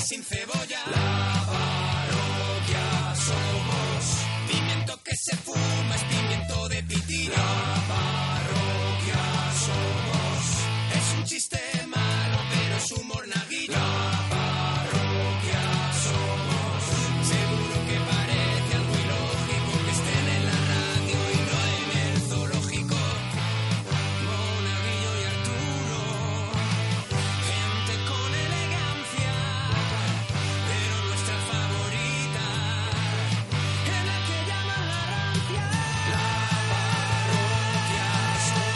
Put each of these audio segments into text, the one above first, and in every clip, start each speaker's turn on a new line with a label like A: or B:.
A: sin cebolla. La parroquia somos. Pimiento que se fuma es pimiento de pitina. La parroquia somos. Es un chiste malo, pero es humor naguillo. La parroquia somos. Seguro que parece algo ilógico que estén en la radio y no en el zoológico. Monaguillo y Arturo. Gente con elegancia. Pero nuestra favorita es la que llaman la rancia. La parroquia somos,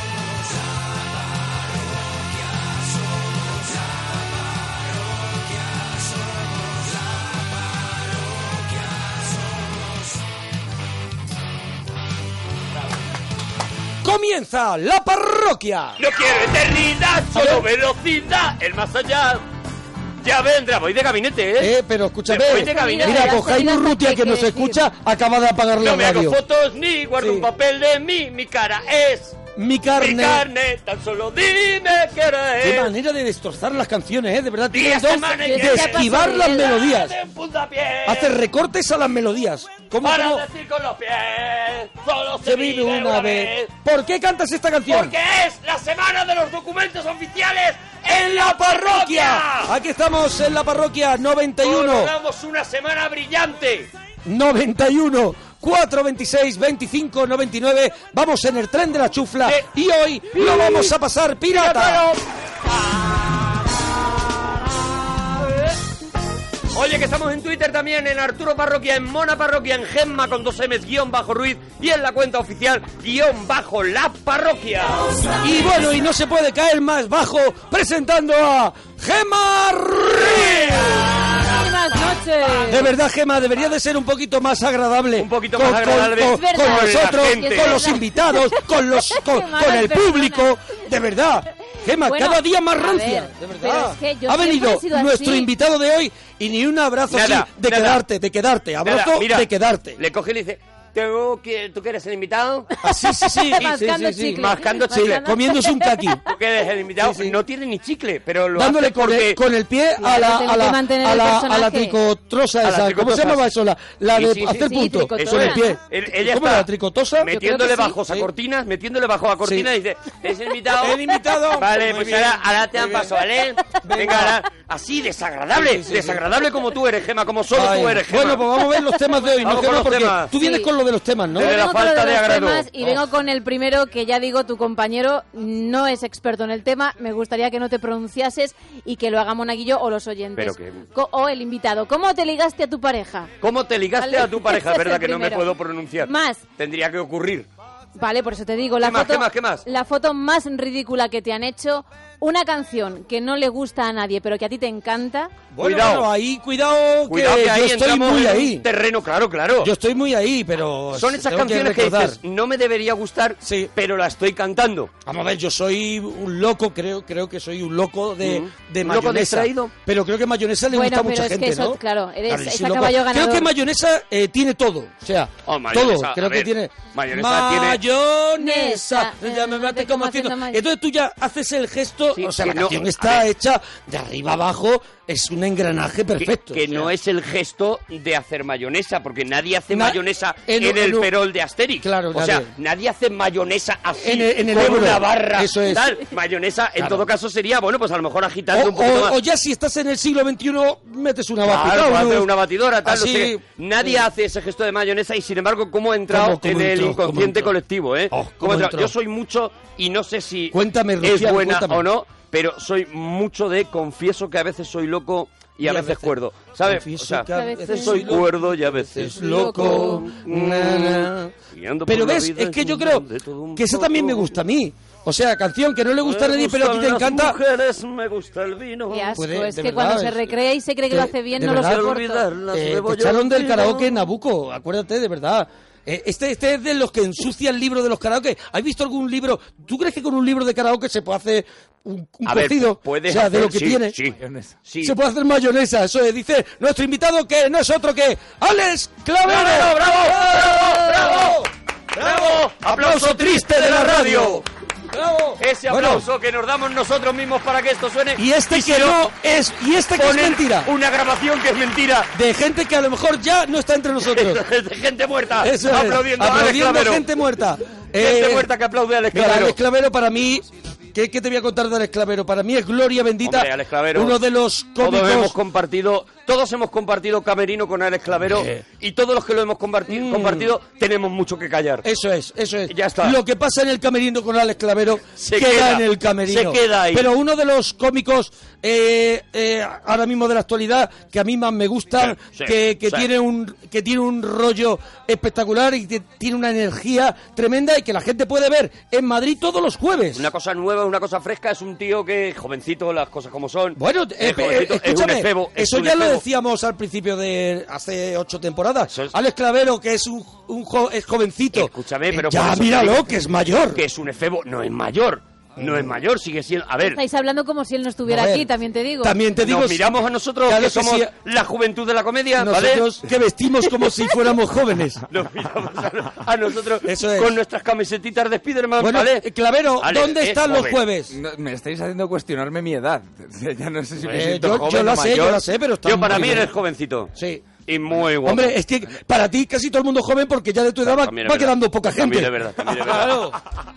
A: la parroquia somos, la parroquia somos, la parroquia somos.
B: Comienza la parroquia.
C: No quiero eternidad, solo velocidad, el más allá. Ya vendrá, voy de gabinete, ¿eh?
B: Eh, pero escúchame.
C: Me voy de gabinete.
B: Mira, pues Jaime Urrutia, que nos escucha, acaba de apagar la
C: No me hago
B: radio.
C: fotos ni guardo un papel de mí, mi cara es...
B: Mi carne.
C: Mi carne, tan solo dime qué hora es.
B: Qué manera de destrozar las canciones, ¿eh? De verdad,
C: Día,
B: tienen don
C: semana y
B: de
C: día.
B: esquivar las melodías.
C: En puntapié,
B: Hace recortes a las melodías. ¿Cómo,
C: para
B: cómo
C: decir con los pies, solo
B: se vive una vez? ¿Por qué cantas esta canción?
C: Porque es la semana de los documentos oficiales en la parroquia.
B: Aquí estamos en la parroquia 91.
C: Damos una semana brillante.
B: 91 426 25 99 Vamos en el tren de la chufla y hoy lo vamos a pasar pirata.
C: Oye, que estamos en Twitter también, en Arturo Parroquia, en Mona Parroquia, en Gemma con dos M's guión bajo Ruiz y en la cuenta oficial guión bajo la parroquia.
B: Y bueno, y no se puede caer más bajo presentando a Gema Ruiz.
D: Buenas noches.
B: De verdad, Gema, debería de ser un poquito más agradable. Un
C: poquito más agradable.
B: Con,
C: Es verdad.
B: con
C: Con la
B: nosotros,
C: gente.
B: con los invitados, con, los, con,
D: Qué
B: con
D: mala
B: el
D: persona.
B: público. De verdad. Gema,
D: Bueno,
B: cada día más
D: a
B: rancia.
D: ver,
B: de
D: pero
B: verdad.
D: es que yo
B: ha
D: siempre
B: venido
D: he sido
B: nuestro
D: así.
B: invitado de hoy y ni un abrazo
C: Nada,
B: así de
C: nada.
B: quedarte, de quedarte. Abrazo
C: Nada, mira,
B: de quedarte.
C: Le coge y le dice, "Tengo que- ¿tú que eres el invitado?
B: Así, Ah, sí, sí.
D: Mascando
B: sí, sí, sí.
D: chicle.
C: Mascando chicle.
D: Mascando-
B: Comiéndose un caqui.
C: ¿Tú que eres el invitado?
B: Sí, sí.
C: No tiene ni chicle, pero lo
B: Dándole
C: hace
B: con
C: porque...
B: el, con el pie a
D: Claro,
B: la,
D: tengo
B: a
D: que
B: la,
D: mantener
B: a
D: el
B: la, a la
D: personaje.
B: tricotrosa
C: A la
B: esa. ¿Cómo se
C: tricotrosa.
B: llamaba eso? La, la
C: Sí,
B: de
C: sí, sí.
B: hacer
C: Sí,
B: punto
D: tricotrosa.
B: con el pie.
C: Él, ella
B: ¿Cómo
C: está
B: era la tricotosa?
C: Metiéndole
D: Yo creo que sí.
C: bajo a
B: Sí.
C: cortinas, metiéndole bajo a cortinas y dice, es el invitado.
B: El invitado.
C: Vale,
B: Muy
C: pues
B: bien,
C: ahora, ahora te
B: muy
C: dan
B: bien.
C: paso, ¿vale? Venga, ahora. Así, desagradable.
B: Sí, sí, sí.
C: desagradable como tú eres, Gema, como solo
B: Ay,
C: tú eres, Gema.
B: Bueno, pues vamos a ver los temas de hoy, ¿no,
C: Vamos con
B: Gemma?
C: los
B: Porque
C: temas.
B: tú vienes
D: Sí.
B: con lo de los temas, ¿no?
C: Desde la
D: Vengo con lo
C: falta
D: de
C: de
D: los
C: agrado.
D: temas y vengo con el primero que ya digo, tu compañero no es experto en el tema. Me gustaría que no te pronunciases y que lo haga Monaguillo o los oyentes.
C: Pero que-
D: Co- o el invitado. ¿Cómo te ligaste a tu pareja?
C: ¿Cómo te ligaste
D: Vale,
C: a tu pareja?
D: ese es
C: ¿Verdad
D: el
C: que no me
D: primero.
C: puedo pronunciar?
D: Más.
C: Tendría que ocurrir.
D: Vale, por eso te digo. La
C: ¿Qué más,
D: foto,
C: qué más, qué más?
D: La foto más ridícula que te han hecho. Una canción que no le gusta a nadie, pero que a ti te encanta.
B: Bueno,
C: Cuidado.
B: bueno, ahí, cuidado, que
C: Cuidado que ahí
B: yo estoy
C: entramos
B: muy
C: en un
B: ahí.
C: terreno, claro, claro.
B: Yo estoy muy ahí, pero.
C: Son esas
B: Pues, tengo
C: canciones que,
B: recordar.
C: dices, no me debería gustar,
B: Sí.
C: pero la estoy cantando.
B: Vamos a ver, yo soy un loco, creo, creo que soy un loco de,
C: Mm.
B: de
C: Un loco
B: mayonesa.
C: distraído.
B: Pero creo que mayonesa le
D: Bueno,
B: gusta a
D: pero
B: mucha
D: es que
B: gente,
D: eso,
B: ¿no?
D: claro, eres-
B: yo
D: es
B: soy loco.
D: caballo ganador.
B: Creo que mayonesa eh, tiene todo, o sea,
C: Oh, mayonesa,
B: todo. Creo
C: a
B: que
C: ver,
B: tiene
C: mayonesa tiene-
B: mayonesa.
D: Nesa,
B: Ya me mate como haciendo.
D: may-
B: Entonces tú ya haces el gesto,
C: Sí,
B: o sea,
C: que
B: la
C: no,
B: canción
C: a
B: está
C: ver.
B: hecha de arriba abajo, es un engranaje
C: Que-
B: perfecto.
C: Que,
B: o sea.
C: no es el gesto de hacer mayonesa, porque nadie hace
B: Na-
C: mayonesa
B: en
C: en,
B: un- en
C: el
B: un-
C: perol de Asterix.
B: Claro,
C: o
B: nadie.
C: sea, nadie hace mayonesa así,
B: En el- en el
C: con
B: Ebro.
C: una barra.
B: Eso es.
C: Tal. Mayonesa, en
B: Claro.
C: todo caso, sería, bueno, pues a lo mejor agitando
B: O,
C: un poquito
B: o-
C: más.
B: o ya si estás en el siglo XXI, metes una batidora.
C: Claro, hacer
B: unos-
C: una batidora, tal, no
B: así,
C: sé qué. Nadie
B: eh,
C: hace ese gesto de mayonesa y sin embargo, ¿cómo ha entrado
B: ¿Cómo- cómo
C: en el
B: entró? ¿Cómo
C: inconsciente
B: entró?
C: colectivo? ¿eh?
B: Oh,
C: ¿Cómo
B: ¿cómo
C: ha entrado?
B: entró?
C: Yo soy mucho y no sé si
B: Cuéntame,
C: es
B: Rocío,
C: buena
B: cuéntame.
C: o no, pero soy mucho de confieso que a veces soy loco y a, veces, cuerdo. ¿Sabes?
B: confieso
C: O sea,
B: que
D: a veces
C: soy
B: loco.
C: cuerdo y a veces
B: es loco. na, na.
C: Guiando Mm, por
B: Pero
C: la
B: ves,
C: vida
B: es que yo
C: un
B: creo
C: de todo un
B: que eso también me
C: poco.
B: gusta a mí. O sea, canción que no le gusta a
C: Me
B: nadie, pero a ti te
C: gustan las
B: encanta.
C: mujeres, me gusta el vino.
D: Qué asco,
B: Puede-
D: es
B: de
D: que
B: verdad,
D: cuando
B: es-
D: se recrea y se cree que
B: de-
D: lo hace bien,
B: de
D: no lo
B: verdad.
D: soporto.
C: Olvidarlas,
B: Eh,
C: bebo
B: te
C: yo
B: echaron del
C: vino.
B: karaoke Nabucco, acuérdate, de verdad. Eh, Este, este es de los que ensucian el libro de los karaoke. ¿Has visto algún libro? ¿Tú crees que con un libro de karaoke se puede hacer un, un
C: A ver,
B: cocido?
C: puedes
B: o sea, de
C: hacer-
B: lo que
C: sí,
B: tiene.
C: sí, sí.
B: Se puede hacer mayonesa, eso es. Dice nuestro invitado que no es otro que Alex Clavero.
C: ¡Bravo, bravo, bravo, bravo! ¡Bravo! ¡Aplauso triste de la radio!
B: ¡Bravo!
C: Ese
B: Bueno,
C: aplauso que nos damos nosotros mismos para que esto suene.
B: y este
C: si
B: que
C: no,
B: no es, y este que es
C: ponen
B: mentira.
C: Una grabación que es mentira.
B: De gente que a lo mejor ya no está entre nosotros.
C: de gente muerta.
B: Eso es.
C: aplaudiendo, a Alex
B: Aplaudiendo
C: Clavero.
B: gente muerta.
C: Gente
B: Eh,
C: muerta que aplaude a Alex
B: Mira,
C: Clavero.
B: Alex Clavero para mí, ¿qué, qué te voy a contar de Alex Clavero? Para mí es Gloria Bendita,
C: Hombre, Alex Clavero.
B: uno de los
C: Todos hemos
B: cómicos...
C: compartido, todos hemos compartido camerino con Alex Clavero
B: Eh.
C: y todos los que lo hemos comparti-
B: Mm.
C: compartido tenemos mucho que callar.
B: Eso es, eso es.
C: Ya está.
B: Lo que pasa en el camerino con Alex Clavero
C: Se
B: queda,
C: queda,
B: en el camerino.
C: se queda ahí.
B: Pero uno de los cómicos eh, eh, ahora mismo de la actualidad que a mí más me gustan,
C: Sí, sí,
B: que, que
C: sí.
B: tiene un que tiene un rollo espectacular y que tiene una energía tremenda y que la gente puede ver en Madrid todos los jueves.
C: Una cosa nueva, una cosa fresca, es un tío que, jovencito, las cosas como son.
B: Bueno,
C: Es
B: eh, eh,
C: jovencito, es un
B: escúchame,
C: efebo, es
B: eso
C: un
B: ya lo
C: efebo.
B: decíamos al principio de hace ocho temporadas.
C: Eso es-
B: Alex Clavero, que es un, un jo- es jovencito.
C: Escúchame, pero por
B: ya
C: eso te
B: míralo,
C: digo
B: que es mayor.
C: Que es un efebo, no es mayor, no es mayor, sigue siendo... A ver,
D: Estáis hablando como si él no estuviera
B: A ver,
D: aquí, también te digo.
B: También te digo,
C: nos miramos a nosotros
B: claro
C: que
B: que
C: somos
B: sí,
C: la juventud de la comedia, ¿vale?
B: nosotros que vestimos como si fuéramos jóvenes.
C: Nos miramos a, a nosotros
B: Eso es.
C: con nuestras camisetitas de Spiderman,
B: Bueno,
C: ¿vale?
B: eh, Clavero,
C: Alex
B: ¿dónde
C: es
B: están los
C: joven.
B: jueves?
E: No, me estáis haciendo cuestionarme mi edad. O sea, ya no sé si me
B: Eh,
E: siento
B: yo-
E: joven
B: yo la
E: o
B: sé, yo
E: mayor.
B: la sé, pero está
C: Yo para
B: muy
C: mí
B: bien.
C: eres jovencito.
B: Sí.
C: Y muy guapo.
B: Hombre, es que para ti casi todo el mundo es joven porque ya de tu edad va,
C: También es
B: va
C: verdad.
B: quedando poca gente.
C: También es verdad, también es verdad.
B: Claro.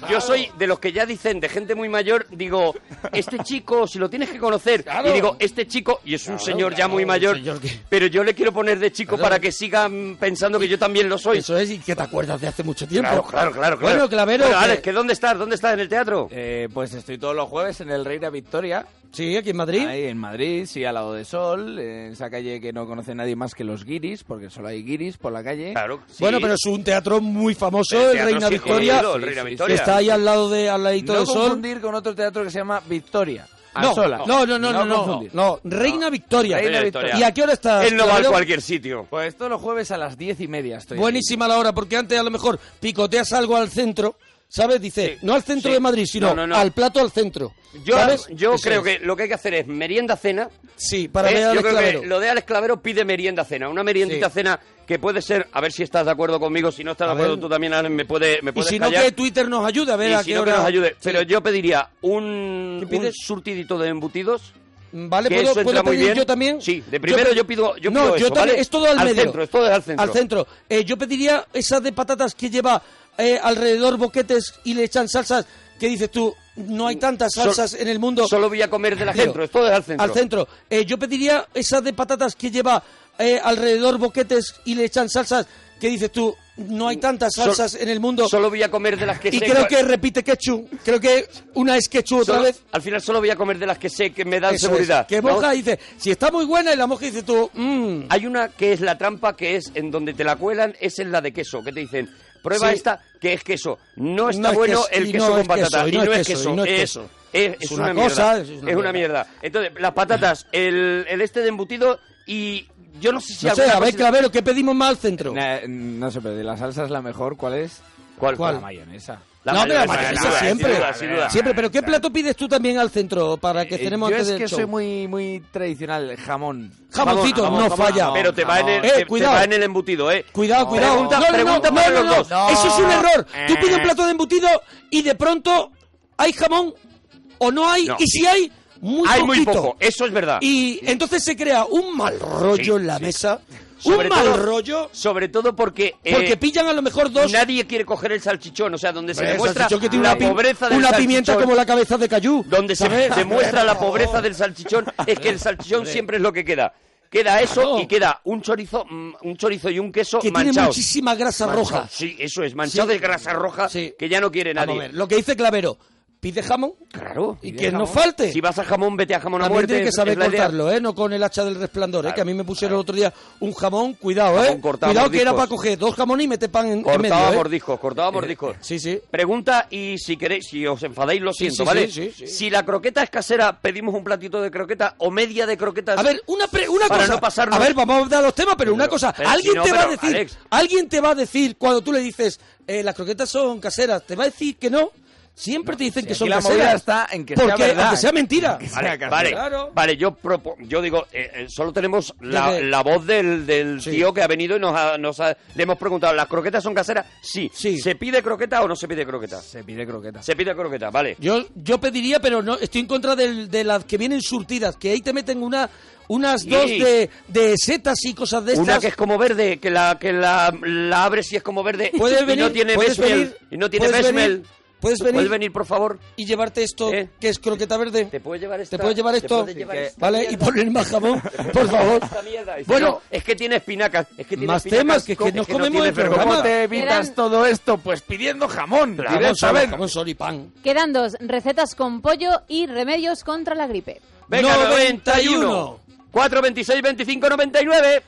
C: Yo soy de los que ya dicen, de gente muy mayor, digo, este chico, si lo tienes que conocer,
B: Claro.
C: y digo, este chico, y es un
B: Claro,
C: señor ya
B: claro,
C: muy
B: un
C: mayor,
B: señor que-
C: pero yo le quiero poner de chico
B: Claro.
C: para que sigan pensando que yo también lo soy.
B: Eso es, y que te acuerdas de hace mucho tiempo.
C: Claro, claro, claro, claro.
B: Bueno, Clavero.
C: Bueno,
B: que-
C: Alex, ¿que ¿dónde estás? ¿Dónde estás? ¿En el teatro?
E: Eh, pues estoy todos los jueves en el Reina Victoria,
B: Sí, aquí en Madrid.
E: ahí en Madrid, sí, al lado de Sol, en esa calle que no conoce nadie más que los guiris, porque solo hay guiris por la calle.
C: Claro. sí.
B: Bueno, pero es un teatro muy famoso, el,
C: teatro
B: Reina
C: sí,
B: Victoria,
C: el Reina
E: Sí, sí,
C: Victoria.
B: que está ahí al lado de al ladito
E: No
B: de Sol.
E: confundir con otro teatro que se llama Victoria. a
B: No,
E: solas.
B: no, no, no, no, no,
E: confundir.
B: no, Reina Victoria.
E: Reina Victoria.
B: ¿Y a qué hora estás?
C: Él no va a
B: Clavero?
C: cualquier sitio.
E: Pues todos los jueves a las diez y media estoy.
B: Buenísima la hora, porque antes a lo mejor picoteas algo al centro, ¿sabes? Dice,
C: Sí,
B: no al centro
C: sí.
B: de Madrid, sino
C: No, no, no.
B: al plato al centro.
C: Yo,
B: ¿sabes?
C: yo
B: Eso
C: creo
B: es.
C: que lo que hay que hacer es merienda-cena.
B: Sí, para
C: ¿Eh?
B: ver
C: Yo
B: al
C: creo
B: esclavero.
C: que lo de Alex Clavero pide merienda cena, una meriendita
B: Sí.
C: cena que puede ser, a ver si estás de acuerdo conmigo, si no estás
B: A
C: de acuerdo
B: ver.
C: tú también Alex, me puede me
B: Y
C: puedes
B: si no,
C: callar.
B: que Twitter nos ayude a ver
C: Y
B: a
C: si
B: qué
C: no, que
B: hora...
C: nos ayude.
B: Sí.
C: Pero yo pediría un,
B: ¿Qué pides?
C: un surtidito de embutidos.
B: Vale,
C: que
B: ¿puedo,
C: eso entra
B: puedo
C: muy
B: pedir
C: bien.
B: yo también?
C: Sí, de primero yo pido- yo
B: no,
C: pido
B: yo
C: eso,
B: también,
C: ¿vale?
B: es todo al,
C: Al
B: medio.
C: centro, es todo al centro.
B: Al centro. Eh, yo pediría esa de patatas que lleva eh, alrededor boquetes y le echan salsas, que dices tú, no hay tantas
C: Sol-
B: salsas en el mundo.
C: Solo voy a comer de la
B: Digo,
C: centro, esto es al centro.
B: Al centro. Eh, yo pediría esa de patatas que lleva eh, alrededor boquetes y le echan salsas, que dices tú, no hay tantas
C: Sol-
B: salsas en el mundo.
C: Solo voy a comer de las que
B: y
C: sé
B: creo que repite ketchup. Creo que una es ketchup otra
C: solo-
B: vez.
C: Al final solo voy a comer de las que sé que me dan
B: Eso es.
C: seguridad.
B: Que
C: ¿no?
B: moja y dice, si está muy buena, y la moja y dice tú, mmm.
C: Hay una que es la trampa, que es en donde te la cuelan, es en la de queso, que te dicen, prueba
B: Sí.
C: esta, que es queso. No está
B: No es
C: bueno
B: queso,
C: el
B: y
C: queso
B: no
C: con
B: es queso,
C: patata.
B: y no es queso, y no es
C: es,
B: queso.
C: es-
B: Es
C: es
B: una
C: una,
B: cosa,
C: mierda.
B: es
C: Es
B: una
C: una, mierda. Entonces, las patatas, el, el este de embutido y yo no sé si
B: No sé,
C: alguna
B: a ver,
C: cosa-
B: Clavero, ¿qué pedimos más al centro?
E: Nah, mm, no sé, pero de la salsa es la mejor, ¿cuál es?
C: ¿Cuál?
E: La mayonesa.
C: La
B: no, pero la
C: mayonesa,
B: mayonesa
C: sin
B: siempre.
C: duda, sin duda.
B: Siempre, pero ¿qué plato pides tú también al centro para que
E: Eh,
B: tenemos
E: Yo
B: antes
E: es
B: del
E: que
B: show?
E: soy muy, muy tradicional, jamón.
B: Jamoncito,
E: Jamón,
B: no
E: jamón,
B: falla.
E: jamón,
C: Pero te va, en el,
E: jamón.
B: Eh,
C: te- te
B: cuidado.
C: va en el embutido, ¿eh?
B: Cuidado, cuidado.
C: Pregunta-
B: no, no,
C: pregunta
B: no,
C: para
B: no,
C: los
B: no,
C: dos. Eh.
B: no. Eso es un error. Tú pides un plato de embutido y de pronto hay jamón o no hay.
C: No.
B: Y si hay, muy
C: Hay muy
B: poquito.
C: poco, eso es verdad.
B: Y entonces se crea un mal rollo
C: Sí,
B: en la
C: sí.
B: mesa.
C: Sobre
B: un mal
C: todo-
B: rollo.
C: Sobre todo porque... eh,
B: Porque pillan a lo mejor dos.
C: Nadie quiere coger el salchichón, o sea, donde se
B: Ves,
C: demuestra
B: salchichón que tiene
C: la
B: una, pi-
C: pobreza del
B: una pimienta
C: salchichón.
B: como la cabeza de Cayú.
C: donde se
B: ¿sabes?
C: demuestra la pobreza del salchichón es que el salchichón siempre es lo que queda. Queda eso
B: Claro.
C: y queda un chorizo, mm, un chorizo y un queso
B: que tiene
C: manchados.
B: muchísima grasa
C: Manchados.
B: roja.
C: Sí, eso es, manchado
B: Sí.
C: de grasa roja
B: Sí.
C: que ya no quiere
B: Vamos a
C: nadie.
B: ver, lo que dice Clavero. pide jamón
C: Claro.
B: y que no falte.
C: Si vas a jamón, vete a jamón a
B: También
C: muerte.
B: tiene que
C: es-
B: saber
C: es la idea.
B: cortarlo, ¿eh? No con el hacha del resplandor, ¿eh? Que a mí me pusieron el otro día un jamón, cuidado, ¿eh?
C: Jamón cortado a
B: cuidado que era
C: mordiscos.
B: para coger dos jamones y meter pan en, en medio,
C: Cortaba
B: ¿eh?
C: por discos, cortaba por discos.
B: Sí, sí.
C: Pregunta y si queréis, si os enfadáis, lo
B: Sí,
C: siento,
B: sí,
C: ¿vale?
B: sí, sí, sí.
C: Si la croqueta es casera, pedimos un platito de croqueta o media de croquetas.
B: A ver, una, pre- una
C: Para
B: cosa.
C: no pasarnos.
B: a ver, vamos a dar los temas, pero una
C: Pero-
B: cosa.
C: pero si
B: alguien
C: no,
B: te va a
C: pero,
B: decir,
C: Alex.
B: alguien te va a decir cuando tú le dices, eh, las croquetas son caseras, te va a decir que no. Siempre te dicen
E: si
B: que
E: aquí
B: son
E: la movida
B: caseras.
E: está en que sea
B: porque
E: verdad.
B: aunque sea
C: ¿eh?
B: mentira.
E: Que sea
C: Vale,
E: casera.
C: vale,
B: Claro.
C: vale, yo propo- yo digo, eh, eh, solo tenemos la,
B: Desde-
C: la voz del, del
B: Sí.
C: tío que ha venido y nos, ha- nos ha- le hemos preguntado, ¿las croquetas son caseras? Sí.
B: Sí.
C: ¿Se pide croqueta o no se pide croqueta?
E: Se pide croqueta.
C: Se pide croqueta, vale.
B: Yo, yo pediría, pero no, estoy en contra del- de las que vienen surtidas, que ahí te meten una, unas
C: Sí.
B: dos de, de setas y cosas de estas.
C: Una que es como verde, que la que la, la abres y es como verde
B: Puedes
C: y
B: venir,
C: no tiene
B: puedes
C: besmel.
B: venir,
C: y no tiene
B: puedes
C: besmel.
B: venir, puedes venir.
C: por favor.
B: Y llevarte esto,
C: ¿Eh?
B: que es croqueta verde.
C: Te puedes llevar esta.
B: ¿Te puedes llevar
C: te
B: esto?
C: puedes llevar
B: Sí, que-
C: esta
B: ¿Vale?
C: mierda.
B: Y ponerle más jamón,
C: Te puedes
B: por
C: llevar
B: favor.
C: esta mierda. Y si
B: Bueno,
C: no, es que tiene espinacas, es que tiene
B: Más
C: espinacas,
B: temas, que- que
C: es
B: nos
C: no
B: comemos
C: tiene
B: el
C: vergüenza.
E: ¿Cómo
B: programa.
E: te evitas
D: Eran-
E: todo esto? Pues pidiendo jamón.
B: Jamón solo,
E: directamente.
B: jamón solo y pan.
D: Quedan dos, recetas con pollo y remedios contra la gripe.
C: Venga,
B: 91.
C: 91. 4, 26, 25, 99.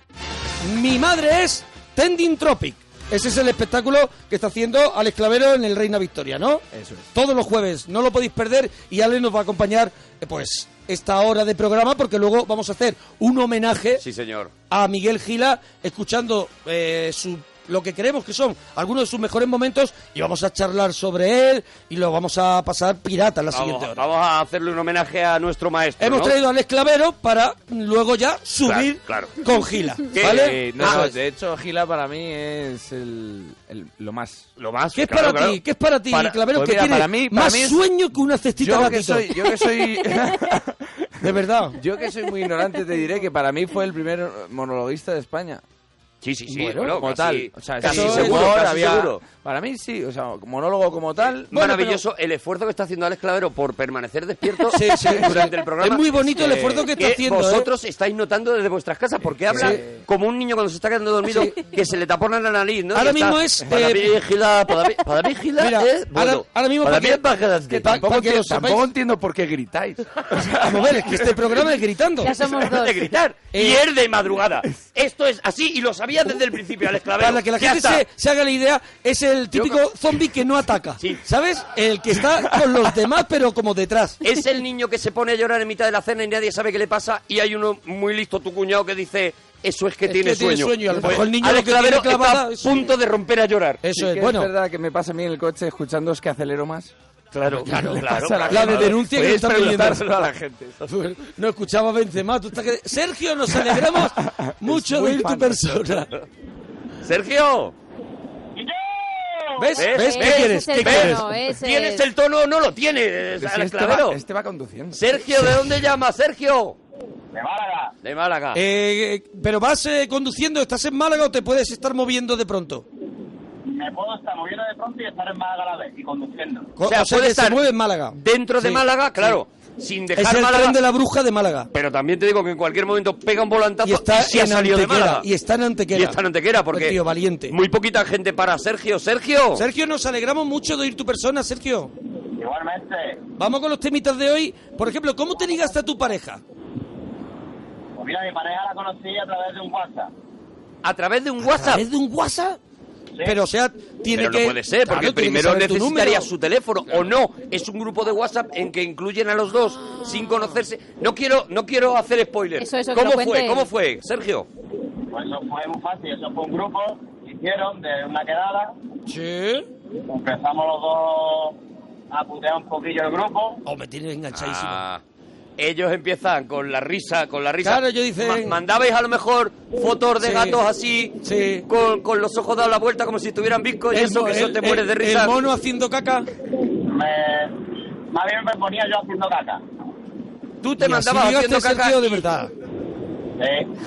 B: Mi madre es Tending Tropic. Ese es el espectáculo que está haciendo Alex Clavero en el Reina Victoria, ¿no?
E: Eso es.
B: Todos los jueves, no lo podéis perder y Alex nos va a acompañar, eh, pues, esta hora de programa porque luego vamos a hacer un homenaje
C: Sí, señor.
B: a Miguel Gila escuchando eh, su, lo que creemos que son algunos de sus mejores momentos y vamos a charlar sobre él y lo vamos a pasar pirata en la siguiente
C: Vamos,
B: hora.
C: vamos a hacerle un homenaje a nuestro maestro.
B: Hemos
C: ¿no?
B: traído a Alex Clavero para luego ya subir
C: Claro, claro.
B: con Gila, Ah, pues.
E: Sí,
B: ¿vale?
E: eh, no,
B: Eso es.
E: de hecho, Gila para mí es el, el- lo más.
C: Lo más.
B: ¿Qué es
C: claro,
B: para
C: claro.
B: ti? ¿Qué es para ti,
C: Para-
B: Clavero?
E: pues
B: que
E: mira,
B: tiene
E: para mí- para
B: más
E: mí es-
B: sueño que una cestita
E: Yo que
B: gatito.
E: soy, yo que soy,
B: De verdad.
E: yo que soy muy ignorante te diré que para mí fue el primer monologuista de España.
C: Sí, sí, sí.
E: Bueno,
C: bueno,
E: como
C: casi,
E: tal, o sea,
C: casi
E: sí,
B: seguro,
E: humor,
C: casi
E: había-
C: seguro.
E: Para mí sí, o sea, monólogo como tal.
B: Bueno,
C: Maravilloso el esfuerzo que está haciendo Alex Clavero por permanecer despierto
B: Sí, sí,
C: durante
B: sí.
C: el programa. eh,
B: Es muy bonito el esfuerzo que está haciendo, ¿eh?
C: Vosotros estáis notando desde vuestras casas porque habla
B: Sí.
C: como un niño cuando se está quedando dormido que se le tapona la nariz. ¿no?
B: Ahora
C: Y está,
B: mismo es,
C: Para
B: eh,
C: mí, Gila, para mí, para mí, Gila
B: Mira,
C: es. Bueno,
B: ahora- ahora mismo
C: para
B: para
C: mí
B: que-
C: es bajadas
B: que
C: de-
B: pa-
E: Tampoco,
B: para que lo
E: entiendo,
B: sepáis.
E: tampoco entiendo por qué gritáis. O sea,
B: Vamos a ver, es que este programa es gritando.
D: Ya somos dos.
C: de gritar y
B: Eh,
C: es de madrugada. Esto es así y lo sabía desde el principio, Alex Clavero.
B: Para que la
C: Ya
B: gente
C: está.
B: se, se haga la idea, es el típico zombie que no ataca.
C: Sí.
B: ¿Sabes? El que está con los demás, pero como detrás.
C: Es el niño que se pone a llorar en mitad de la cena y nadie sabe qué le pasa. Y hay uno muy listo, tu cuñado, que dice: Eso es que,
B: Es
C: tiene,
B: que tiene
C: sueño.
B: sueño, a lo
C: Pues,
B: mejor el niño
C: Alex
B: lo que tiene
C: Clavero
B: clavada es-
C: está a punto de romper a llorar.
E: sí
B: Eso
E: que
B: es, bueno.
E: Es verdad que me pasa a mí en el coche escuchando es que acelero más.
C: Claro, claro, claro.
E: Pasa la-
B: La de denuncia que
E: Podéis
B: está pidiendo.
E: preguntárselo a la gente.
B: No escuchaba Benzema. Tú estás que- Sergio, nos alegramos mucho
E: Es
B: de
E: muy
B: ir tu
E: fan.
B: persona.
C: Sergio,
B: ¿Ves?
C: ¿Ves?
B: ¿Ves? ¿Qué
C: Ese
B: quieres? Pues
D: es el
B: ¿Qué
D: tono,
B: quieres?
D: eh. Ese
C: ¿tienes
D: es.
C: el tono o no lo tienes,
E: Si
C: Alex
E: este, va,
C: Clavero?
E: este va conduciendo.
C: Sergio, ¿de dónde llamas, Sergio?
F: De Málaga.
C: De Málaga.
B: Eh, pero vas eh, conduciendo, ¿estás en Málaga o te puedes estar moviendo de pronto?
F: Me puedo estar moviendo de pronto y estar en Málaga a la vez y conduciendo.
B: Co-
C: O sea,
B: que
C: puede
B: se
C: estar
B: mueve en Málaga.
C: Dentro de
B: Sí.
C: Málaga, claro. Sin
B: Es
C: dejar
B: el
C: Málaga.
B: tren de la bruja de Málaga.
C: Pero también te digo que en cualquier momento pega un volantazo
B: Y está
C: se ha
B: en
C: salido de
B: Antequera.
C: Málaga.
B: Y está en Antequera.
C: Y está en Antequera, porque
B: Un tío valiente.
C: muy poquita gente para Sergio. Sergio,
B: Sergio, nos alegramos mucho de ir tu persona, Sergio.
F: Igualmente,
B: Vamos con los temitas de hoy. Por ejemplo, ¿cómo te ligaste a tu pareja?
F: pues mira, mi pareja la conocí a través de un WhatsApp.
C: a través de un
B: ¿A
C: WhatsApp.
B: través de un WhatsApp? Pero, o sea, Ah, tiene
C: Pero
B: que...
C: no puede ser, porque
B: Claro, tiene que
C: primero
B: saber tu
C: necesitaría
B: número.
C: su teléfono, o no. Es un grupo de WhatsApp en que incluyen a los dos sin conocerse. No quiero, no quiero hacer spoiler.
D: Eso, eso, que
C: ¿Cómo
D: lo cuente
C: fue?
D: él.
C: ¿Cómo fue, Sergio?
F: Pues eso fue muy fácil, eso fue un grupo que hicieron de una quedada.
B: Sí.
F: Empezamos los dos a putear un poquillo el grupo.
B: Oh, me tienes enganchadísimo.
C: Ah, ellos empiezan con la risa, con la risa.
B: Claro, yo dicen-
C: mandabais a lo mejor fotos de
B: Sí.
C: gatos así,
B: Sí.
C: con, con los ojos dados la vuelta como si estuvieran bizcos y
B: El
C: eso,
B: mo-
C: que eso
B: el-
C: te mueres de
B: el-
C: risa.
B: El mono haciendo caca.
F: Me... Más bien me ponía yo haciendo caca.
C: Tú te
B: Y así
C: mandabas
B: ligaste,
C: haciendo caca.
B: Sergio, de
C: y-
B: verdad.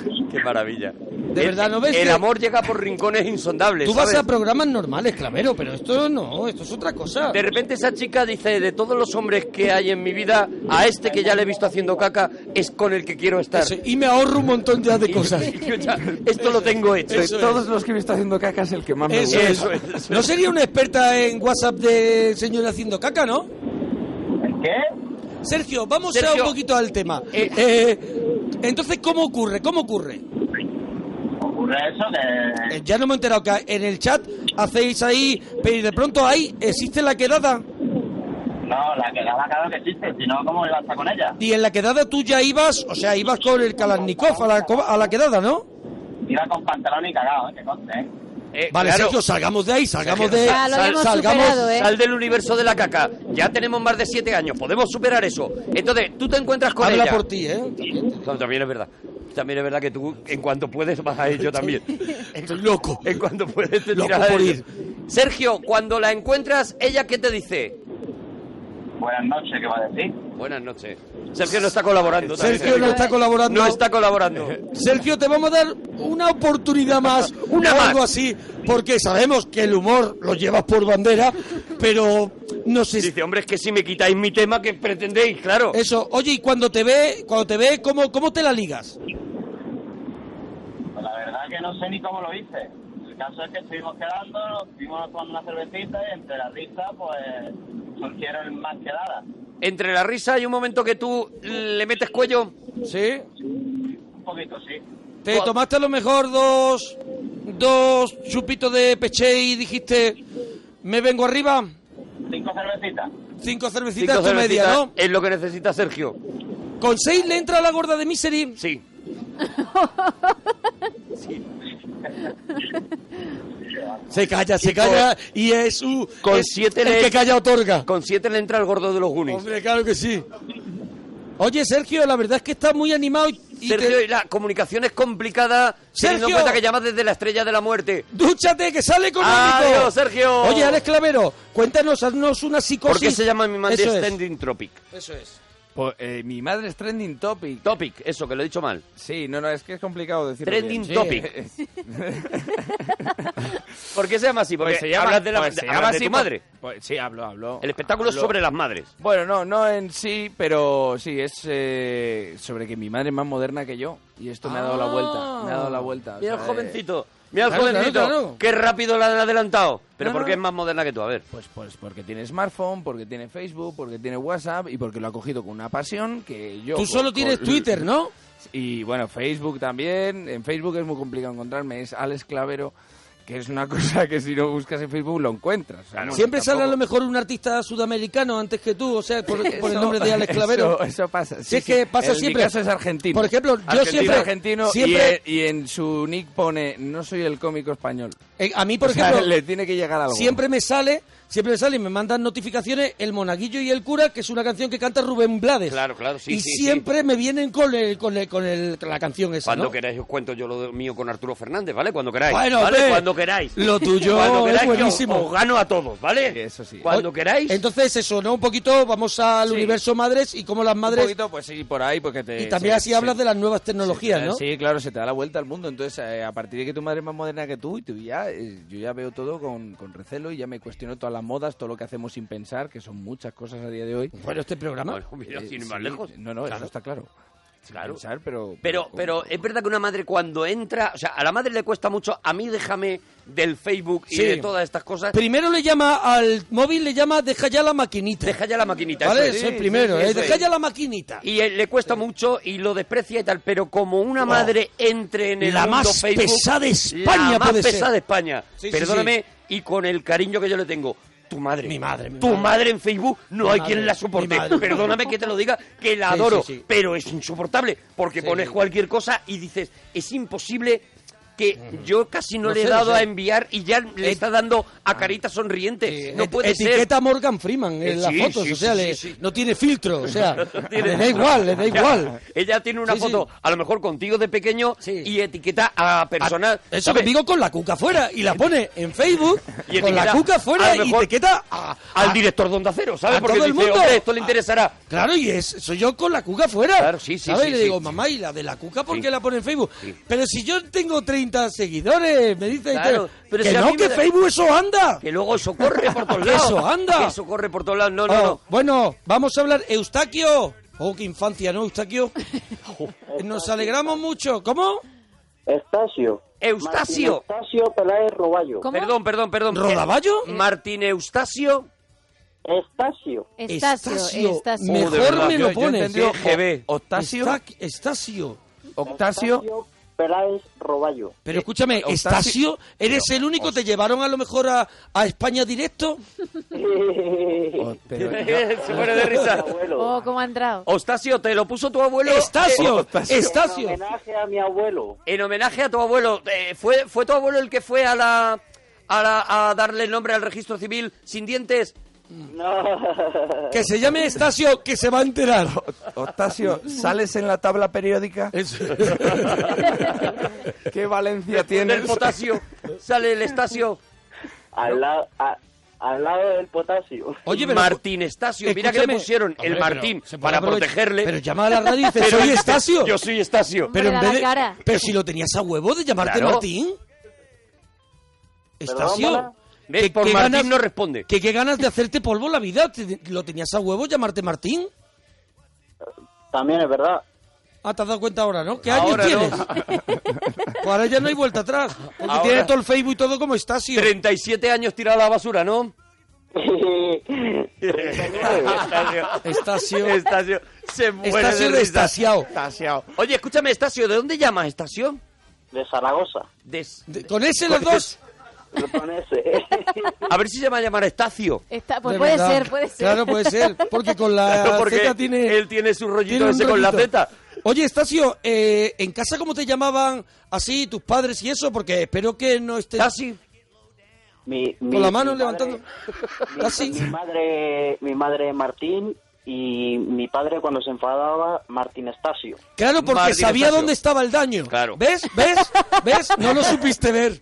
F: Sí.
C: Qué maravilla.
B: De verdad, ¿no ves
C: El
B: que-
C: amor llega por rincones insondables.
B: Tú vas
C: ¿sabes?
B: a programas normales, Clavero, pero esto no, esto es otra cosa.
C: De repente esa chica dice, de todos los hombres que hay en mi vida, a este que ya le he visto haciendo caca es con el que quiero estar.
B: Sí, Y me ahorro un montón ya de cosas.
C: Y yo ya, esto lo tengo hecho.
E: De
B: Eso es.
E: todos los que me está haciendo caca es el que más me
B: Eso
E: gusta.
B: es.
C: Eso es, eso
B: No sería una experta en WhatsApp de señora haciendo caca, ¿no?
F: ¿Qué?
B: Sergio, vamos
C: Sergio,
B: a un poquito al tema.
C: eh,
B: Eh, entonces, ¿cómo ocurre? ¿Cómo ocurre?
F: Ocurre eso que...
B: Eh, ya no me he enterado que en el chat hacéis ahí, pero de pronto ahí existe la quedada.
F: No, la quedada claro que existe, si no, ¿cómo iba a estar con ella?
B: Y en la quedada tú ya ibas, o sea, ibas con el Kalashnikov a la, co- a la quedada, ¿no?
F: Iba con pantalón y cagado, ¿eh? que conste, ¿eh?
C: Eh,
B: Vale,
C: claro,
B: Sergio, salgamos de ahí, salgamos de...
D: Ya lo hemos
B: salgamos,
D: superado, ¿eh?
C: Sal del universo de la caca. Ya tenemos más de siete años. Podemos superar eso. Entonces, tú te encuentras con
B: Habla
C: ella.
B: por ti, ¿eh?
C: No, también es verdad. También es verdad que tú, en cuanto puedes, vas a ello también.
B: Estoy loco.
C: En cuanto puedes, te
B: Loco
C: tiras a
B: por
C: ello.
B: ir.
C: Sergio, cuando la encuentras, ¿ella qué te dice?
F: Buenas noches, ¿qué va a decir?
C: Buenas noches. Sergio no está colaborando. también.
B: Sergio no está colaborando.
C: No está colaborando.
B: Sergio, te vamos a dar una oportunidad más,
C: Una
B: o algo
C: más.
B: así, porque sabemos que el humor lo llevas por bandera, pero no sé si...
C: Dice, hombre, es que si me quitáis mi tema, ¿qué pretendéis? Claro.
B: Eso, oye, y cuando te ve, cuando te ve, ¿cómo, cómo te la ligas?
F: Pues la verdad que no sé ni cómo lo hice. El caso es que estuvimos quedando, nos fuimos tomando una cervecita y entre la risa, pues, surgieron más quedadas.
C: Entre la risa hay un momento que tú le metes cuello.
B: ¿Sí?
F: Un poquito, sí.
B: Te tomaste a lo mejor dos, dos chupitos de peché y dijiste, me vengo arriba,
F: Cinco cervecitas.
B: cinco cervecitas,
C: Cinco
B: tu media,
C: cervecitas
B: ¿no?
C: Es lo que necesita Sergio.
B: Con seis le entra la gorda de Misery.
C: Sí.
B: Se calla, se calla y eh, es su...
C: con
B: es-
C: siete
B: el
C: le-
B: que calla otorga.
C: Con siete le entra el gordo de los Goonies.
B: Hombre, claro que sí. Oye, Sergio, la verdad es que estás muy animado y- y
C: Sergio,
B: te-
C: y la comunicación es complicada. Teniendo en
B: Sergio.
C: cuenta que llamas desde la estrella de la muerte.
B: ¡Dúchate, que sale económico!
C: Adiós, Sergio.
B: Oye, Alex Clavero, cuéntanos, haznos una psicosis.
C: ¿Por qué se llama mi madre
B: Eso es.
C: Standing Tropic?
B: Eso es.
E: Po- eh, mi madre es trending topic.
C: Topic, eso, que lo he dicho mal.
E: Sí, no, no, es que es complicado decirlo
C: Trending
E: bien.
C: topic. ¿Por qué se llama así? Porque
E: Pues se llama,
C: hablas de, la,
E: pues se
C: hablas
E: llama
C: de
E: así
C: tu madre.
E: por- pues sí, hablo, hablo.
C: El espectáculo es
E: hablo.
C: sobre las madres.
E: Bueno, no, no en sí, pero sí, es eh, sobre que mi madre es más moderna que yo. Y esto me ha dado la vuelta. Me ha dado la vuelta.
B: Ah,
E: o
C: Mira al
E: sea, eh,
C: jovencito. Mira al
B: Claro, claro,
C: jovencito.
B: claro.
C: Qué rápido la han adelantado. Pero
E: No,
C: porque
E: no.
C: es más moderna que tú, a ver.
E: Pues, pues porque tiene smartphone, porque tiene Facebook, porque tiene WhatsApp y porque lo ha cogido con una pasión que yo...
B: Tú solo
E: con-
B: tienes
E: con-
B: Twitter, ¿no?
E: Y bueno, Facebook también. En Facebook es muy complicado encontrarme. Es Alex Clavero, que es una cosa que si no buscas en Facebook lo encuentras. O sea, no,
B: Siempre sale a
E: tampoco-
B: lo mejor un artista sudamericano antes que tú, o sea, por, por el
E: Eso-
B: nombre de Alex Clavero.
E: Eso, eso pasa.
B: Si
E: sí,
B: es que
E: sí.
B: pasa
E: El-
B: siempre.
E: Mi caso es argentino.
B: Por ejemplo, yo
E: Argentino,
B: siempre-
E: argentino
B: siempre-
E: Y, y en su nick pone no soy el cómico español.
B: Eh, a mí, por
E: O sea,
B: ejemplo,
E: le tiene que llegar algo.
B: siempre me sale, siempre me sale y me mandan notificaciones El Monaguillo y el Cura, que es una canción que canta Rubén Blades.
C: Claro, claro, sí,
B: Y
C: sí,
B: siempre me vienen con, el, con, el- con el- con la canción esa,
C: Cuando
B: ¿no?
C: queráis os cuento yo lo de- mío con Arturo Fernández, ¿vale? Cuando queráis.
B: Bueno,
C: ¿vale?
B: hombre,
C: Cuando queráis.
B: lo tuyo
C: Cuando
B: es
C: queráis, que os-
B: buenísimo.
C: os gano a todos, ¿vale?
E: Eso sí.
C: Cuando
B: O-
C: queráis.
B: Entonces, eso, ¿no? Un poquito, vamos al
E: Sí.
B: universo madres y cómo las
E: Un
B: madres.
E: poquito, pues sí, por ahí, porque te.
B: Y también
E: sí,
B: así
E: sí.
B: hablas de las nuevas tecnologías,
E: Sí,
B: ¿no?
E: Sí, claro, se te da la vuelta al mundo. Entonces, eh, a partir de que tu madre es más moderna que tú, y tú ya, eh, yo ya veo todo con, con recelo y ya me cuestiono todas las modas, todo lo que hacemos sin pensar, que son muchas cosas a día de hoy.
B: Bueno, este programa.
C: Bueno, mira,
E: Eh,
C: sin ir
E: sí,
C: más lejos.
E: No, no, eso está claro. Sin
C: Claro.
E: pensar, pero.
C: Pero,
E: con-
C: pero es verdad que una madre cuando entra, o sea, a la madre le cuesta mucho, a mí déjame del Facebook y
B: Sí.
C: de todas estas cosas,
B: Primero le llama al móvil, le llama deja ya la maquinita.
C: deja ya la maquinita.
B: ¿Vale?
C: eso es.
B: Eso es primero,
C: sí,
B: ¿eh?
C: eso
B: Deja
C: es.
B: ya la maquinita.
C: Y eh, le cuesta mucho y lo desprecia y tal, pero como una madre entre en el
B: Oh. La
C: mundo
B: más
C: Facebook,
B: pesada de España
C: la más
B: puede ser.
C: pesada de España.
B: Sí, sí,
C: Perdóname y con el cariño que yo le tengo. Tu madre.
B: Mi madre, mi
C: tu madre.
B: madre.
C: en Facebook no hay
B: madre,
C: quien la
B: mi
C: soporte.
B: madre.
C: Perdóname que te lo diga, que la
B: Sí,
C: adoro,
B: sí, sí.
C: pero es insoportable porque
B: Sí,
C: pones
B: sí.
C: cualquier cosa y dices, es imposible que yo casi no,
B: No
C: le he
B: sé, no
C: dado
B: sé.
C: a enviar y ya le
B: Et-
C: está dando a carita sonriente.
B: Eh,
C: no
B: et-
C: puede ser.
B: Etiqueta a Morgan Freeman
C: Eh,
B: en las
C: sí,
B: fotos,
C: sí,
B: o sea,
C: sí,
B: le-
C: sí, sí.
B: no tiene filtro, o sea,
C: Tiene-
B: le da igual, le da
C: Ya,
B: igual.
C: Ella tiene una
B: Sí,
C: foto,
B: sí.
C: a lo mejor contigo de pequeño,
B: Sí.
C: y etiqueta a personas.
B: Ah, Eso
C: ¿sabes?
B: que digo con la cuca fuera y la pone en Facebook
C: Y
B: con la
C: etiqueta,
B: cuca
C: a
B: fuera
C: lo
B: y
C: mejor,
B: etiqueta a-
C: Al
B: a-
C: director de Onda Cero, ¿sabes?
B: a
C: Porque
B: todo el
C: dice,
B: mundo.
C: "Hombre, esto le
B: Ah,
C: interesará.
B: Claro, y es, soy yo con la cuca fuera.
C: Claro, sí, sí,
B: ¿sabes?
C: sí,
B: Y le
C: sí,
B: digo,
C: sí.
B: mamá, ¿y la de la cuca por
C: Sí.
B: qué la pone en Facebook?
C: Sí.
B: Pero si yo tengo 30 seguidores, me dice
C: Claro,
B: que-
C: pero
B: que
C: si a mí
B: no,
C: me
B: que
C: da-
B: Facebook eso anda.
C: Que luego eso corre por todos
B: Que
C: lados.
B: eso anda.
C: Que eso corre por todos lados. No,
B: Ah,
C: no, no.
B: Bueno, vamos a hablar. Eustaquio. Oh, qué infancia, ¿no, Eustaquio? Nos alegramos mucho. ¿Cómo?
G: Eustacio.
C: Eustacio.
G: Martín Eustacio Peláez Roballo.
D: ¿Cómo?
C: Perdón, perdón, perdón.
B: ¿Rodaballo?
C: Eh, Martín Eustacio.
F: Estacio.
C: Eh,
D: Estacio,
B: Estacio.
C: Oh,
D: Estacio.
B: Mejor
E: Oh, de verdad,
B: me lo
E: yo- yo he
B: pones,
E: entendido
B: eh.
E: GB. Octasio,
B: Estac- Estacio.
E: Octasio,
F: Peláez Roballo.
C: Eh,
B: Pero escúchame,
E: Octasio-
B: Estacio, ¿eres el único? ¿Te llevaron a lo mejor a, a España directo? Oh,
E: o- pero
C: Se muere de risa.
D: Oh, cómo ha entrado.
C: Ostasio, te lo puso tu abuelo. eh,
B: Estacio,
F: Un
B: Estacio.
F: homenaje a mi abuelo.
C: En homenaje a tu abuelo, eh, ¿fue, ¿fue tu abuelo el que fue a la, a la- a darle el nombre al registro civil sin dientes?
F: No.
B: Que se llame Estacio, que se va a enterar.
E: Octasio, ¿sales en la tabla periódica? ¿Qué Valencia
C: En
E: tienes?
C: el potasio sale el Estacio.
F: al, lado, a- al lado del potasio.
B: Oye, pero-
C: Martín Estacio. Mira que le
B: Escúchame.
C: pusieron el
B: Hombre,
C: Martín
B: pero se puede
C: para
B: aprovechar.
C: protegerle.
B: Pero llama a la radio y dice, soy Estacio.
C: Yo soy Estacio.
D: Hombre,
B: Pero, en
D: da
B: vez
D: la
B: de-
D: cara.
B: pero si lo tenías a huevo de llamarte
C: Claro.
B: Martín. Estacio.
F: Mala?
C: ¿Ves? Por Martín no responde.
B: Que qué ganas de hacerte polvo la vida. Te- lo tenías a huevo llamarte Martín.
F: También es verdad.
B: Ah, te has dado cuenta ahora, ¿no? ¿Qué
C: Ahora
B: años
C: no.
B: tienes? pues ahora ya no hay vuelta atrás. Porque
C: Ahora-
B: tienes todo el Facebook y todo como Estacio.
C: 37 años tirado a la basura, ¿no? Estacio.
B: Estacio.
C: Estacio. Se muere
B: Estacio
C: de
B: de
C: risa.
B: Estaciao.
C: Oye, escúchame, Estacio, ¿de dónde llamas, Estacio?
F: de Zaragoza.
C: De...
B: De- Con ese los dos.
F: Lo conoce.
C: A ver si se va a llamar Estacio.
D: Está- pues
B: De
D: puede
B: verdad.
D: ser, puede ser.
B: Claro, puede ser. Porque con la
C: Claro, porque
B: Z tiene.
C: él tiene su rollito
B: un
C: ese con la
B: rollito.
C: Z.
B: Oye, Estacio, eh, ¿en casa cómo te llamaban así tus padres y eso? Porque espero que no estés
C: Estacio.
F: mi, mi-
B: con la mano
F: mi
B: levantando.
F: madre-
B: Así.
F: mi, mi madre, mi madre Martín y mi padre cuando se enfadaba Martín Estacio.
B: Claro, porque
C: Martín
B: sabía
C: Estacio.
B: dónde estaba el daño.
C: Claro.
B: ¿Ves? ¿Ves? ¿Ves? No lo supiste ver.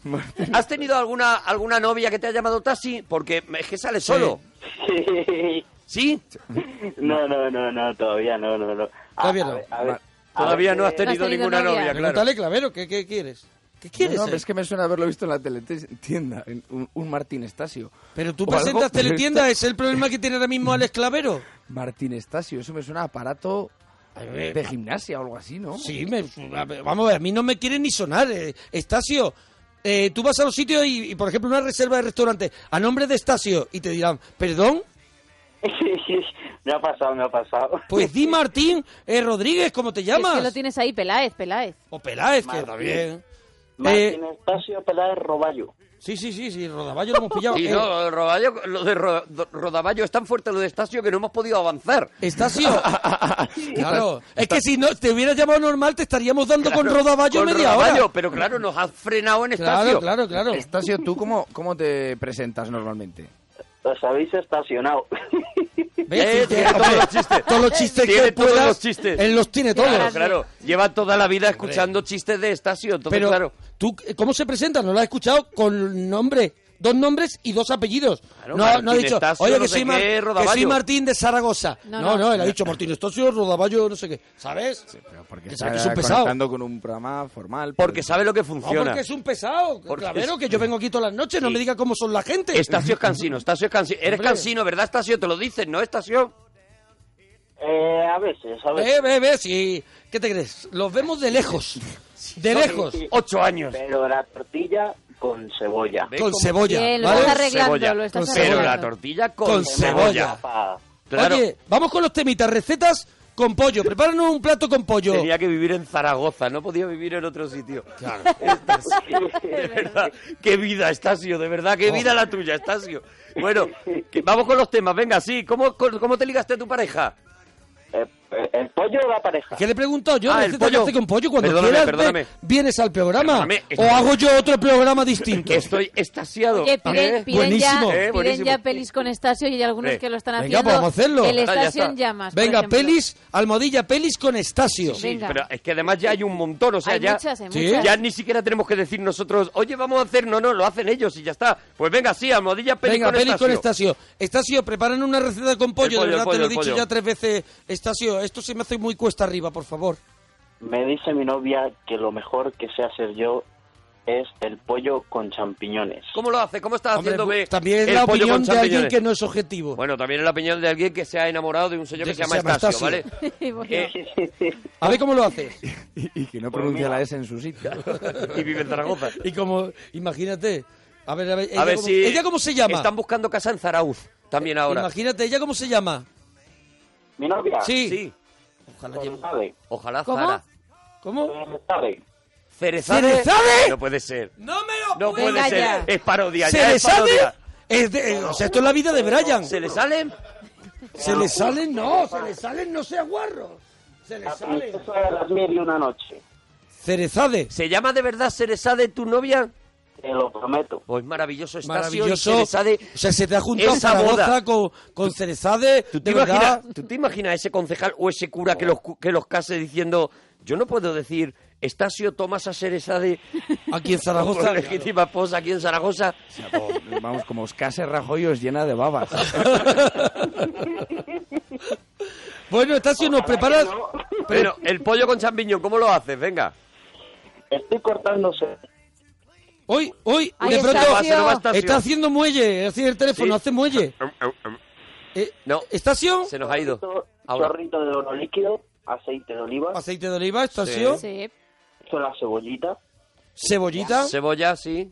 C: ¿Has tenido alguna, alguna novia que te ha llamado Tasi? Porque es que sale solo. ¿Sí?
F: no, no, no, no, todavía no, no, no. A-
B: Todavía
F: a
B: no.
F: ver- a ver- a
C: Todavía
F: ver,
C: no has
F: eh,
C: tenido
D: No has tenido
C: ninguna novia,
D: novia.
C: claro.
B: Pregúntale, Clavero, ¿qué, qué quieres? ¿Qué quieres?
E: No, no,
B: eh?
E: es que me suena haberlo visto en la teletienda, en un, un Martín Estasio.
B: Pero tú
E: O algo,
B: presentas
E: pero
B: teletienda,
E: esto-
B: es el problema que tiene ahora mismo Alex Clavero.
E: Martín Estasio, eso me suena a aparato
B: ver,
E: de gimnasia o algo así, ¿no?
B: Eh, Sí, me- a ver, vamos a ver, a mí no me quiere ni sonar. eh. Estacio, eh, tú vas a los sitios y, y, por ejemplo, una reserva de restaurante a nombre de Estacio y te dirán, perdón,
F: me ha pasado, me ha pasado.
B: pues di Martín eh, Rodríguez, ¿cómo te
D: Es
B: llamas?
D: que lo tienes ahí, Peláez, Peláez.
B: O Peláez, que Eh, está
F: Martín.
B: bien.
F: Martín Estacio Peláez Roballo.
B: Sí, sí, sí, sí, Rodaballo lo hemos pillado.
C: Y
B: Eh,
C: no, Rodaballo- lo de Ro- Rodaballo es tan fuerte lo de Estacio que no hemos podido avanzar.
B: Estacio, claro, es que si no te hubieras llamado normal te estaríamos dando con
C: Claro,
B: Rodaballo
C: con
B: media
C: Rodaballo,
B: hora.
C: Pero claro, nos has frenado en Estacio.
B: Claro, claro, claro.
E: Estasio, ¿tú cómo, cómo te presentas normalmente?
F: Os habéis estacionado.
B: ¿Ves?
C: Eh,
B: Sí, este,
C: tiene
B: hombre,
C: todos los chistes.
B: Todos los chistes
C: Tiene
B: que
C: todos
B: puedas,
C: los chistes.
B: Él los tiene todos.
C: Claro, claro. Lleva toda la vida escuchando chistes de Estacio. Entonces,
B: Pero,
C: claro.
B: ¿tú eh, cómo se presenta? No lo has escuchado con nombre, dos nombres y dos apellidos.
C: Claro,
B: no, ha- no ha
C: Martín
B: dicho,
C: Estacio,
B: oye,
C: no
B: que
C: sé
B: soy, Mar-
C: qué,
B: que
C: Rodaballo".
B: soy Martín de Zaragoza. No, no,
D: No, no.
B: él ha dicho Martín Estacio, Rodaballo, no sé qué. ¿Sabes?
E: Porque
B: Que sabe
E: está
B: que es un pesado.
E: Eh, conectando con un programa formal. pues, pero-
C: Porque sabe lo que
B: No,
C: funciona.
B: porque es un pesado.
C: Porque
B: Clavero,
C: es-
B: que yo vengo aquí todas las noches, no
C: Sí.
B: me diga cómo son la gente.
C: Estacio es cansino, Estacio es cansino. Eres
B: Hombre.
C: cansino, ¿verdad, Estacio? Te lo dices, ¿no, Estacio?
F: Eh, a veces, a veces.
B: Ve, ve, ve, sí. ¿Qué te crees? Los vemos de lejos. De lejos.
C: Ocho años.
F: Pero la tortilla con cebolla.
C: Ve
B: Con
C: cómo-
B: cebolla.
D: Bien, lo
B: ¿vale?
D: estás arreglando,
C: cebolla.
D: lo estás
B: Con
C: Pero
B: cebolla.
C: la tortilla con,
B: Con
C: cebolla.
B: cebolla.
F: Papa.
C: Claro.
B: Oye, vamos con los temitas. Recetas con pollo. Prepáranos un plato con pollo.
C: Tenía que vivir en Zaragoza, no podía vivir en otro sitio. Eh, Claro. de verdad, qué vida, Estacio, de verdad,
B: Oh.
C: qué vida la tuya, Estacio. Bueno, que- vamos con los temas, venga, sí. ¿Cómo, cómo- cómo te ligaste a tu pareja?
F: Eh, eh, el pollo o la pareja.
B: ¿Qué le he preguntado yo?
C: Ah, el
B: Receta que
C: pollo.
B: hace con pollo. Cuando
C: Perdóname,
B: quieras, ve-
C: perdóname.
B: vienes al programa.
C: Perdóname, es-
B: O hago yo otro programa distinto.
C: Estoy estasiado.
D: Oye, piden,
B: ¿Eh?
D: piden
B: Buenísimo.
D: ya,
B: Eh,
D: piden
C: buenísimo.
D: ya pelis con Estacio y hay algunos
C: Hombre.
D: que lo están
B: Venga,
D: haciendo.
B: pues vamos a hacerlo.
D: El
C: Ah, ya
D: Estacio
C: está.
D: en llamas. por
B: Venga,
D: ejemplo.
B: pelis, almohadilla, pelis con Estacio.
D: Sí,
C: Sí,
D: Venga.
C: pero es que además ya hay un montón, o sea,
D: Hay
C: ya,
D: muchas, hay
B: Sí.
D: muchas.
C: ya ni siquiera tenemos que decir nosotros, oye, vamos a hacer, no, no, lo hacen ellos y ya está. Pues venga, sí, almohadilla, peli
B: Venga,
C: con
B: pelis con
C: Estacio.
B: Estacio. Estacio, preparan una receta con pollo.
C: pollo,
B: de
C: el
B: verdad,
C: pollo,
B: te lo he
C: el
B: dicho
C: pollo.
B: ya tres veces. Estacio, esto se me hace muy cuesta arriba, por favor.
F: Me dice mi novia que lo mejor que sé hacer yo es el pollo con champiñones.
C: ¿Cómo lo hace? ¿Cómo estás
B: Hombre,
C: haciendo
B: bu- también es la opinión de alguien que no es objetivo.
C: Bueno, también es la opinión de alguien que se ha enamorado de un señor
B: De
C: que se llama Estacio, ¿vale?
D: Y bueno,
C: Eh,
B: A ver cómo lo haces.
E: Y, y que no pronuncia la S en su sitio.
C: Pues y vive en Zaragoza.
B: y como, imagínate. A ver, a ver, ella,
C: A ver
B: cómo,
C: si...
B: ¿ella cómo se llama?
C: Están buscando casa en Zarauz. también ahora.
B: Imagínate, ¿ella cómo se llama?
H: Mi novia.
B: Sí.
C: Sí.
B: Ojalá lleve-
H: ¿Sabe?
C: Ojalá
D: ¿Cómo?
C: Zara.
B: ¿Cómo?
H: ¿Sabe?
C: ¿Cerezade?
B: ¿Cerezade?
C: No puede ser.
B: ¡No me lo
C: No
D: puedo
C: puede
D: Venga
C: ser.
D: ya.
C: Es parodia.
B: ¿Se
C: ya
B: le
C: es
B: sale?
C: parodia.
B: Es de- o sea, esto es la vida de Brian.
C: ¿Se le salen?
B: Se le salen, no, se le salen, no sea guarro. Se le salen.
H: Eso era las mil y una noche.
B: Cerezade.
C: ¿Se llama de verdad Cerezade tu novia?
H: Te lo prometo.
C: Pues maravilloso, Estasio.
B: Maravilloso.
C: Y Cerezade,
B: O sea, se te ha juntado
C: esa
B: Zaragoza
C: boda.
B: con, con Cerezade.
C: ¿Tú te,
B: de verdad.
C: imaginas, ¿Tú te imaginas ese concejal o ese cura que, los, cu- que los case diciendo, yo no puedo decir, Estasio Tomás a Cerezade
B: Aquí en
C: por
B: Zaragoza.
C: legítima esposa aquí en Zaragoza?
E: Vamos, como os case Rajoy os llena de babas.
B: Bueno, Estacio, ¿nos preparas?
C: Pero el pollo con champiñón, ¿cómo lo haces? Venga.
H: Estoy cortándose.
B: Hoy, hoy,
D: Ahí
B: de
D: está,
B: pronto.
D: Estacio.
C: Se lo va Estacio.
B: Está haciendo muelle, así el teléfono,
C: Sí.
B: hace muelle. Eh,
C: No.
B: Estacio.
C: Se nos ha ido. Ahora.
H: Chorrito de oro líquido, aceite de oliva,
B: Aceite de oliva, estación,
D: Sí.
H: hecho la cebollita,
B: cebollita,
C: Cebolla, sí.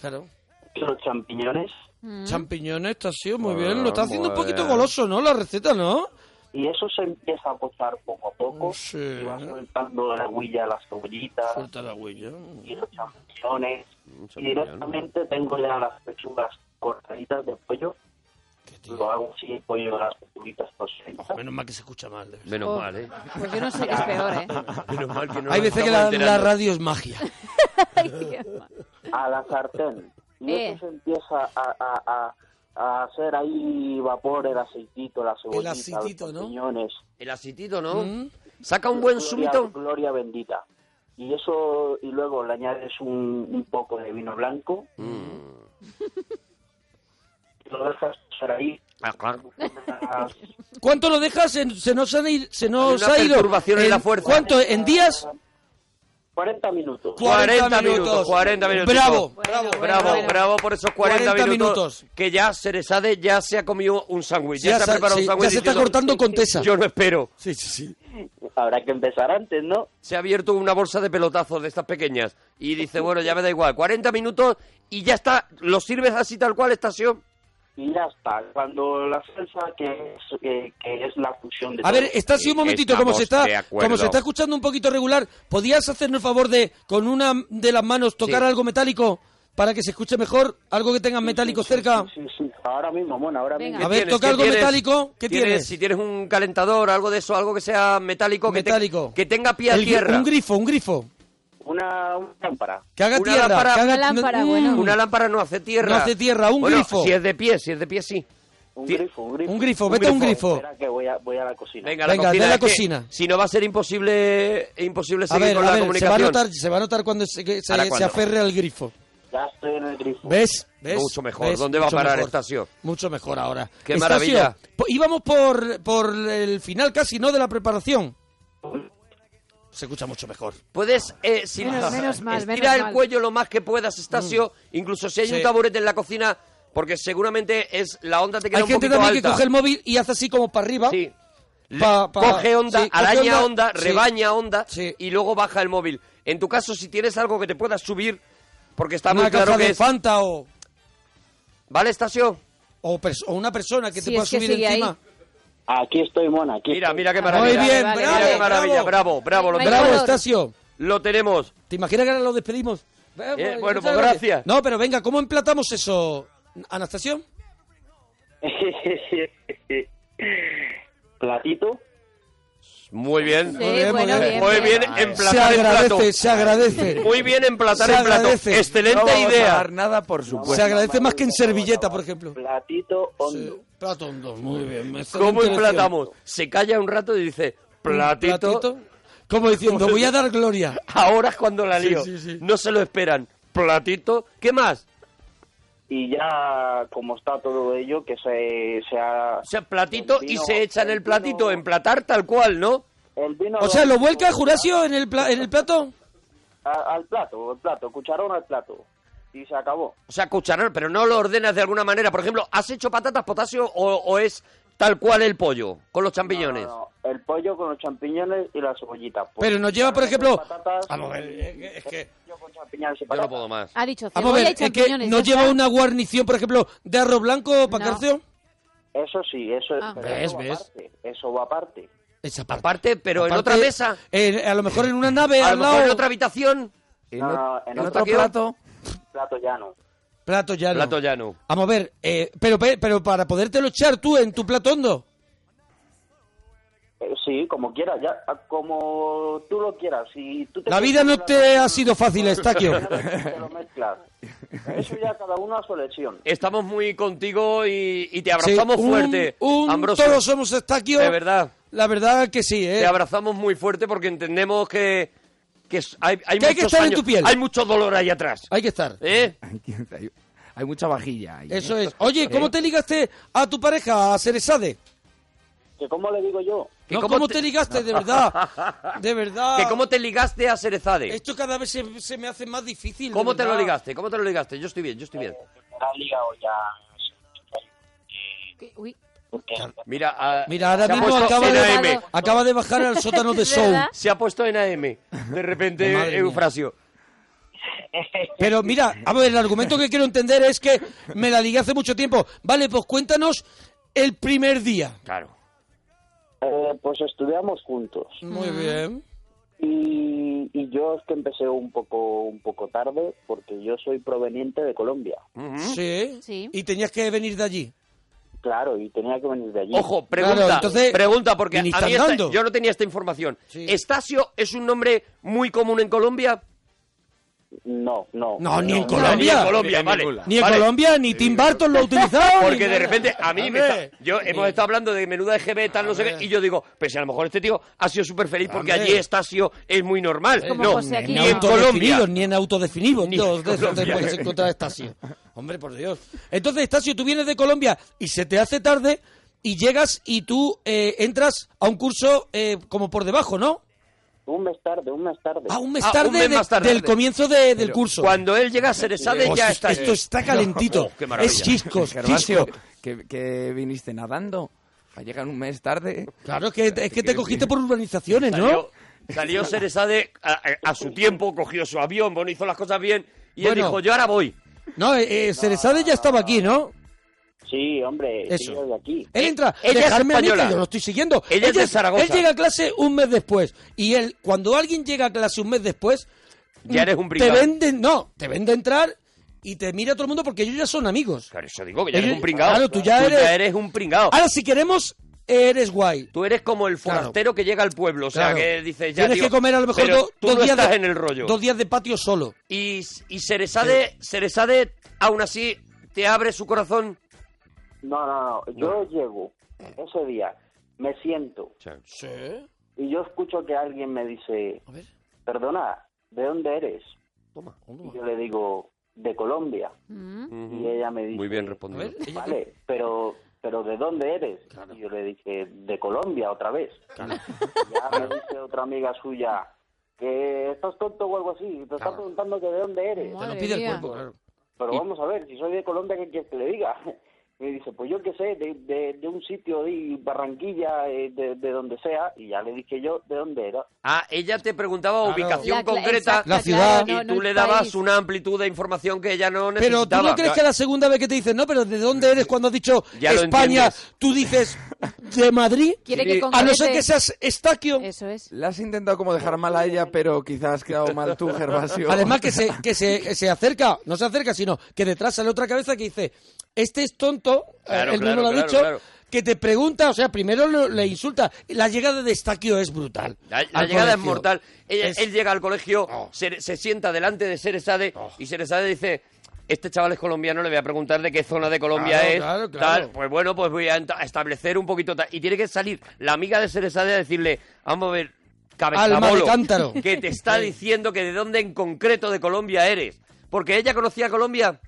B: claro.
H: hecho los champiñones
D: Mm.
B: champiñones, estación, muy bien.
C: Ah,
B: Lo está haciendo un
C: muy
B: poquito
C: bien.
B: goloso, ¿no? La receta, ¿no?
H: y eso se empieza a posar poco a poco.
B: Mm, Sí.
H: Y va soltando la huilla, las cebollitas
B: Suelta la huella.
H: y los champiñones. Y
C: champiñón.
H: directamente tengo ya las pechugas cortaditas de pollo. Lo hago así, el pollo de las pechuguitas pues, cositas.
B: Menos mal que se escucha mal. de verdad.
C: Menos
D: Oh.
C: mal, ¿eh?
D: Pues yo no sé qué es peor, ¿eh?
C: Menos mal que no
B: Hay
C: nos
B: veces que la,
C: estamos
B: la
C: enterando.
B: radio es magia.
H: a la sartén. Y
D: Eh.
H: eso se empieza a, a- a- a hacer ahí vapor, el aceitito, la cebollita,
B: aceitito, ¿no?
H: los piñones.
C: El acitito, ¿no?
B: Mm.
C: Saca un buen súmito.
H: Gloria bendita. Y eso, y luego le añades un, un poco de vino blanco.
C: Mm.
H: Lo dejas por ahí.
C: Ah, claro.
B: ¿Cuánto lo dejas? Se, se nos, han i- se nos
C: Hay una
B: ha ido.
C: perturbación en la fuerza.
B: ¿Cuánto? ¿En días?
H: 40 minutos.
C: 40 minutos, 40 minutos.
B: Bravo,
D: Bueno,
B: bravo.
D: bueno.
C: Bravo, bravo por esos 40,
B: 40
C: minutos,
B: minutos.
C: Que ya Cerezade ya se ha comido un sándwich. Ya,
B: Ya,
C: se ha
B: se-
C: preparado
B: sí,
C: un
B: ya
C: sándwich.
B: se está
C: yo no-
B: cortando con Tesa.
C: Yo no espero.
B: Sí, sí, sí.
H: Habrá que empezar antes, ¿no?
C: Se ha abierto una bolsa de pelotazos de estas pequeñas. Y dice, bueno, ya me da igual. 40 minutos y ya está. Lo sirves así tal cual, estación.
H: Y ya está. Cuando la salsa, que es, que, que es la fusión de.
B: A ver,
H: todo.
B: está así un momentito, como se
C: Estamos de
B: está,
C: acuerdo.
B: como se está escuchando un poquito regular, ¿podías hacernos el favor de, con una de las manos, tocar
C: Sí.
B: algo metálico para que se escuche mejor? Algo que tengas metálico cerca.
H: Sí, sí, ahora mismo, mona, ahora
D: Venga.
B: A
H: mismo.
B: ver,
C: ¿Tienes?
B: toca algo metálico. ¿Qué tienes?
C: Si tienes un calentador, algo de eso, algo que sea metálico. que te-
B: metálico.
C: Que, tenga pie a
B: El gri-
C: tierra.
B: Un grifo, un grifo.
H: Una, una lámpara.
B: Que haga
C: Una
B: tierra.
C: lámpara-
B: que haga-
D: Una lámpara, bueno.
C: Una lámpara no hace tierra.
B: No hace tierra, un
C: Bueno,
B: grifo.
C: Si es de pie, si es de pie, sí.
H: Un
C: Ti-
H: grifo, un grifo.
B: Un grifo, vete a un grifo.
H: Espera que voy a, voy a la cocina.
C: Venga, la
B: Venga,
C: cocina.
B: de la
C: es que
B: cocina.
C: Si no va a ser imposible, imposible
B: A
C: seguir
B: ver,
C: con
B: a
C: la
B: ver, se va a
C: comunicación.
B: notar, se va a notar cuando se, que se-
C: ¿Ahora
B: se
C: cuándo?
B: aferre al grifo.
H: Ya estoy en el grifo.
B: ¿Ves? ¿Ves?
C: Mucho mejor.
B: ¿Ves?
C: ¿Dónde va a
B: Mucho
C: parar
B: mejor.
C: Estacio?
B: Mucho mejor ahora.
C: Qué
B: Estacio,
C: maravilla.
B: po- Íbamos por, por el final casi, ¿no? De la preparación. Se escucha mucho mejor.
C: Puedes, eh, si-
D: Menos- menos mal,
C: estira
D: menos
C: el
D: mal.
C: cuello lo más que puedas, Estacio. Incluso si hay
B: Mm. Sí.
C: un taburete en la cocina, porque seguramente es la onda te queda
B: Hay
C: un
B: gente
C: poquito
B: también que
C: alta.
B: coge el móvil y hace así como para arriba.
C: Sí. Le-
B: Pa- pa-
C: coge onda,
B: sí, coge
C: araña
B: onda,
C: onda,
B: sí.
C: rebaña onda
B: Sí.
C: y luego baja el móvil. En tu caso, si tienes algo que te puedas subir, porque está
B: una
C: muy
B: caja
C: claro
B: de
C: que es...
B: Fanta o,
C: ¿Vale, Estacio?
B: o, pers- o una persona que
D: Sí,
B: te pueda
D: es que
B: subir
D: sigue ahí.
B: encima.
H: Aquí estoy, mona. Aquí
C: Mira,
H: estoy.
C: mira qué
D: Muy
C: maravilla.
B: bien,
C: Mira
B: bravo,
C: qué maravilla,
B: bravo.
C: bravo, bravo. lo
D: Ahí
C: tenemos.
B: Bravo,
D: calor.
B: Estacio.
C: Lo tenemos.
B: ¿Te imaginas que ahora lo despedimos? Eh,
C: Eh,
B: pues,
C: bueno,
B: muchas
C: pues gracias.
B: No, pero venga, ¿cómo emplatamos eso, Anastasio?
H: Platito.
C: Muy bien.
D: Sí, bueno, bien.
C: Muy bien,
B: Se
C: emplatar el plato.
B: agradece, se agradece.
C: Muy bien, emplatar
B: Se
C: el plato.
B: agradece.
E: no
C: Excelente
E: vamos a
C: idea.
E: dar nada, por supuesto.
B: Se agradece más que en servilleta, por ejemplo.
H: Platito hondo.
B: Sí, Plato hondo, muy bien. excelente
C: ¿Cómo
B: elección.
C: emplatamos? Se calla un rato y dice, platito.
B: Platito. Como diciendo, voy a dar gloria.
C: Ahora es cuando la
B: Sí,
C: lío.
B: sí, sí.
C: No se lo esperan. Platito. ¿Qué más?
H: Y ya, como está todo ello, que se, se ha...
C: O sea, platito
H: el
C: y
H: vino-
C: se echa en el platito.
H: vino-
C: Emplatar tal cual, ¿no?
H: el vino
B: O sea, ¿lo vuelca Jurasio en el, pla- en el plato?
H: a- al plato, al plato, cucharón al plato. Y se acabó.
C: O sea, cucharar, pero no lo ordenas de alguna manera. Por ejemplo, ¿has hecho patatas potasio o, o es tal cual el pollo con los champiñones?
H: No, no, el pollo con los champiñones y la cebollita. Pues,
B: Pero nos lleva, por ejemplo...
H: patatas,
C: Ah,
B: Vamos a
C: eh,
B: ver, es que- es que...
H: pollo con champiñones y
C: Yo no
H: patatas.
C: puedo más.
D: Ha dicho
B: Vamos a
D: cebolla
B: ver,
D: y
B: es que
D: champiñones.
B: nos
D: ya
B: lleva
D: está.
B: una guarnición, por ejemplo, de arroz blanco para
D: No.
B: carcio.
H: Eso sí, eso,
I: Ah.
H: pero
B: ¿Ves,
H: eso va
B: ves?
H: aparte. Eso va aparte.
B: Esa parte.
C: Aparte, pero en
B: Aparte,
C: otra mesa.
B: eh, a lo mejor en una nave,
C: A
B: al
C: lo mejor en
B: lado.
C: otra habitación.
E: En,
H: No,
E: ot-
H: no, en
E: en
H: otro
E: otro
C: taqueo.
E: plato,
H: Plato llano.
B: Plato ya no.
C: Plato llano.
B: Vamos a ver, eh, pero, pe- pero para podértelo echar tú en tu plato hondo.
H: Eh, sí, como quieras, ya, ah, como tú lo quieras. Si tú te
B: La vida no te ha sido fácil, Estaquio.
H: Te lo mezclas. Eso ya cada uno a su elección.
C: Estamos muy contigo y, y
B: Sí,
C: te abrazamos
B: un-
C: fuerte,
B: un-
C: Ambrosio.
B: Todos somos Estaquio.
C: De verdad.
B: La verdad que sí, ¿eh?
C: Te abrazamos muy fuerte porque entendemos que, que es- hay, hay
B: Que hay que
C: muchos
B: estar en
C: años-
B: tu piel.
C: Hay mucho dolor ahí atrás.
B: Hay que estar.
C: ¿Eh?
E: hay, hay mucha vajilla ahí. ¿eh?
B: Eso es. Oye, ¿cómo te ligaste a tu pareja, a Ceresade?
H: Que como le digo yo,
C: Que
B: No,
C: cómo
B: ¿cómo,
C: te-
B: te... ligaste? De verdad. De verdad.
C: Que cómo te ligaste a Serezade.
B: Esto cada vez se, se me hace más difícil. de
C: ¿Cómo te lo
B: verdad.
C: ligaste? ¿Cómo te lo ligaste? Yo estoy bien, yo estoy bien.
H: la liga o ya...
I: Que- Uy,
H: Porque
C: Mira, ah,
B: Mira, ahora
C: se ha
B: mismo
C: puesto
B: acaba
C: en
B: de,
C: AM.
B: acaba de bajar al sótano de
I: ¿Es
B: Show.
I: verdad?
C: Se ha puesto en AM. De repente,
B: Madre mía.
C: Eufrasio.
B: Pero mira, a ver, el argumento que quiero entender es que me la ligué hace mucho tiempo. Vale, pues cuéntanos el primer día.
C: Claro.
H: eh, pues estudiamos juntos.
B: Muy
I: Mm.
B: bien.
H: Y, y yo es que empecé un poco, un poco tarde porque yo soy proveniente de Colombia.
C: Ujú.
B: Sí.
I: Sí.
B: Y tenías que venir de allí.
H: Claro, y tenía que venir de allí.
C: Ojo, pregunta,
B: Claro, entonces,
C: pregunta porque a mí
B: ni tan
C: esta-
B: dando.
C: yo no tenía esta información.
B: Sí.
C: Estacio es un nombre muy común en Colombia.
H: No, no.
B: No, ni en
C: No,
B: Colombia.
C: ni en Colombia,
E: Ni en
C: vale.
E: ningún lado.
B: Ni en
C: Vale.
B: Colombia, ni Tim Burton lo ha utilizado. ni
C: Porque
B: nada.
C: de repente a mí me
B: Hombre.
C: está, yo hemos estado hablando de menuda EGB tal no sé qué y yo digo, pues si a lo mejor este tío ha sido súper feliz porque
B: Hombre.
C: allí Estacio es muy normal.
B: Eh,
I: Como
C: no,
I: José
C: ni
I: Aquino.
C: en Colombia.
B: autodefinidos, ni en autodefinidos.
C: Ni
B: Dos
C: en
B: de esos te
C: Colombia.
B: puedes encontrar Estacio. Hombre, por Dios. Entonces, Estacio, tú vienes de Colombia y se te hace tarde y llegas y tú eh, entras a un curso eh, como por debajo, ¿no?
H: Un mes tarde, un mes tarde.
B: Ah, un mes
C: Ah, un
B: tarde,
C: mes
B: de-
C: más tarde.
B: del comienzo de- del
C: Pero
B: curso.
C: Cuando él llega a Ceresade
B: Hostia,
C: ya está.
B: Eh, Esto está calentito.
C: Oh, qué maravilla.
B: es chiscos,
E: Gervasio,
B: chisco.
E: que, que viniste nadando. Para llegar un mes tarde.
B: Claro, es que, es que te cogiste por urbanizaciones, ¿no?
C: Salió, salió Ceresade a, a- a su tiempo, cogió su avión, bueno, hizo las cosas bien y él
B: Bueno.
C: dijo, yo ahora voy.
B: No, eh, eh, Ceresade ya estaba aquí, ¿no?
H: Sí, hombre,
B: Eso.
H: sí, desde Eh, aquí.
B: Él entra,
C: Eh, Ella es
B: dejarme a mí,
C: española.
B: que yo lo estoy siguiendo.
C: Ella es de Zaragoza.
B: Él llega a clase un mes después. Y él, cuando alguien llega a clase un mes después...
C: Ya eres un
B: Te
C: pringao.
B: venden, no, te vende entrar y te mira todo el mundo porque ellos ya son amigos.
C: Claro, eso digo, que ya
B: Ellos-
C: eres un pringao.
B: claro, tú ya eres-
C: un pringao.
B: Ahora, si queremos, eres guay.
C: Tú eres como el forastero que llega al pueblo, o sea,
B: Claro.
C: que dices, ya,
B: Tienes
C: tío,
B: que comer a lo mejor
C: pero
B: do-
C: tú
B: dos
C: no
B: días
C: estás
B: de,
C: en el rollo.
B: dos días de patio solo.
C: Y, y Ceresade, Ceresade, aún así, te abre su corazón.
H: No, no, no. Yo llego ese día, me siento y yo escucho que alguien me dice,
B: A ver,
H: perdona, ¿de dónde eres?
B: toma.
H: Y yo le digo, de Colombia.
I: Mm.
H: Y ella me dice,
C: Muy bien
B: A
C: respondido.
B: ver, ella-
H: vale, pero, pero ¿de dónde eres? Y yo le dije, de Colombia otra vez. Ya me dice otra amiga suya, que estás tonto o algo así, te está preguntando que de dónde eres.
B: te lo
I: Madre
B: pide el
I: mía.
B: cuerpo, claro.
H: Pero vamos a ver, si soy de Colombia, ¿qué quieres que le diga? Me dice, pues yo qué sé, de, de, de un sitio de Barranquilla, eh, de, de donde sea, y ya le dije yo de dónde era.
C: Ah, ella te preguntaba
B: Claro.
C: ubicación
I: La cla-
C: concreta
I: exacto,
B: La ciudad.
I: claro, no,
C: y
I: no
C: tú
I: el
C: le dabas
I: país.
C: una amplitud de información que ella no
B: Pero
C: necesitaba.
B: tú no crees que la segunda vez que te dicen, no, pero ¿de dónde eres? Cuando has dicho
C: Ya lo
B: España,
C: entiendes.
B: tú dices, ¿de Madrid?
I: Quiere que
B: A no ser
I: concrete.
B: que seas estaquio.
I: Eso es.
E: La has intentado como dejar mal a ella, pero quizás has quedado mal tú, Gervasio.
B: Además que se, que se, que se acerca, no se acerca, sino que detrás sale otra cabeza que dice, este es tonto,
C: Claro,
B: él mismo
C: claro,
B: lo ha
C: claro,
B: dicho,
C: claro.
B: que te pregunta, o sea, primero lo- le insulta. La llegada de Estaquio es brutal.
C: La, la
B: Al
C: llegada es
B: colegio.
C: mortal. Ella-
B: Es-
C: Él llega al colegio,
B: Oh.
C: se, se sienta delante de Seresade y Seresade dice... Este chaval es colombiano, le voy a preguntar de qué zona de Colombia
B: Claro,
C: es.
B: claro, claro.
C: tal. Pues bueno, pues voy a enta- a establecer un poquito. tal. Y tiene que salir la amiga de Seresade a decirle: Vamos a ver,
B: Alma de
C: cabezabolo,
B: cántaro.
C: que te está diciendo que de dónde en concreto de Colombia eres. Porque ella conocía a Colombia.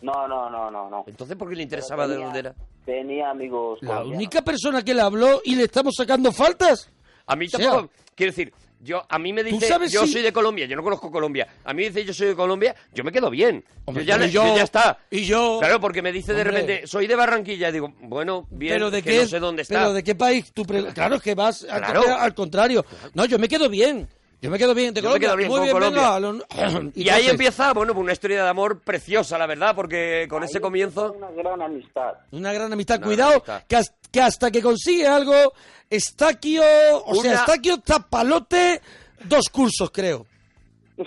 H: No, no, no, no, no.
C: Entonces, ¿por qué le interesaba de
H: Tenía-
C: dónde era?
H: Tenía amigos
B: La
H: colombianos.
B: única persona que le habló y le estamos sacando faltas.
C: A mí
B: O sea,
C: tampoco. Quiero decir, yo a mí me dice,
B: sabes
C: yo
B: si-
C: soy de Colombia, yo no conozco Colombia. A mí me dice, yo soy de Colombia, yo me quedo bien.
B: Hombre,
C: yo ya,
B: pero
C: le-
B: yo-
C: yo ya está.
B: y yo-
C: Claro, porque me dice de
B: Hombre.
C: repente, soy de Barranquilla. Digo, bueno, bien,
B: pero de
C: que
B: qué,
C: no sé dónde está.
B: pero de qué país tú pre- claro es que vas a-
C: Claro.
B: al contrario no yo me quedo bien Yo me quedo bien de
C: Yo me
B: Colombia.
C: quedo bien
B: Muy
C: con
B: bien,
C: Colombia.
B: venga, lo-
C: Y,
B: entonces-
C: ahí empieza, bueno, pues una historia de amor preciosa, la verdad, porque con ese comienzo...
H: Una gran amistad.
B: Una gran amistad.
C: Una
B: Cuidado,
C: gran amistad.
B: Que, has- que hasta que consigue algo, Estaquio. O sea,
C: Una-
B: Estaquio tapalote dos cursos, creo.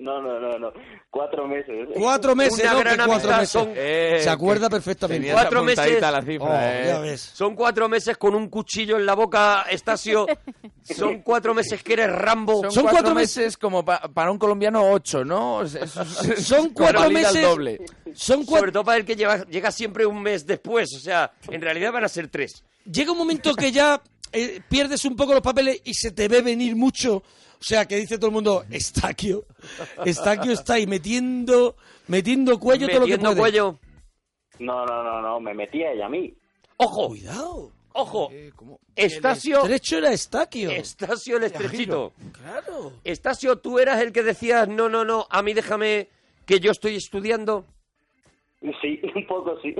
H: no, no, no, no. Cuatro meses.
B: Cuatro meses,
C: Una
B: ¿no?
C: gran
B: Que cuatro
C: amistad
B: meses.
C: son-
E: Eh,
B: Se acuerda
E: que
B: perfectamente.
E: tenías
C: Cuatro meses.
E: apuntadita la cifra,
B: Oh,
E: eh.
B: ya ves.
C: Son cuatro meses con un cuchillo en la boca, Estacio. Son cuatro meses que eres Rambo.
E: Son,
B: Son
E: cuatro,
B: cuatro
E: meses como pa- para un colombiano ocho, ¿no? Es- es- es-
B: Son cuatro
E: valida el
B: meses.
E: doble.
B: Son
C: Sobre
B: cuatro.
C: todo para el que lleva- llega siempre un mes después. O sea, en realidad van a ser tres.
B: Llega un momento que ya eh, pierdes un poco los papeles y se te ve venir mucho. O sea, que dice todo el mundo, Estaquio. Estaquio está ahí metiendo, metiendo cuello todo lo que
C: Metiendo
B: puede.
C: cuello.
H: No, no, no, no. Me metía ella a mí.
C: Ojo,
B: Cuidado.
C: ojo.
E: Eh, ¿cómo?
C: Estacio,
B: Trecho era Estaquio.
C: Estacio el estrechito.
B: Claro.
C: Estacio, tú eras el que decías, no, no, no, a mí déjame que yo estoy estudiando.
H: Sí, un poco sí.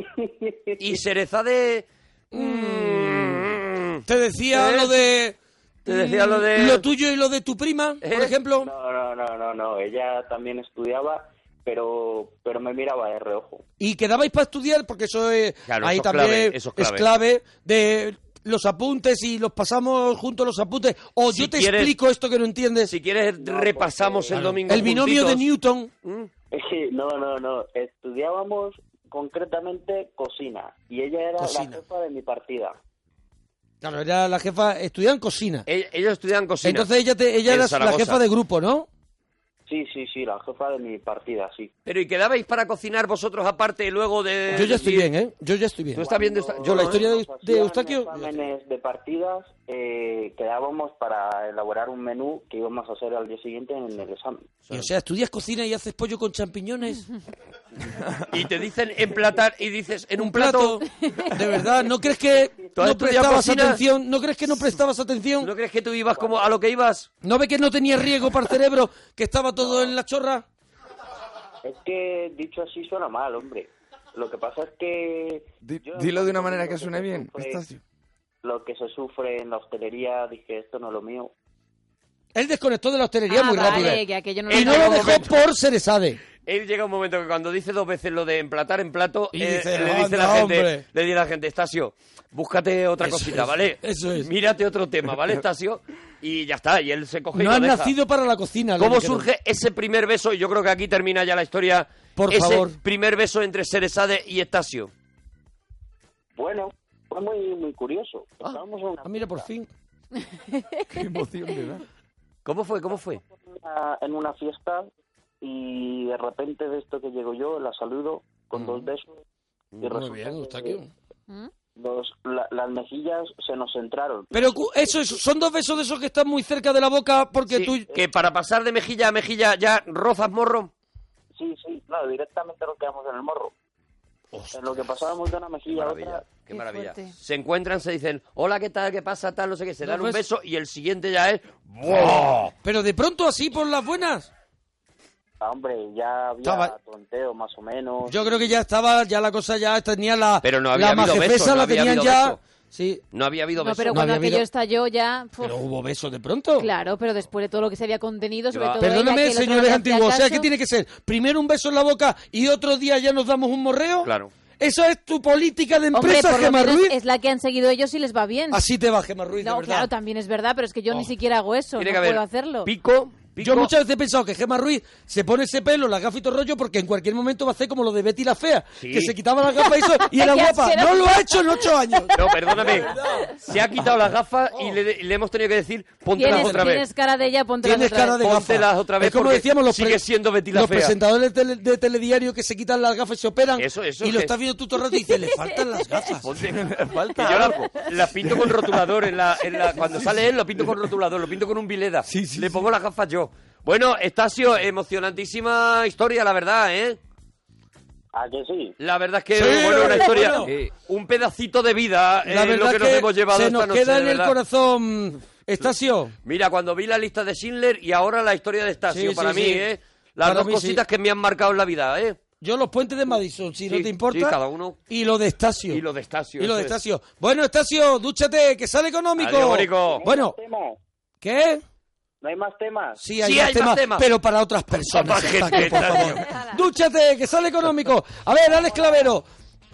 C: Y Serezade... mm,
B: Te decía
C: ¿Eh?
B: lo de.
C: Te decía
B: mm,
C: lo de-
B: Lo tuyo y lo de tu prima, por
C: ¿Eh?
B: ejemplo.
H: No, no, no, no, no. Ella también estudiaba, pero, pero me miraba de reojo.
B: Y quedabais para estudiar, porque eso es.
C: Claro,
B: ahí
C: eso es
B: también
C: clave, eso es clave.
B: de los apuntes y los pasamos juntos los apuntes. O
C: Si
B: yo te
C: quieres-
B: explico esto que no entiendes.
C: Si quieres, repasamos el domingo.
B: El binomio de
C: juntitos.
B: Newton.
C: Mm.
H: No, no, no. Estudiábamos concretamente cocina. Y ella era
B: Cocina.
H: la jefa de mi partida.
B: Claro, era la jefa. Estudian cocina.
C: Ell- E-, Ellos estudian cocina.
B: Entonces ella, te, ella
C: En
B: era la
C: Zaragoza.
B: jefa de grupo, ¿no?
H: Sí, sí, sí, la jefa de mi partida, sí.
C: Pero ¿y quedabais para cocinar vosotros aparte luego de...?
B: Yo ya estoy
C: de-
B: bien, ¿eh? Yo ya estoy bien.
C: Tú estás ¿eh? bien de-
H: Cuando
B: Yo la historia de,
H: nos
B: de
H: hacían
B: Eustaquio.
H: exámenes de partidas, eh, quedábamos para elaborar un menú que íbamos a hacer al día siguiente en el examen.
B: Y, o sea, estudias cocina y haces pollo con champiñones.
C: Y te dicen emplatar y dices en un
B: un
C: plato...
B: plato. De verdad, ¿no crees que
C: ¿Tú has
B: no
C: estudiado
B: prestabas
C: cocina?
B: atención? ¿No crees que no prestabas
C: ¿No
B: atención?
C: crees que tú ibas como a lo que ibas?
B: ¿No ve que no tenía riego para el cerebro, que estaba todo en la chorra?
H: Es que dicho así suena mal, hombre. Lo que pasa es que...
E: Di-
H: yo
E: dilo de una
H: lo
E: manera que
H: se
E: suene bien.
H: sufre-
E: Estacio.
H: Lo que se sufre en la hostelería, dije, esto no es lo mío.
B: Él desconectó de la hostelería
D: Ah,
B: muy rápido.
D: vale, que aquello no
B: Y
D: lo
B: no lo
D: entiendo.
B: dejó por Cerezade.
C: Él llega un momento que cuando dice dos veces lo de emplatar en plato,
B: Y
C: eh,
B: dice, "Ah,
C: le dice la
B: "Anda,
C: gente,
B: hombre".
C: le dice la gente, Estacio, búscate otra
B: Eso
C: cosita,
B: es,
C: ¿vale?
B: eso es.
C: Mírate otro tema, ¿vale, Estacio? Y ya está, y él se coge y
B: No
C: lo
B: has
C: deja.
B: nacido para la cocina. lo
C: ¿Cómo
B: que no.
C: surge ese primer beso? Y yo creo que aquí termina ya la historia.
B: Por
C: ese
B: favor.
C: primer beso entre Seresade y Estacio.
H: Bueno, fue muy, muy curioso. Estábamos en una,
B: Ah, mira, por fin.
E: Qué emoción me da.
C: ¿Cómo fue? ¿Cómo fue?
H: fiesta- en una fiesta y de repente de esto que llego yo, la saludo con
B: Mm.
H: dos besos. y resulta que los- la- las mejillas se nos entraron.
B: Pero cu- eso, es- son dos besos de esos que están muy cerca de la boca porque
C: Sí,
B: tú...
C: Que para pasar de mejilla a mejilla ya rozas morro.
H: Sí, sí, claro, directamente nos quedamos en el morro. En lo que pasábamos de una
C: Qué
H: mejilla a
C: maravilla,
H: otra,
C: qué
D: Qué
C: maravilla.
D: fuerte.
C: Se encuentran, se dicen, hola, ¿qué tal? ¿Qué pasa? Tal, no sé qué. Se
B: No,
C: dan un
B: pues-
C: beso y el siguiente ya es... ¡Buah!
B: Pero de pronto así, por las buenas.
H: ah, hombre, ya había
B: Estaba-
H: tonteo más o menos.
B: Yo creo que ya estaba, ya la cosa ya tenía la...
C: Pero no había
B: La
C: habido
B: majefesa
C: beso, no
B: la
C: había
B: tenían
C: habido
B: ya...
C: beso.
B: Sí.
C: No había habido
D: No,
C: beso.
D: pero
B: No
D: cuando
B: había
D: aquello
B: habido-
D: estalló ya... puf,
B: Pero hubo besos de pronto.
D: Claro, pero después de todo lo que se había contenido, sobre
C: va.
D: todo...
B: Perdóname,
D: ella, que el otro no
B: señores
D: le hacía
B: antiguos. O sea,
D: caso.
B: ¿qué tiene que ser? Primero un beso en la boca y otro día ya nos damos un morreo.
C: Claro.
B: ¿Eso es tu política de
D: Hombre,
B: empresa,
D: por lo
B: Gemma
D: menos
B: Ruiz?
D: es la que han seguido ellos y les va bien.
B: Así te va, Gemma Ruiz, de
D: No,
B: verdad. Oh.
D: claro, también es verdad, pero es que yo ni siquiera hago eso,
C: Tiene
D: no
C: que haber
D: puedo hacerlo.
C: pico, pico.
B: Yo muchas veces he pensado que Gemma Ruiz se pone ese pelo, las gafas y todo el rollo, porque en cualquier momento va a hacer como lo de Betty la Fea,
C: Sí.
B: que se quitaba las gafas y, eso, y era
D: Qué
B: guapa.
D: asqueroso.
B: No lo ha hecho en ocho años.
C: No, perdóname. Se ha quitado las gafas y le, le hemos tenido que decir, póntelas
D: Oh. Tienes,
C: otra vez.
D: tienes cara de ella, ponte
B: Tienes cara de
C: Póntelas
B: gafas.
C: otra vez
B: es como
C: porque
B: decíamos los
C: sigue
B: pre-
C: siendo Betty la
B: los
C: Fea.
B: presentadores de, tele- de telediario que se quitan las gafas y se operan.
C: Eso, eso,
B: y lo
C: que-
B: estás viendo tú todo el rato y dices, le faltan las gafas.
C: Que yo la- las pinto con rotulador. En la, en la- cuando sale él, lo pinto con rotulador, lo pinto con un vileda. le pongo las gafas yo. Bueno, Estacio, emocionantísima historia, la verdad, ¿eh?
H: ¿A que sí?
C: La verdad es que,
B: Sí,
C: bueno, una
B: bueno.
C: historia,
E: Sí.
C: un pedacito de vida, eh,
B: La verdad
C: lo que, nos
B: que
C: hemos llevado
B: se
C: esta
B: nos
C: noche,
B: queda
C: de
B: en el
C: verdad.
B: corazón, Estacio.
C: Mira, cuando vi la lista de Schindler y ahora la historia de Estacio,
B: Sí,
C: para
B: sí,
C: mí,
B: sí.
C: ¿eh? Las
B: Para
C: dos
B: mí sí.
C: cositas que me han marcado en la vida, ¿eh?
B: Yo los puentes de Madison, si no
C: Sí,
B: te importa.
C: sí, cada uno.
B: Y lo de Estacio.
C: Y lo de Estacio.
B: Y lo de
C: eso es.
B: Estacio. Bueno, Estacio, dúchate, que sale económico.
C: Adiós, Borico.
B: Bueno,
H: Tema.
B: ¿qué?
G: ¿No hay más temas?
B: Sí, hay, más, temas, pero para otras personas.
C: Para
B: Eustaquio,
C: gente,
B: por favor. Dúchate, que sale económico. A ver, Alex Clavero,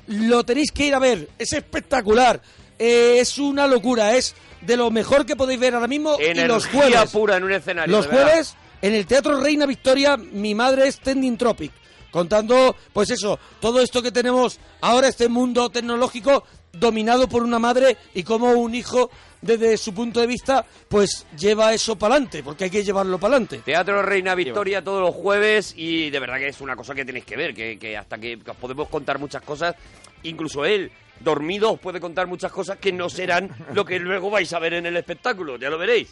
B: lo tenéis que ir a ver. Es espectacular. Eh, es una locura. Es de lo mejor que podéis ver ahora mismo. y los
C: Energía
B: jueves.
C: pura en un escenario.
B: Los
C: de verdad.
B: jueves, en el Teatro Reina Victoria, mi madre es Tending Tropic. Contando, pues eso, todo esto que tenemos ahora, este mundo tecnológico dominado por una madre y cómo un hijo, desde su punto de vista, pues lleva eso para adelante, porque hay que llevarlo para adelante.
C: Teatro Reina Victoria todos los jueves y de verdad que es una cosa que tenéis que ver, que, que hasta que os podemos contar muchas cosas, incluso él, dormido, os puede contar muchas cosas que no serán lo que luego vais a ver en el espectáculo, ya lo veréis.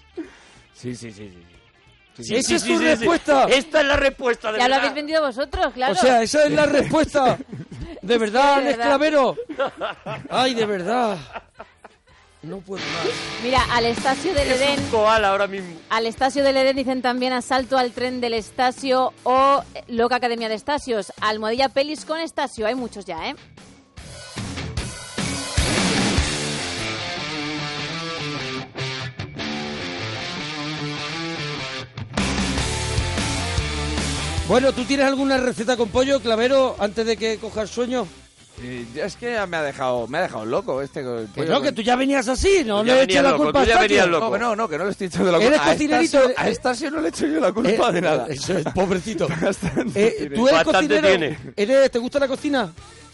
E: Sí, sí, sí. sí. Sí,
B: Esa es tu respuesta.
C: Esta es la respuesta de
D: Ya lo
C: verdad.
D: habéis vendido vosotros, claro.
B: O sea, esa es la respuesta. De verdad,
D: de
B: Alex
D: verdad.
B: Clavero. Ay, de verdad. No puedo más.
D: Mira, al Estacio del
C: Es
D: Edén
C: un koala ahora mismo.
D: Al Estacio del Edén dicen también Asalto al Tren del Estacio o eh, Loca Academia de Estasios. Almohadilla Pelis con Estacio. Hay muchos ya, ¿eh?
B: Bueno, ¿tú tienes alguna receta con pollo, Clavero, antes de que cojas sueño?
E: Eh, ya es que ya me ha dejado, me ha dejado loco este. con
B: Que
E: el pollo
B: Pues no,
E: con-
B: que tú ya venías así, no
C: Tú ya
B: le eches
C: venías
B: la
C: loco,
B: culpa
C: tú ya
B: a Eustaquio.
C: venías loco.
E: No, que no, no, que no le estoy echando la culpa.
B: Eres
E: A
B: cocinero,
E: Estacio- A
B: eh,
E: Estacio no le echo yo la culpa
B: Eh,
E: de nada.
B: Eso es, pobrecito.
E: Bastante
B: Eh,
E: tiene.
B: ¿Tú eres
C: Bastante
B: cocinero?
C: tiene.
B: ¿Eres- ¿Te gusta la cocina?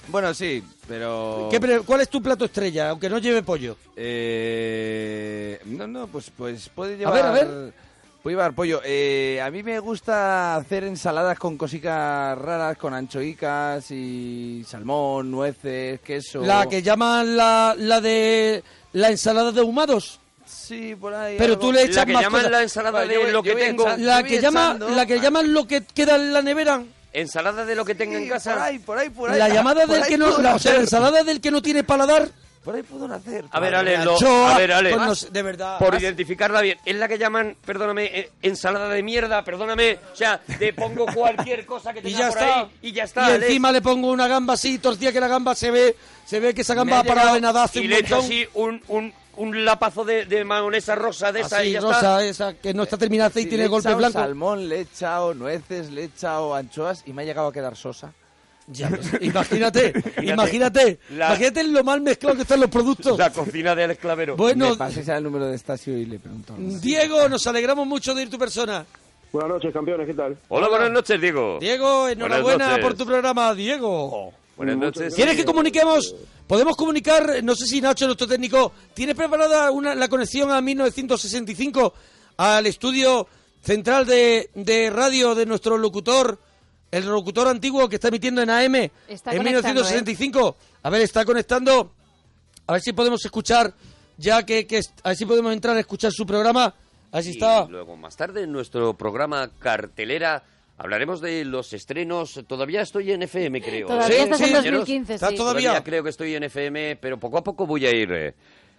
E: Bueno, sí, pero...
B: ¿Qué pre- ¿Cuál es tu plato estrella, aunque no lleve pollo?
E: Eh, no, no, pues, pues puede
B: A
E: llevar...
B: ver, a
E: Puede llevar pollo. Eh, a mí me gusta hacer ensaladas con cositas raras, con anchoicas y salmón, nueces, queso...
B: La que llaman la, la de la ensalada de humados.
E: Sí, por ahí...
B: Pero tú le echas
C: La que
B: más
C: llaman
B: cosas.
C: la ensalada
E: Vale,
C: de
E: yo voy-
C: lo que
E: yo voy a
C: tengo.
E: echar-
B: La
E: Yo
B: que,
E: voy
B: llama,
E: echando.
B: la que llaman lo que queda en la nevera.
C: Ensalada de lo que tenga en
E: Por
C: casa.
E: ahí, por ahí, por ahí.
B: la llamada
E: Por
B: del
E: ahí
B: que no,
E: puedo
B: la, o sea, la
E: nacer.
B: ensalada del que no tiene paladar.
E: Por ahí puedo nacer.
C: A ver,
E: Madre
C: Ale,
E: mía,
C: lo-
B: Anchoa,
C: a ver, Ale.
B: pues no sé, de verdad.
C: Por
B: Más.
C: identificarla bien. Es la que llaman, perdóname, eh, ensalada de mierda, perdóname. O sea, te pongo cualquier cosa que
B: y
C: tenga
B: ya
C: por
B: está.
C: ahí y ya está.
B: Y
C: Ale.
B: encima le pongo una gamba así, tortilla que la gamba se ve, se ve que esa
E: Me
B: gamba
E: ha
B: ha parado
E: llegado
B: en nada hace
C: y
B: un
C: le echo
B: montón.
C: así un, un, un lapazo de, de mayonesa rosa de esa
B: Así,
C: y ya
B: rosa, eh.
C: está.
B: esa que no está terminada
E: Sí,
B: y tiene
E: le he
B: golpe
E: echado
B: blanco.
E: salmón, le he echado nueces, le he echado anchoas y me ha llegado a quedar sosa.
B: Ya, pues, imagínate, imagínate,
C: La-
B: imagínate lo mal mezclado que están los productos.
C: La cocina del esclavero.
E: me
B: bueno,
E: paséis al número de Estacio y le pregunto.
B: Diego, nos alegramos mucho de ir tu persona.
J: Buenas noches, campeones, ¿qué tal?
C: Hola, buenas noches, Diego.
B: Diego, enhorabuena
C: noches.
B: por tu programa, Diego.
C: Buenas noches.
B: ¿Quieres que comuniquemos? Podemos comunicar, no sé si Nacho, nuestro técnico, ¿tienes preparada una, la conexión a 1965 al estudio central de, de radio de nuestro locutor, el locutor antiguo que está emitiendo en AM
D: Está
B: en
D: conectando,
B: 1965? A ver, está conectando. A ver si podemos escuchar, ya que, que es- a ver si podemos entrar a escuchar su programa. A ver si
C: Y
B: está.
C: luego, más tarde, en nuestro programa Cartelera, hablaremos de los estrenos. Todavía estoy en FM, creo. ¿eh?
D: Todavía
B: Sí, estás en sí,
D: 2015,
B: está sí. todo-
C: Todavía.
B: Todavía.
C: creo que estoy en FM, pero poco a poco voy a ir... eh,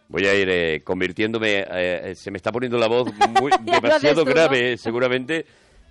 C: Voy a ir eh, convirtiéndome, eh, eh, se me está poniendo la voz muy-
D: Ya lo haces tú,
C: demasiado
D: ¿no?
C: grave, seguramente,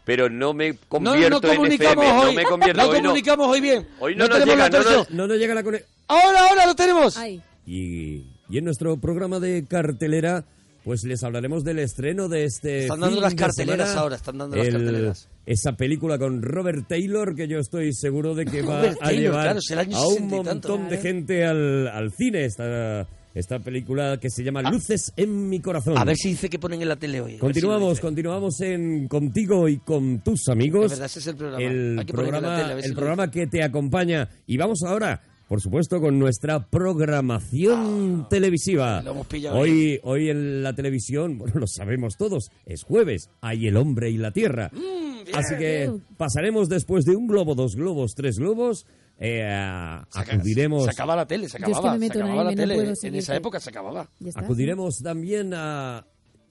C: pero no me
B: No, no
C: convierto en
B: comunicamos
C: FM,
B: hoy.
C: no me convierto hoy, no.
B: comunicamos hoy bien.
C: Hoy no nos
B: tenemos
C: llega,
B: la
C: no
B: torsión.
C: nos-
I: No nos llega la conexión.
B: Ahora, ahora lo tenemos.
D: Ay.
I: Y, y en nuestro programa de cartelera, pues les hablaremos del estreno de este.
B: Están dando
I: fin
B: las
I: de
B: carteleras
I: semana.
B: ahora, están dando las
I: El-
B: carteleras.
I: Esa película con Robert Taylor, que yo estoy seguro de que va
B: Robert
I: a
B: Taylor,
I: llevar
B: claro, es el año
I: a un
B: 60 y
I: montón
B: tanto. ¿eh?
I: de
B: Claro.
I: gente al, al cine. Esta, esta película que se llama Luces en mi corazón.
B: Ah. A ver si dice que ponen en la tele hoy. a ver si lo
I: Continuamos,
B: dice.
I: continuamos en contigo y con tus
B: De
I: amigos.
B: verdad, ese es el programa.
I: El
B: Hay que ponerlo en la
I: programa,
B: tele, a ver si
I: el
B: lo
I: programa que te acompaña. Y vamos ahora, por supuesto, con nuestra programación
B: Ah,
I: televisiva.
B: lo hemos pillado
I: hoy, hoy en la televisión, bueno, lo sabemos todos, es jueves, hay el hombre y la tierra.
B: Mm,
I: Así que pasaremos después de un globo, dos globos, tres globos. eh, a- acudiremos
B: Se acaba la tele, se
K: Yo es que
B: acababa,
K: me meto
B: se
K: en
B: acababa
K: ahí,
B: la
K: no
B: tele.
K: puedo
B: en
K: seguirte.
B: esa época se acababa.
K: Ya está.
I: Acudiremos también a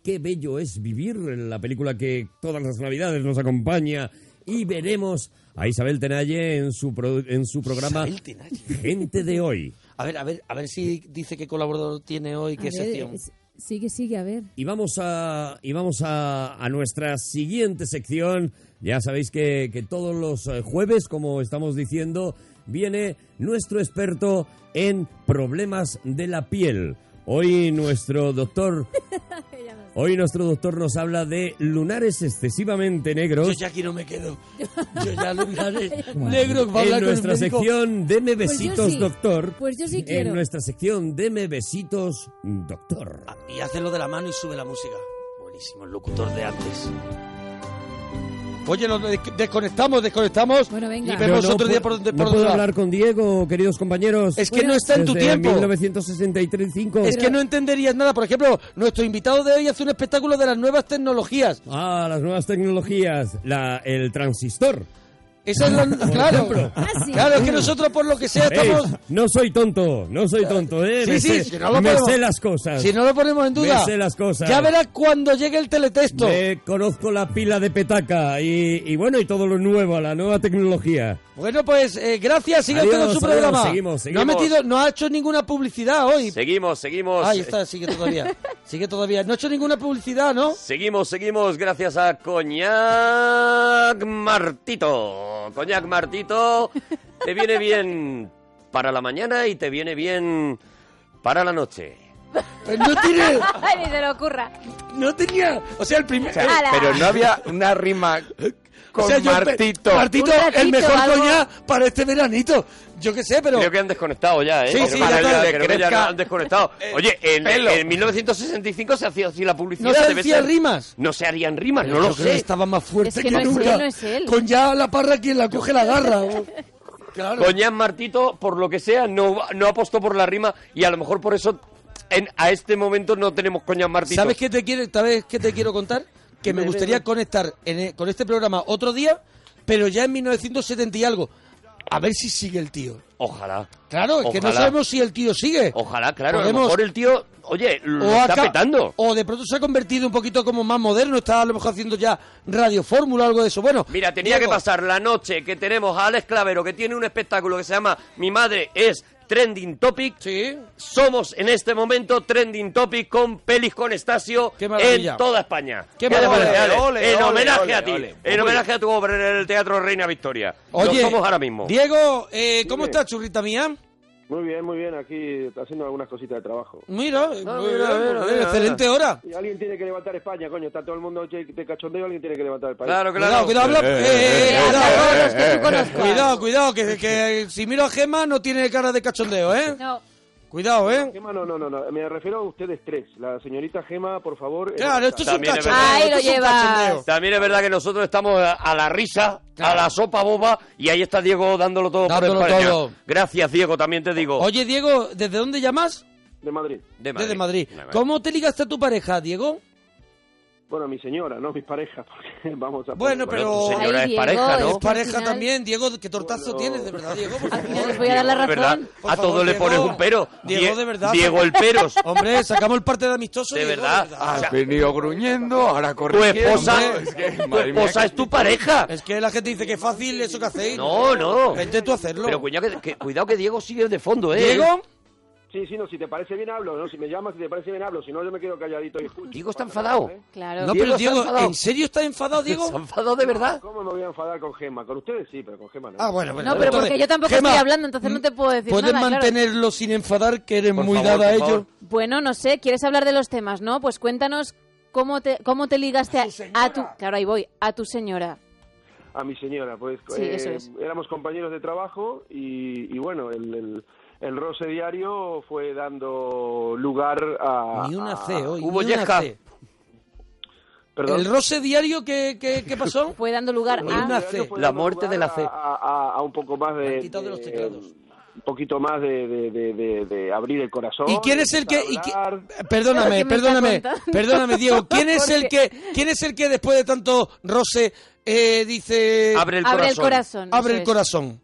I: Qué bello es vivir, la película que todas las navidades nos acompaña y veremos a Isabel Tenalle en su pro- en su programa
B: Isabel Tenalle.
I: Gente de hoy.
B: A ver, a ver, a ver si dice qué colaborador tiene hoy,
K: A
B: qué
K: ver,
B: sección.
K: es- sigue, sigue, a ver.
I: Y vamos a y vamos a, a nuestra siguiente sección. Ya sabéis que, que todos los eh, jueves, como estamos diciendo, viene nuestro experto en problemas de la piel. Hoy nuestro doctor, hoy nuestro doctor nos habla de lunares excesivamente negros.
B: Yo ya aquí no me quedo. Yo ya lunares negros va a hablar
I: en
B: con el
I: nuestra
B: médico.
I: sección Deme
K: Pues yo
I: besitos,
K: sí.
I: doctor.
K: Pues yo sí
I: En
K: quiero.
I: nuestra sección Deme besitos, doctor.
B: Y hace lo de la mano y sube la música. Buenísimo, el locutor de antes. Pues Oye, nos de- desconectamos, desconectamos y vemos
I: Yo no
B: otro
I: pu-
B: día por donde
I: no
B: por
I: puedo
B: donde va.
I: hablar con Diego, queridos compañeros.
B: Es
I: Pues
B: que no está en tu
I: Desde
B: tiempo.
I: 1963 5.
B: Es que no entenderías nada. Por ejemplo, nuestro invitado de hoy hace un espectáculo de las nuevas tecnologías.
I: Ah, las nuevas tecnologías, la, el transistor.
B: Esa es la-
I: Por
B: claro.
I: ejemplo.
D: Ah,
B: Claro, es que nosotros por lo que sea
I: Ey,
B: estamos...
I: no soy tonto, no soy tonto, ¿eh?
B: Sí,
I: me
B: sí,
I: sé,
B: si no lo
I: me
B: ponemos-
I: sé las cosas.
B: Si no lo ponemos en duda,
I: Me sé las cosas.
B: ya verás cuando llegue el teletexto.
I: Me conozco la pila de petaca y, y bueno, y todo lo nuevo, la nueva tecnología.
B: Bueno, pues eh, gracias, sigan
I: Adiós,
B: con su
I: adiós,
B: programa.
I: seguimos,
B: No ha,
I: seguimos.
B: metido, no ha hecho ninguna publicidad hoy.
C: Seguimos, seguimos. eh.
B: Ahí está, sigue todavía. Sigue todavía. No ha hecho ninguna publicidad, ¿no?
C: Seguimos, seguimos, gracias a Coñac Martito. Coñac Martito te viene bien para la mañana y te viene bien para la noche.
B: Pues no tiene...
D: Ni se le ocurra.
B: No tenía... O sea, el primer...
D: Ala.
E: Pero no había una rima con
B: O sea, yo-
E: Martito.
B: Martito,
D: Un ratito,
B: el mejor
D: algo.
B: coñac para este veranito. Yo qué sé, pero...
C: Creo que han desconectado ya, ¿eh?
B: Sí,
C: Creo
B: sí,
C: que
B: ya
C: ya-
B: está.
C: creo que ya
B: Crezca. Eh,
C: han desconectado. Oye, en,
E: pelo.
C: en 1965 se hacía así la publicidad.
B: No se
C: debe
B: hacían
C: ser.
B: rimas.
C: No se harían rimas,
B: Pero
C: no lo
B: yo creo que
C: sé.
B: Estaba más fuerte
D: Es que
B: que,
D: no es él,
B: nunca.
D: no es él.
B: Con ya la parra quien la coge la agarra. o- Claro.
C: Coñac Martito, por lo que sea, no, no apostó por la rima y a lo mejor por eso en, a este momento no tenemos Coñac Martito.
B: ¿Sabes qué te quiero, sabes qué te quiero contar? Que me gustaría conectar en e- con este programa otro día, pero ya en 1970 y algo. A ver si sigue el tío.
C: Ojalá.
B: Claro, es que no
C: Ojalá.
B: sabemos si el tío sigue.
C: Ojalá, claro. A
B: Podemos-
C: lo mejor el tío, oye, lo
B: o
C: está
B: aca-
C: petando.
B: o de pronto se ha convertido un poquito como más moderno, está a lo mejor haciendo ya radio fórmula o algo de eso. Bueno,
C: Mira, tenía
B: Diego,
C: que pasar la noche que tenemos a Alex Clavero, que tiene un espectáculo que se llama Mi madre es Trending Topic.
B: Sí.
C: Somos en este momento Trending Topic con Pelis con Estasio
B: Qué maravilla.
C: en toda España.
B: Qué
C: te
B: maravilla.
C: parece, Alex?
E: Ole,
C: en
E: ole,
C: homenaje
E: ole,
C: a ti,
E: ole.
C: en homenaje a tu obra en el Teatro Reina Victoria.
B: Oye,
C: Lo somos ahora mismo.
B: Diego, eh, ¿cómo
J: Dime.
B: está churrita mía?
J: Muy bien, muy bien. Aquí haciendo algunas cositas de trabajo.
B: Mira, eh,
C: Ah,
B: muy bien,
C: mira, mira,
B: muy bien,
C: mira,
B: excelente hora.
J: Y alguien tiene que levantar España, coño. Está todo el mundo che- de cachondeo, alguien tiene que levantar el país.
C: Claro,
B: Cuidado,
C: claro.
B: cuidado, habla- eh, eh, eh,
D: eh,
B: cuidado.
D: eh, eh, eh, eh,
B: Cuidado, cuidado, que, que si miro a Gema no tiene cara de cachondeo, ¿eh?
D: No.
B: Cuidado, ¿eh?
J: Gema, no, no, no, no. Me refiero a ustedes tres. La señorita Gema, por favor. eh,
B: Claro, esto es un
C: También es
B: cachondeo.
C: verdad.
D: Ahí lo
B: esto es un
D: llevas.
B: cachondeo.
C: También es verdad que nosotros estamos a, a la risa, a la sopa boba, y ahí está Diego dándolo todo
B: Dándolo
C: por España.
B: todo.
C: Gracias, Diego, también te digo.
B: Oye, Diego, ¿desde dónde llamas?
J: De Madrid.
C: De
B: Desde Madrid. ¿Cómo te ligaste a tu pareja, Diego?
J: Bueno, mi señora, no mis parejas, porque vamos a...
B: Bueno, pero-
C: tu señora
D: Ay,
C: es pareja,
D: Diego,
C: ¿no?
D: es que-
B: Pareja
D: al final-
B: también, Diego, qué tortazo
J: Bueno.
B: tienes, de verdad, Diego, por
D: Al final
B: favor.
D: os voy a dar la
C: de
D: razón.
C: verdad,
B: Por
C: a
B: favor,
C: todo le
B: Diego.
C: pones un pero.
B: Diego,
C: Die-
B: de verdad.
C: Diego el peros.
B: Hombre, sacamos el parte de amistoso.
C: De
B: Diego,
C: verdad.
E: Has
C: O
D: Ah,
C: sea,
E: venido gruñendo, ahora
C: tu
E: corriendo.
C: esposa,
E: Es que,
C: tu
E: madre mía,
C: esposa
E: qué-
C: es tu pareja.
B: Es que la gente dice que es fácil eso que hacéis.
C: No, no.
B: Vente tú a hacerlo.
C: Pero cuidado que, que- cuidado que Diego sigue de fondo, ¿eh?
B: Diego,
J: Sí, sí, no, si te parece bien hablo, ¿no? Si me llamas, si te parece bien hablo, si no yo me quedo calladito y escucho.
C: Diego está
J: No pasa
C: enfadado.
J: nada, ¿eh?
D: Claro.
B: no,
C: Diego
B: pero
C: está
B: Diego,
C: enfadado.
B: ¿en serio estás enfadado, Diego?
C: ¿Se ha enfadado de verdad?
J: ¿Cómo me voy a enfadar con Gema? Con ustedes sí, pero con Gema no.
B: Ah, bueno, bueno.
D: No, pero
B: entonces,
D: porque yo tampoco
B: Gemma,
D: estoy hablando, entonces no te puedo decir
B: ¿Puedes
D: nada, claro.
B: mantenerlo sin enfadar, que eres
C: Por
B: muy
C: favor,
B: dada a
C: por favor.
B: ello?
D: Bueno, no sé, ¿quieres hablar de los temas, no? Pues cuéntanos cómo te, cómo te ligaste a, a tu... Claro, ahí voy, a tu señora.
J: A mi señora, pues
D: Sí, eso es.
J: éramos compañeros de trabajo y, y bueno, el, el, el roce diario fue dando lugar a...
B: Ni una
J: a-
B: C hoy.
C: Hubo
B: ni una
C: yesca.
B: C.
J: Perdón.
B: ¿El roce diario que, que, que pasó?
D: Fue dando lugar
B: Ni
D: a...
J: diario
B: una C.
J: Ah. Este fue
C: La
J: dando
C: muerte de
J: lugar
C: la C.
J: A, a- a un poco más de...
B: Han quitado de los teclados.
J: Un poquito más de, de, de, de- de abrir el corazón.
B: ¿Y quién es el que...?
J: empezar
B: y
J: a
B: qui- eh,
J: hablar.
D: Pero
B: perdóname,
D: que me está
B: perdóname,
D: contando.
B: perdóname, Diego. ¿Quién es, el
D: Porque-
B: que, ¿Quién es el que después de tanto roce eh, dice...
C: Abre el
D: Abre el
C: corazón.
D: corazón.
B: abre
D: eso
B: el
D: es.
B: corazón?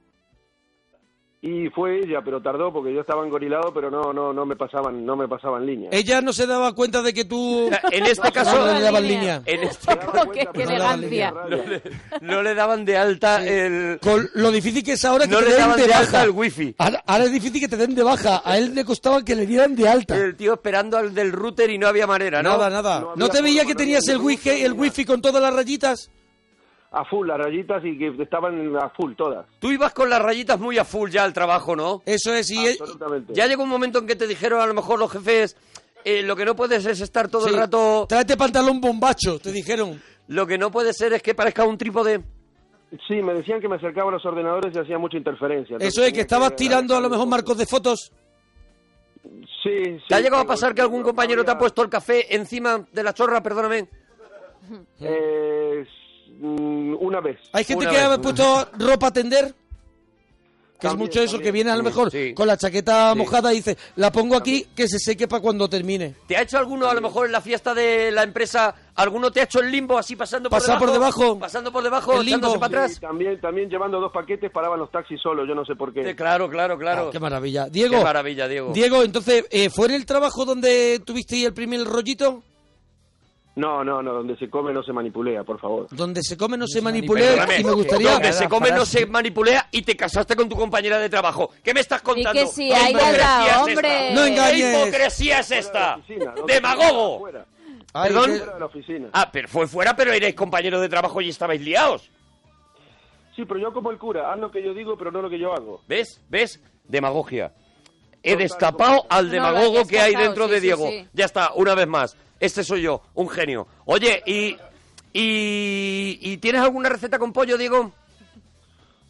J: Y fue ella, pero tardó porque yo estaba engorilado, pero no, no, no me pasaban, no me pasaban líneas.
B: Ella no se daba cuenta de que tú...
C: O sea, En este
B: No
C: caso,
B: le daban línea.
C: en
J: Me
C: este-
J: daba
D: Qué-
J: cuenta,
D: qué
J: pero no daba
D: elegancia.
J: línea,
C: no,
J: rayos.
C: le, no le daban de alta el...
B: Con lo difícil que es ahora que
C: No
B: te
C: le
B: den
C: daban
B: de
C: de
B: baja.
C: alta el wifi.
B: Ahora, ahora es difícil que te den de baja. A él le costaba que le dieran de alta.
C: El tío esperando al del router y no había manera, ¿no?
B: Nada, nada.
J: No
B: ¿No,
J: había
B: te veía
J: forma,
B: que
J: no
B: tenías
J: había
B: el wifi,
J: ningún
B: el wifi con todas las rayitas?
J: a full las rayitas y que estaban a full todas.
C: Tú ibas con las rayitas muy a full ya al trabajo, ¿no?
B: Eso es, y,
J: Absolutamente.
C: Ya llegó un momento en que te dijeron a lo mejor los jefes, eh, lo que no puedes es estar todo
B: Sí.
C: el rato...
B: Tráete pantalón bombacho, te dijeron.
C: Lo que no puede ser es que parezca un trípode.
J: Sí, me decían que me acercaba a los ordenadores y hacía mucha interferencia. Entonces eh,
B: Eso es, que
J: tenía
B: estabas tirando a lo mejor marcos de fotos.
J: Sí, sí.
C: ¿Te ha llegado a
J: pero
C: pasar que algún
J: no
C: compañero te ha
J: sabía-
C: puesto el café encima de la chorra? Perdóname.
J: Eh, s- mm, una vez.
B: Hay gente
C: Una
B: que
C: vez,
B: ha
C: una
B: puesto ropa a tender. Que es
J: También,
B: mucho eso,
J: también.
B: que viene a lo
C: Mm,
B: mejor
C: sí.
B: con la chaqueta
C: Sí.
B: mojada y dice, la pongo aquí que se seque para cuando termine.
C: ¿Te ha hecho alguno, a lo mejor en la fiesta de la empresa, alguno te ha hecho el limbo así pasando por
B: Pasar
C: debajo?
B: por debajo.
C: Pasando por debajo,
B: El limbo.
C: echándose para
J: Sí,
C: atrás.
J: también, también llevando dos paquetes paraban los taxis solos, yo no sé por qué.
C: Eh, Claro, claro, claro.
B: Ah, Qué maravilla. Diego,
C: Qué maravilla, Diego.
B: Diego, entonces, eh, ¿fue en el trabajo donde tuvisteis el primer rollito?
J: No, no, no, donde se come no se manipulea, por favor.
B: Donde se come no se manipulea
C: Perdóname,
B: y me gustaría...
C: Donde se come no se manipulea y te casaste con tu compañera de trabajo. ¿Qué me estás contando?
D: que sí,
C: ¿Qué
D: ahí ya
C: hipocresía
D: está,
C: es esta?
D: hombre.
B: No engañes.
C: ¿Qué hipocresía es esta?
J: Oficina, ¿no?
C: ¡Demagogo!
J: Fuera,
B: Ay,
C: Perdón.
B: que-
J: fuera de la oficina.
C: Ah, pero fue fuera, pero erais compañeros de trabajo y estabais liados.
J: Sí, pero yo como el cura, haz lo que yo digo, pero no lo que yo hago.
C: ¿Ves? ¿Ves? Demagogia. He
J: No,
C: destapado
J: claro,
C: al
D: No,
C: demagogo
D: lo has
C: que hay
D: destapado,
C: dentro
D: sí,
C: de
D: sí,
C: Diego.
D: sí.
C: Ya está, una vez más. Este soy yo, un genio. Oye, y, y, y tienes alguna receta con pollo, Diego?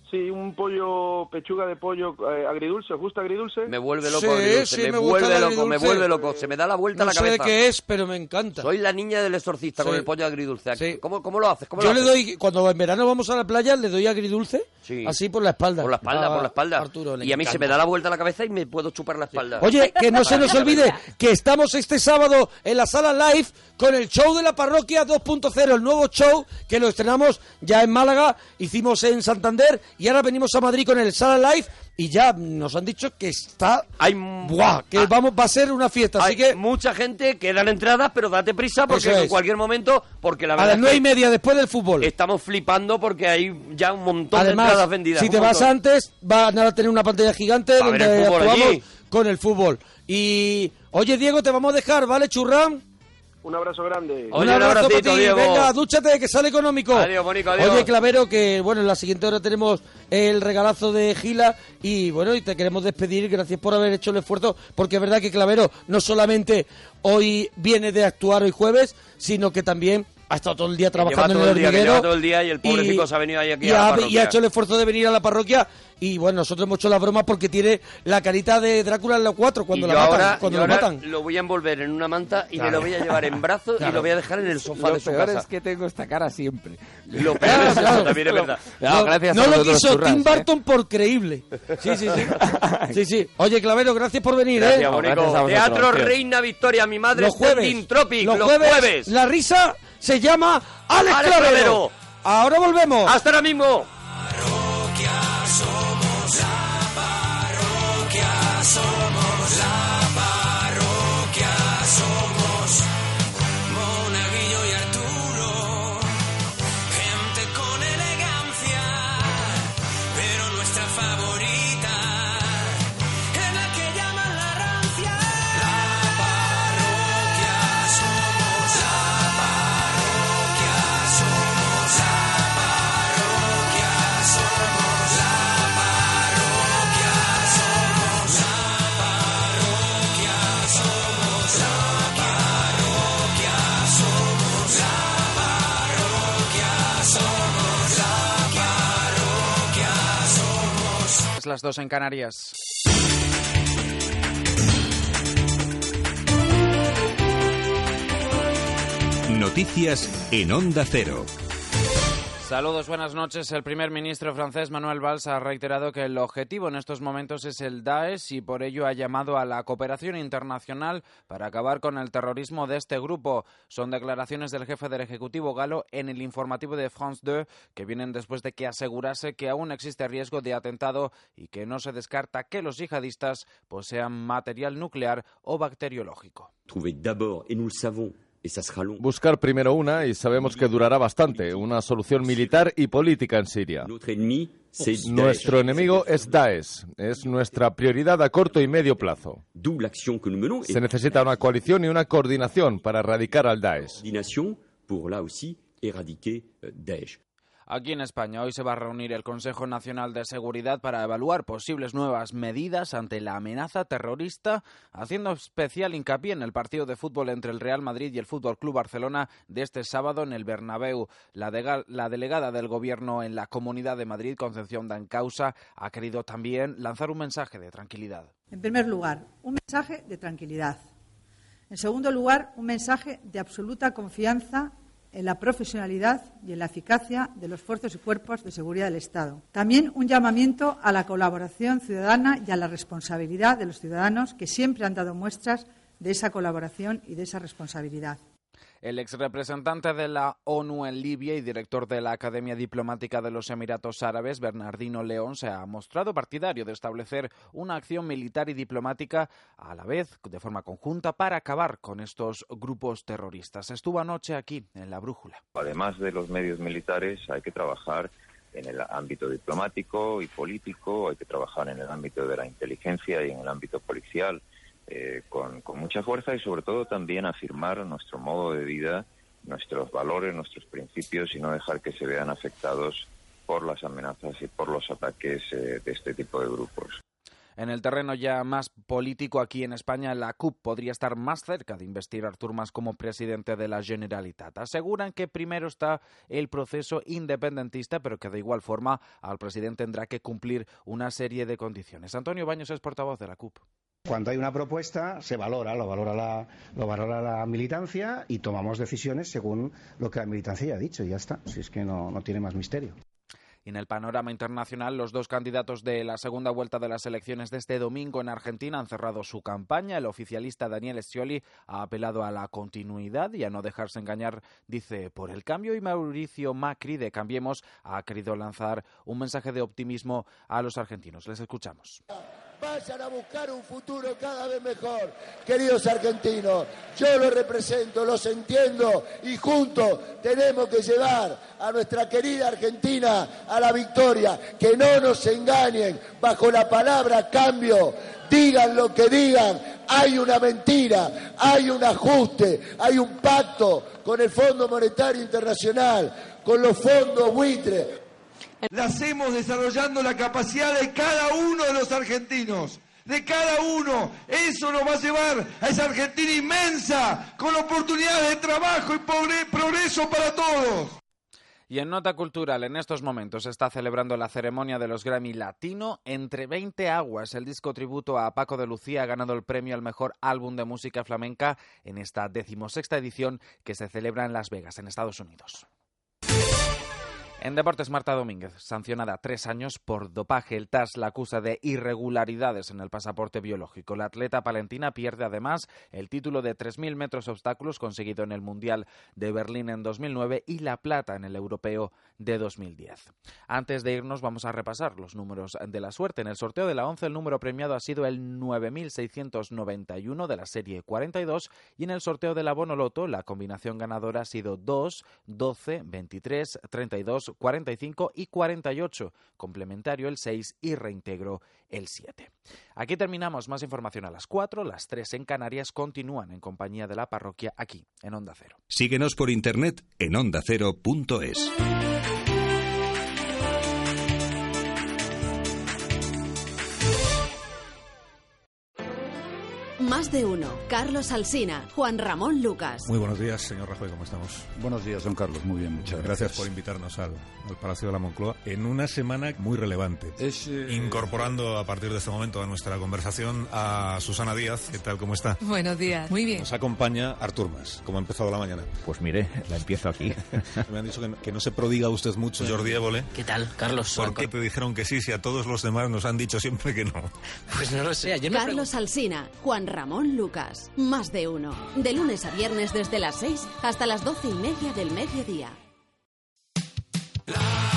J: Sí, un pollo, pechuga de pollo eh, agridulce, ¿os gusta agridulce?
C: Me vuelve loco,
B: Sí,
C: agridulce,
B: sí,
C: me,
B: me gusta
C: vuelve
B: el
C: loco, me
B: agridulce.
C: vuelve loco. Se me da la vuelta
B: No
C: a la
B: sé de
C: cabeza.
B: qué es, pero me encanta.
C: Soy la niña del exorcista con
B: Sí.
C: el pollo agridulce.
B: Sí.
C: ¿Cómo, cómo lo haces? ¿Cómo
B: Yo
C: lo
B: le
C: haces?
B: doy, cuando en verano vamos a la playa, le doy agridulce,
C: Sí.
B: así por la espalda. Ah.
C: Por la espalda,
B: A
C: por la espalda.
B: Arturo, le
C: y a mí se me
B: encanta.
C: da la vuelta a la cabeza y me puedo chupar la espalda.
B: Oye, que no se nos olvide que estamos este sábado en la sala live con el show de la parroquia 2.0, el nuevo show que lo estrenamos ya en Málaga, hicimos en Santander y ahora venimos a Madrid con el sala live y ya nos han dicho que está...
C: Hay-
B: ¡Buah! Que
C: Ah.
B: vamos, va a ser una fiesta, así
C: Hay
B: que...
C: mucha gente que dan entradas, pero date prisa porque
B: Eso
C: en
B: es.
C: cualquier momento, porque la
B: A
C: verdad
B: las
C: es
B: nueve y
C: que
B: media después del fútbol.
C: estamos flipando porque hay ya un montón de
B: Además,
C: entradas vendidas.
B: si
C: un
B: te vas
C: montón.
B: antes, van a tener una pantalla gigante
C: Va a haber
B: donde
C: el fútbol
B: actuamos
C: allí.
B: con el fútbol. Y oye Diego, te vamos a dejar, ¿vale, churrán?
J: Un abrazo grande.
C: Oye, un abracito,
B: para ti.
C: Diego.
B: Venga, dúchate, que sale económico.
C: Adiós, bonito, adiós.
B: Oye, Clavero, que bueno, en la siguiente hora tenemos el regalazo de Gila. Y bueno, y te queremos despedir. Gracias por haber hecho el esfuerzo. Porque es verdad que Clavero no solamente hoy viene de actuar hoy jueves, sino que también ha estado todo el día trabajando
C: lleva todo
B: en el
C: el día, que
B: hormiguero.
C: lleva todo el día y el pobrecito se ha venido ahí aquí
B: y
C: a la
B: ha- y
C: parroquia.
B: ha hecho el esfuerzo de venir a la parroquia. Y bueno, nosotros hemos hecho la broma porque tiene la carita de Drácula en los cuatro cuando
C: Y
B: la
C: yo
B: matan.
C: ahora,
B: cuando
C: yo
B: lo
C: ahora
B: matan.
C: lo voy a envolver en una manta y me lo voy a llevar en brazos y lo voy a dejar en el sofá
E: Lo
C: de su
E: peor
C: casa.
E: es que tengo esta cara siempre.
C: Lo peor es eso, también es verdad.
E: No, gracias
B: no
E: a
B: lo
E: vosotros,
B: quiso
E: churras,
B: Tim
E: ¿eh?
B: Burton por creíble. Sí, sí, sí. Sí, sí. Oye, Clavero, gracias por venir, ¿eh?
C: Gracias,
E: gracias
C: Bonico.
E: a vosotros,
C: Teatro
E: tío.
C: Reina Victoria, mi madre
B: Los
C: está en
B: jueves,
C: Team Tropic, los, jueves.
B: La risa se llama Alex,
C: Alex
B: Clavero.
C: Clavero.
B: Ahora volvemos.
C: Hasta ahora mismo.
A: Monaguillo y Arturo, gente con elegancia, pero nuestra favorita es la que llaman la rancia. La parroquia somos, la parroquia somos, la parroquia somos, la parroquia somos, la parroquia somos, la parroquia somos, la parroquia somos, la parroquia somos.
K: Las dos en Canarias.
L: Noticias en Onda Cero.
K: Saludos, buenas noches. El primer ministro francés Manuel Valls ha reiterado que el objetivo en estos momentos es el Daesh y por ello ha llamado a la cooperación internacional para acabar con el terrorismo de este grupo. Son declaraciones del jefe del Ejecutivo galo en el informativo de France 2 que vienen después de que asegurase que aún existe riesgo de atentado y que no se descarta que los yihadistas posean material nuclear o bacteriológico.
M: trouver d'abord, et nous le savons, et ça sera long,
N: Buscar primero una, y sabemos que durará bastante, una solución militar y política en Siria.
M: notre ennemi, c'est Daesh.
N: Nuestro enemigo es Daesh. Es nuestra prioridad a corto y medio plazo.
M: D'où l'action que nous menons et
N: Se necesita una coalición y una coordinación para erradicar al Daesh.
M: coordination pour là aussi éradiquer euh, Daesh.
K: Aquí en España hoy se va a reunir el Consejo Nacional de Seguridad para evaluar posibles nuevas medidas ante la amenaza terrorista, haciendo especial hincapié en el partido de fútbol entre el Real Madrid y el Fútbol Club Barcelona de este sábado en el Bernabéu. La, dega- la delegada del Gobierno en la Comunidad de Madrid, Concepción Dancausa, ha querido también lanzar un mensaje de tranquilidad.
O: En primer lugar, un mensaje de tranquilidad. En segundo lugar, un mensaje de absoluta confianza en la profesionalidad y en la eficacia de los fuerzas y cuerpos de seguridad del Estado. También un llamamiento a la colaboración ciudadana y a la responsabilidad de los ciudadanos que siempre han dado muestras de esa colaboración y de esa responsabilidad.
K: El ex representante de la ONU en Libia y director de la Academia Diplomática de los Emiratos Árabes, Bernardino León, se ha mostrado partidario de establecer una acción militar y diplomática a la vez, de forma conjunta, para acabar con estos grupos terroristas. Estuvo anoche aquí, en La Brújula.
P: Además de los medios militares, hay que trabajar en el ámbito diplomático y político, hay que trabajar en el ámbito de la inteligencia y en el ámbito policial eh, con, con mucha fuerza y sobre todo también afirmar nuestro modo de vida, nuestros valores, nuestros principios y no dejar que se vean afectados por las amenazas y por los ataques eh, de este tipo de grupos.
K: En el terreno ya más político aquí en España, la CUP podría estar más cerca de investir a Artur Mas como presidente de la Generalitat. Aseguran que primero está el proceso independentista, pero que de igual forma al presidente tendrá que cumplir una serie de condiciones. Antonio Baños es portavoz de la CUP.
Q: Cuando hay una propuesta, se valora, lo valora la, lo valora la militancia y tomamos decisiones según lo que la militancia ya ha dicho y ya está. Si es que no, no tiene más misterio.
K: Y en el panorama internacional, los dos candidatos de la segunda vuelta de las elecciones de este domingo en Argentina han cerrado su campaña. El oficialista Daniel Scioli ha apelado a la continuidad y a no dejarse engañar, dice, por el cambio. Y Mauricio Macri de Cambiemos ha querido lanzar un mensaje de optimismo a los argentinos. Les escuchamos.
R: Vayan a buscar un futuro cada vez mejor, queridos argentinos. Yo los represento, los entiendo y juntos tenemos que llevar a nuestra querida Argentina a la victoria. Que no nos engañen bajo la palabra cambio. Digan lo que digan, hay una mentira, hay un ajuste, hay un pacto con el Fondo Monetario Internacional, con los fondos buitres,
S: la hacemos desarrollando la capacidad de cada uno de los argentinos. De cada uno. Eso nos va a llevar a esa Argentina inmensa, con oportunidades de trabajo y pobre- progreso para todos.
K: Y en nota cultural, en estos momentos se está celebrando la ceremonia de los Grammy Latino entre 20 aguas. El disco tributo a Paco de Lucía ha ganado el premio al mejor álbum de música flamenca en esta decimosexta edición que se celebra en Las Vegas, en Estados Unidos. En deportes, Marta Domínguez, sancionada tres años por dopaje. El TAS la acusa de irregularidades en el pasaporte biológico. La atleta palentina pierde además el título de 3.000 metros obstáculos conseguido en el Mundial de Berlín en 2009 y la plata en el Europeo de 2010. Antes de irnos, vamos a repasar los números de la suerte. En el sorteo de la 11, el número premiado ha sido el 9.691 de la serie 42 y en el sorteo de la Bonoloto, la combinación ganadora ha sido 2, 12, 23, 32, 45 y 48, complementario el 6 y reintegro el 7. Aquí terminamos. Más información a las 4, las 3 en Canarias continúan en compañía de la parroquia aquí, en Onda Cero.
L: Síguenos por internet en ondacero.es.
T: Más de uno. Carlos Alsina, Juan Ramón Lucas.
U: Muy buenos días, señor Rajoy, ¿cómo estamos?
V: Buenos días, don Carlos. Muy bien, muchas
U: Gracias, por invitarnos al, al Palacio de la Moncloa en una semana muy relevante.
V: eh,
U: Incorporando a partir de este momento a nuestra conversación a Susana Díaz, ¿qué tal, cómo está?
W: Buenos días. Muy bien.
U: Nos acompaña Artur Mas, como ha empezado la mañana. Pues mire, la empiezo aquí. Me han dicho que, que no se prodiga usted mucho, Jordi Évole.
X: ¿Qué tal, Carlos?
U: ¿Por qué te dijeron que sí si a todos los demás nos han dicho siempre que no?
X: Pues no lo sé, ayer me pregun-
T: Carlos Alsina, Juan Ramón Lucas. Más de uno. De lunes a viernes desde las 6 hasta las doce y media del mediodía.
A: parroquia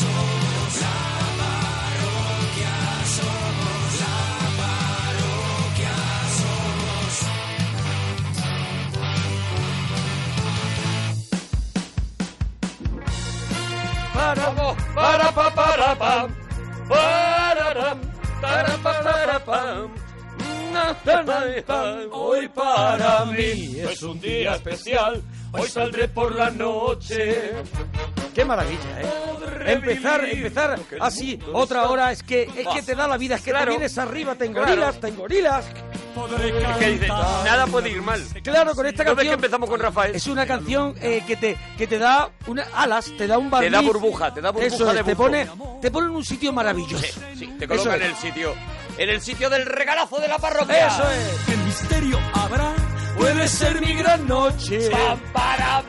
A: somos, la parroquia somos, la parroquia somos, la parroquia somos.
C: Para, para, pa, para, pam. Pararam, tarapam, tarapam. Na,
A: Hoy para mí es un día especial. Hoy saldré por la noche.
B: Qué maravilla, ¿eh? Empezar, empezar así otra hora es que es que te da la vida, es que te vienes arriba, te engorilas, te engorilas.
C: Es que dices, nada puede ir mal.
B: Claro, con esta
C: ¿No ves
B: canción
C: que empezamos con Rafael.
B: Es una canción eh, que te que te da una alas, te da un barniz.
C: da burbuja, te da burbuja
B: Eso es,
C: de
B: te
C: buzón.
B: pone te pone en un sitio maravilloso.
C: Te coloca
B: Eso
C: en
B: es.
C: el sitio. En el sitio del regalazo de la parroquia.
B: Eso
C: es.
A: El misterio habrá. Puede ser mi gran noche. para,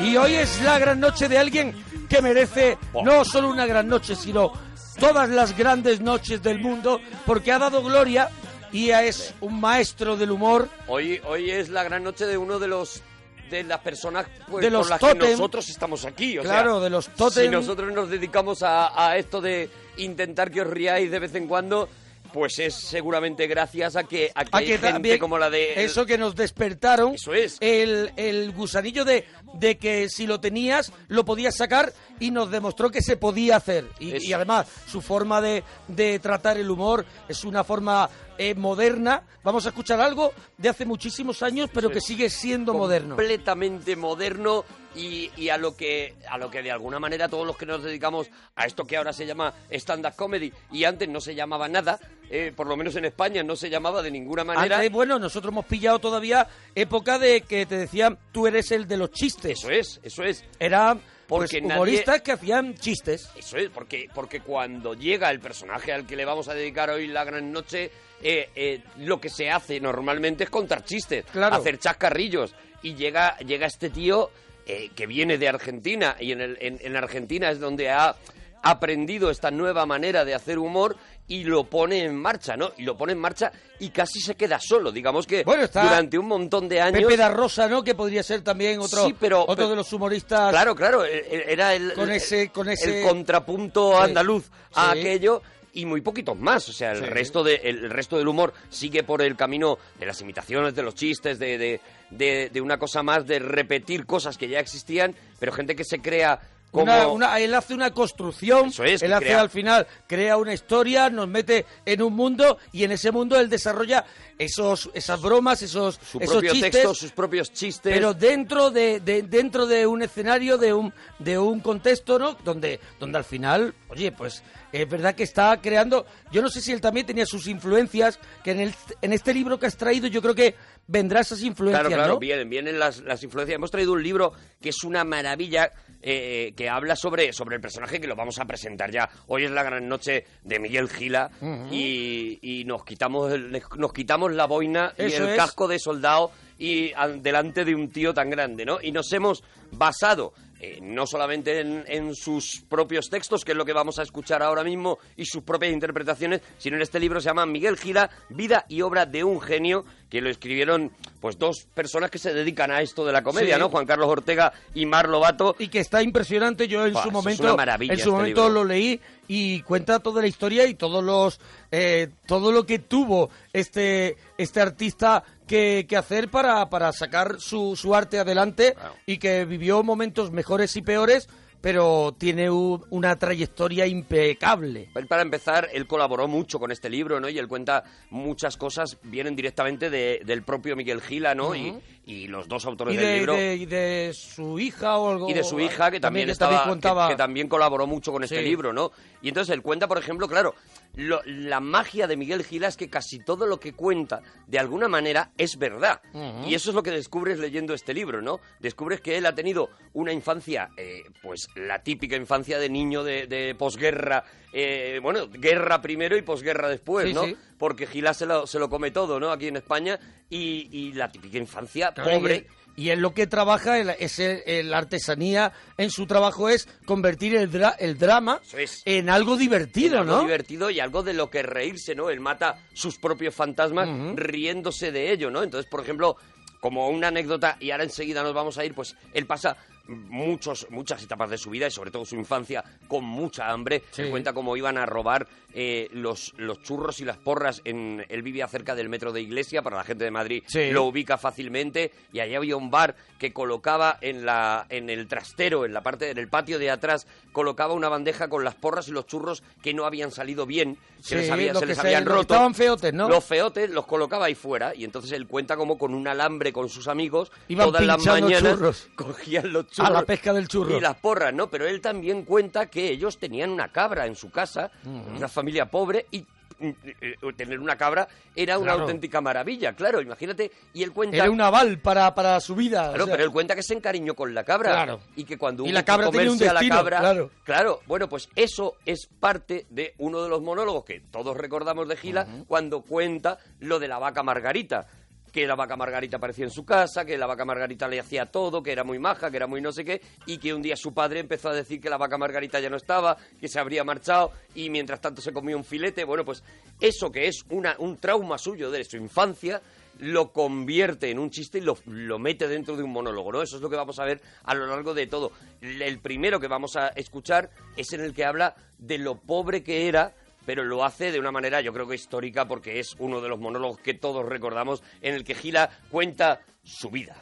B: Y hoy es la gran noche de alguien que merece no solo una gran noche, sino todas las grandes noches del mundo, porque ha dado gloria y es un maestro del humor.
C: Hoy, hoy es la gran noche de uno de los de las personas pues,
B: De los
C: por las
B: tótem.
C: que nosotros estamos aquí. O
B: Claro,
C: sea,
B: de los tótem.
C: Si nosotros nos dedicamos a, a esto de intentar que os riáis de vez en cuando, pues es seguramente gracias a que, a que
B: A
C: hay
B: que
C: gente
B: también
C: como la de...
B: Eso que nos despertaron. El, el gusanillo de, de que si lo tenías, lo podías sacar y nos demostró que se podía hacer. Y, y además, su forma de, de tratar el humor es una forma eh, moderna. Vamos a escuchar algo de hace muchísimos años, pero
C: Sí.
B: que sigue siendo moderno.
C: completamente moderno y, y a lo que a lo que de alguna manera todos los que nos dedicamos a esto que ahora se llama stand up comedy y antes no se llamaba nada eh, por lo menos en España no se llamaba de ninguna manera
B: Antes, bueno, nosotros hemos pillado todavía época de que te decían tú eres el de los chistes. Eso
C: es, eso es.
B: Eran pues,
C: Porque nadie-
B: humoristas que hacían chistes.
C: Eso es, porque, porque cuando llega el personaje al que le vamos a dedicar hoy la gran noche, eh, eh, lo que se hace normalmente es contar chistes,
B: Claro.
C: hacer chascarrillos. Y llega, llega este tío eh, que viene de Argentina, y en, el- en- en Argentina es donde ha aprendido esta nueva manera de hacer humor y lo pone en marcha, ¿no? Y lo pone en marcha y casi se queda solo, digamos que durante un montón de años...
B: Pepe da Rosa, ¿no? Que podría ser también otro,
C: Sí, pero-
B: otro
C: pero-
B: de los humoristas.
C: Claro, claro, e- e- era el,
B: Con
C: el-
B: ese- con ese-
C: el contrapunto
B: Sí.
C: andaluz a
B: Sí.
C: aquello y muy poquitos más, o sea, el
B: Sí.
C: resto de el resto del humor sigue por el camino de las imitaciones, de los chistes, de, de, de- de una cosa más de repetir cosas que ya existían, pero gente que se crea como
B: Una- una- él hace una construcción,
C: es,
B: él
C: que
B: hace
C: crea-
B: al final, crea una historia, nos mete en un mundo y en ese mundo él desarrolla esos, esas bromas, esos,
C: su
B: esos
C: propio
B: chistes,
C: texto, sus propios chistes.
B: pero dentro de, de- dentro de un escenario, de un, de un contexto, ¿no? Donde, donde al final, oye, pues es verdad que está creando, yo no sé si él también tenía sus influencias, que en, el, en este libro que has traído yo creo que vendrá esas influencias,
C: Claro, claro,
B: ¿no?
C: vienen, vienen las, las influencias. Hemos traído un libro que es una maravilla, eh, que habla sobre, sobre el personaje que lo vamos a presentar ya. Hoy es la gran noche de Miguel Gila
B: Ujú.
C: y, y nos, quitamos el- nos quitamos la boina y
B: Eso
C: el
B: es.
C: casco de soldado y al- delante de un tío tan grande, ¿no? Y nos hemos basado... eh, no solamente en, en sus propios textos, que es lo que vamos a escuchar ahora mismo, y sus propias interpretaciones, sino en este libro se llama Miguel Gila, Vida y Obra de un Genio, que lo escribieron pues dos personas que se dedican a esto de la comedia,
B: Sí.
C: ¿no? Juan Carlos Ortega y Mar Lobato.
B: Y que está impresionante. Yo en
C: Buah,
B: su
C: eso es
B: momento,
C: una maravilla
B: en su
C: este
B: momento
C: libro.
B: lo leí y cuenta toda la historia y todos los, eh, todo lo que tuvo este, este artista que, que hacer para, para sacar su, su arte adelante y que vivió momentos mejores y peores, pero tiene un- una trayectoria impecable.
C: Él, para empezar, él colaboró mucho con este libro, ¿no? Y él cuenta muchas cosas, vienen directamente de- del propio Miguel Gila, ¿no?
B: Ujú.
C: y, y los dos autores
B: Y
C: del
B: de,
C: libro.
B: de- y de su hija o algo.
C: y de su hija que también,
B: que
C: estaba
B: contaba-
C: que, que también colaboró mucho con este
B: Sí.
C: libro no y entonces él cuenta por ejemplo claro lo- la magia de Miguel Gila es que casi todo lo que cuenta de alguna manera es verdad
B: Ujú.
C: y eso es lo que descubres leyendo este libro no descubres que él ha tenido una infancia eh, pues la típica infancia de niño de, de posguerra eh, bueno guerra primero y posguerra después
B: Sí,
C: no
B: sí.
C: porque Gila se lo, se lo come todo no aquí en España y, y la típica infancia
B: Claro,
C: pobre
B: Y es lo que trabaja, el- es el- el- la artesanía en su trabajo es convertir el, dra- el drama
C: es.
B: en algo divertido,
C: algo
B: ¿no?
C: divertido y algo de lo que reírse, ¿no? Él mata sus propios fantasmas
B: Ujú.
C: riéndose de ello, ¿no? Entonces, por ejemplo, como una anécdota, y ahora enseguida nos vamos a ir, pues él pasa muchos, muchas etapas de su vida y sobre todo su infancia con mucha hambre. Se cuenta cómo iban a robar eh, los, los churros y las porras. En, él vivía cerca del metro de Iglesia, para la gente de Madrid
B: Sí.
C: lo ubica fácilmente. Y allí había un bar que colocaba en, la, en el trastero, en la parte del patio de atrás, colocaba una bandeja con las porras y los churros que no habían salido bien, que
B: Sí,
C: les había-
B: los
C: se
B: que
C: les
B: se-
C: habían
B: los que
C: roto.
B: estaban feotes, ¿no?
C: Los feotes los colocaba ahí fuera y entonces él cuenta como con un alambre con sus amigos
B: Iban
C: todas las
B: pinchando
C: mañanas
B: churros.
C: cogían los
B: A
C: churros
B: la pesca del churro.
C: y las porras, ¿no? Pero él también cuenta que ellos tenían una cabra en su casa,
B: Ujú.
C: una familia pobre y mm, eh, tener una cabra era una
B: Claro.
C: auténtica maravilla, claro, imagínate. Y él cuenta...
B: Era un aval para, para su vida. o
C: Claro,
B: sea.
C: pero él cuenta que se encariñó con la cabra.
B: Claro.
C: Y que cuando
B: Y
C: hubo
B: la
C: que
B: cabra tenía un
C: comerse a
B: destino,
C: la cabra.
B: claro.
C: claro, bueno, pues eso es parte de uno de los monólogos que todos recordamos de Gila cuando cuenta lo de la vaca Margarita. Que la vaca Margarita aparecía en su casa, que la vaca Margarita le hacía todo, que era muy maja, que era muy no sé qué, y que un día su padre empezó a decir que la vaca Margarita ya no estaba, que se habría marchado, y mientras tanto se comió un filete. Bueno, pues eso que es una, un trauma suyo de su infancia, lo convierte en un chiste y lo, lo mete dentro de un monólogo, ¿no? Eso es lo que vamos a ver a lo largo de todo. El el primero que vamos a escuchar es en el que habla de lo pobre que era, pero lo hace de una manera yo creo que histórica porque es uno de los monólogos que todos recordamos en el que Gila cuenta su vida.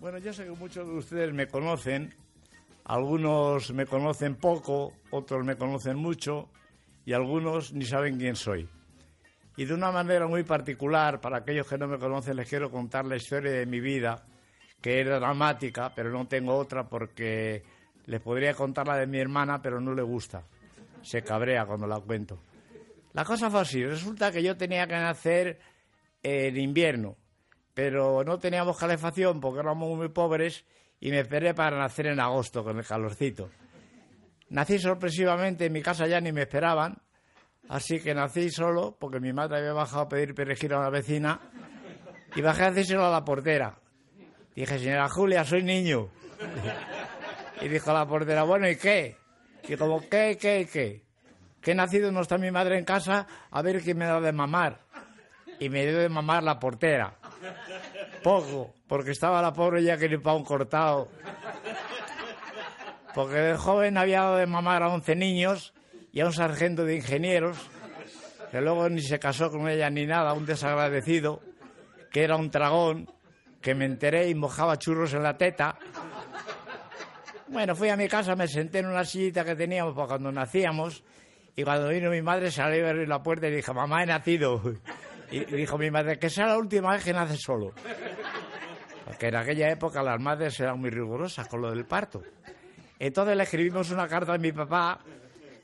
F: Bueno, yo sé que muchos de ustedes me conocen, algunos me conocen poco, otros me conocen mucho y algunos ni saben quién soy. Y de una manera muy particular, para aquellos que no me conocen, les quiero contar la historia de mi vida, que era dramática, pero no tengo otra porque les podría contar la de mi hermana, pero no le gusta. Se cabrea cuando la cuento. La cosa fue así. Resulta que yo tenía que nacer en invierno, pero no teníamos calefacción porque éramos muy pobres y me esperé para nacer en agosto con el calorcito. Nací sorpresivamente, en mi casa ya ni me esperaban, así que nací solo porque mi madre había bajado a pedir perejil a una vecina y bajé a decírselo a la portera. Dije, señora Julia, soy niño. Y dijo la portera, bueno, ¿y qué? Y como, ¿qué, qué, qué? Que he nacido, no está mi madre en casa, a ver quién me da de mamar. Y me dio de mamar la portera. Poco, porque estaba la pobre ya que ni pa' un cortado. Porque de joven había dado de mamar a 11 niños y a un sargento de ingenieros, que luego ni se casó con ella ni nada, un desagradecido, que era un tragón, que me enteré y mojaba churros en la teta. Bueno, fui a mi casa, me senté en una sillita que teníamos para cuando nacíamos y cuando vino mi madre salí a abrir la puerta y dije, mamá, he nacido. Y dijo mi madre, que sea la última vez que naces solo. Porque en aquella época las madres eran muy rigurosas con lo del parto. Entonces le escribimos una carta a mi papá,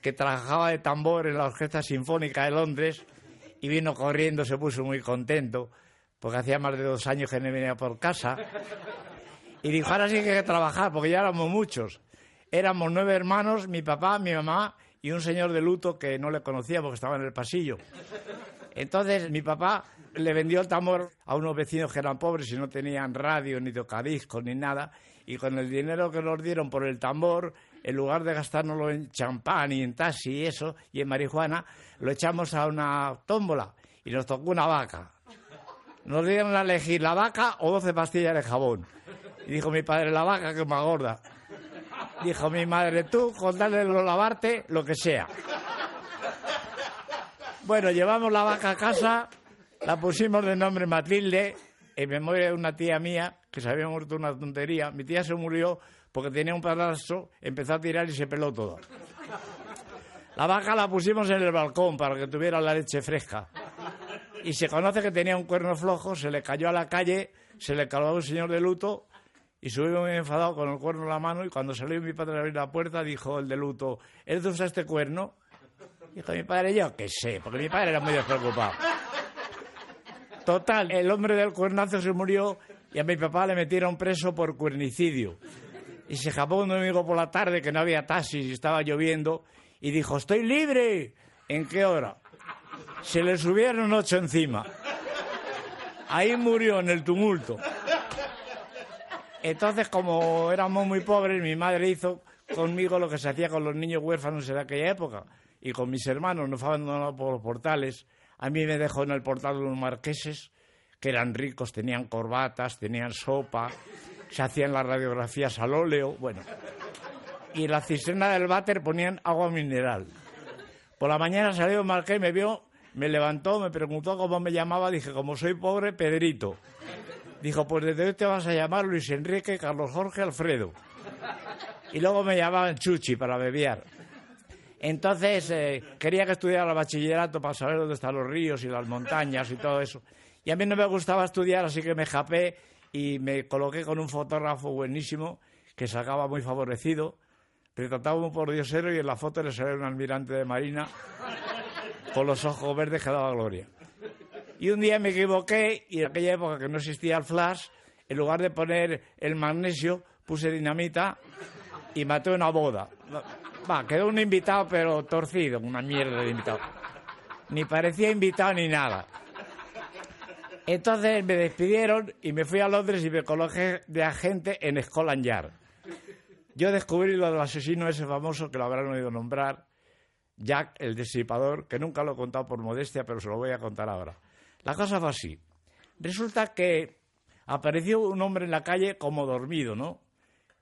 F: que trabajaba de tambor en la Orquesta Sinfónica de Londres, y vino corriendo, se puso muy contento, porque hacía más de dos años que no venía por casa. Y dijo, ahora sí que hay que trabajar, porque ya éramos muchos. Éramos nueve hermanos, mi papá, mi mamá y un señor de luto que no le conocía porque estaba en el pasillo. Entonces mi papá le vendió el tambor a unos vecinos que eran pobres y no tenían radio, ni tocadiscos, ni nada. Y con el dinero que nos dieron por el tambor, en lugar de gastárnoslo en champán y en taxi y eso, y en marihuana, lo echamos a una tómbola y nos tocó una vaca. Nos dieron a elegir la vaca o 12 pastillas de jabón. Y dijo mi padre, la vaca que me agorda. Dijo mi madre, tú, con darle lo lavarte, lo que sea. Bueno, llevamos la vaca a casa, la pusimos de nombre Matilde, en memoria de una tía mía que se había muerto una tontería. Mi tía se murió porque tenía un padrastro, empezó a tirar y se peló todo. La vaca la pusimos en el balcón para que tuviera la leche fresca. Y se conoce que tenía un cuerno flojo, se le cayó a la calle, se le caló a un señor de luto y subió muy enfadado con el cuerno en la mano y cuando salió mi padre a abrir la puerta dijo el de luto, ¿es de usar este cuerno? Dijo mi padre, yo qué sé, porque mi padre era muy despreocupado. Total, el hombre del cuernazo se murió y a mi papá le metieron preso por cuernicidio. Y se escapó un domingo por la tarde que no había taxis y estaba lloviendo y dijo, estoy libre. ¿En qué hora? Se le subieron ocho encima. Ahí murió en el tumulto. Entonces, como éramos muy pobres, mi madre hizo conmigo lo que se hacía con los niños huérfanos en aquella época. Y con mis hermanos nos fue abandonado por los portales. A mí me dejó en el portal de unos marqueses que eran ricos, tenían corbatas, tenían sopa, se hacían las radiografías al óleo, bueno. Y en la cisterna del váter ponían agua mineral. Por la mañana salió el marqués, me vio, me levantó, me preguntó cómo me llamaba, dije, como soy pobre, Pedrito. Dijo, pues desde hoy te vas a llamar Luis Enrique, Carlos Jorge, Alfredo. Y luego me llamaban Chuchi para bebiar. Entonces eh, quería que estudiara el bachillerato para saber dónde están los ríos y las montañas y todo eso. Y a mí no me gustaba estudiar, así que me japé y me coloqué con un fotógrafo buenísimo que sacaba muy favorecido. Retrataba un pordiosero y en la foto le salía un almirante de marina con los ojos verdes que daba gloria. Y un día me equivoqué y en aquella época que no existía el flash, en lugar de poner el magnesio, puse dinamita y maté una boda. Va, quedó un invitado pero torcido, una mierda de invitado. Ni parecía invitado ni nada. Entonces me despidieron y me fui a Londres y me coloqué de agente en Scotland Yard. Yo descubrí lo del asesino ese famoso que lo habrán oído nombrar, Jack el Desipador, que nunca lo he contado por modestia, pero se lo voy a contar ahora. La cosa fue así. Resulta que apareció un hombre en la calle como dormido, ¿no?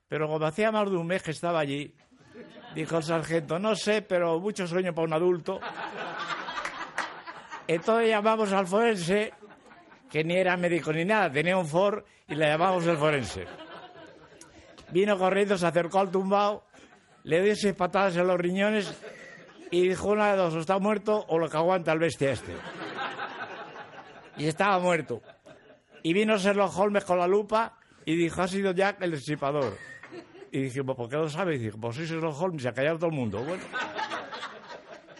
F: Pero como hacía más de un mes que estaba allí, dijo el sargento, no sé, pero mucho sueño para un adulto. Entonces llamamos al forense, que ni era médico ni nada, tenía un Ford y le llamamos el forense. Vino corriendo, se acercó al tumbao, le dio seis patadas en los riñones y dijo una de dos, o está muerto o lo que aguanta el bestia este. Y estaba muerto. Y vino Sherlock Holmes con la lupa y dijo, ha sido Jack el disipador. Y dijimos, ¿por qué lo sabes? Y dijo, pues soy Sherlock Holmes, se ha callado todo el mundo. Bueno,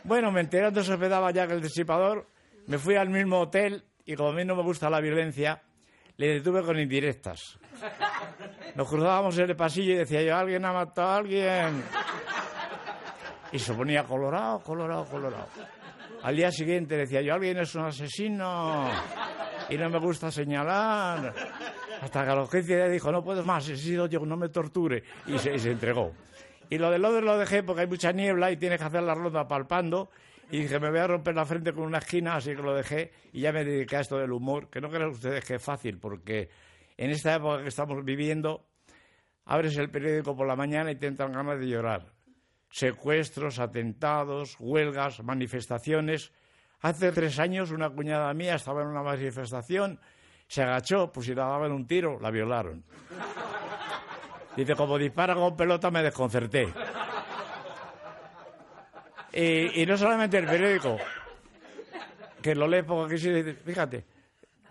F: bueno me enteré dónde se hospedaba Jack el disipador, me fui al mismo hotel y como a mí no me gusta la violencia, le detuve con indirectas. Nos cruzábamos en el pasillo y decía yo, alguien ha matado a alguien. Y se ponía colorado, colorado, colorado. Al día siguiente decía yo, alguien es un asesino y no me gusta señalar. Hasta que a los 15 días dijo, no puedo más, he sido yo, no me torture. Y se, y se entregó. Y lo de Londres lo dejé porque hay mucha niebla y tienes que hacer la ronda palpando. Y dije, me voy a romper la frente con una esquina, así que lo dejé y ya me dediqué a esto del humor, que no crean ustedes que es fácil, porque en esta época que estamos viviendo, abres el periódico por la mañana y te entran ganas de llorar secuestros, atentados, huelgas, manifestaciones. Hace tres años una cuñada mía estaba en una manifestación, se agachó, pues si la daban un tiro, la violaron. Dice, como dispara con pelota me desconcerté. Y, y no solamente el periódico, que lo lees poco aquí, sí, fíjate,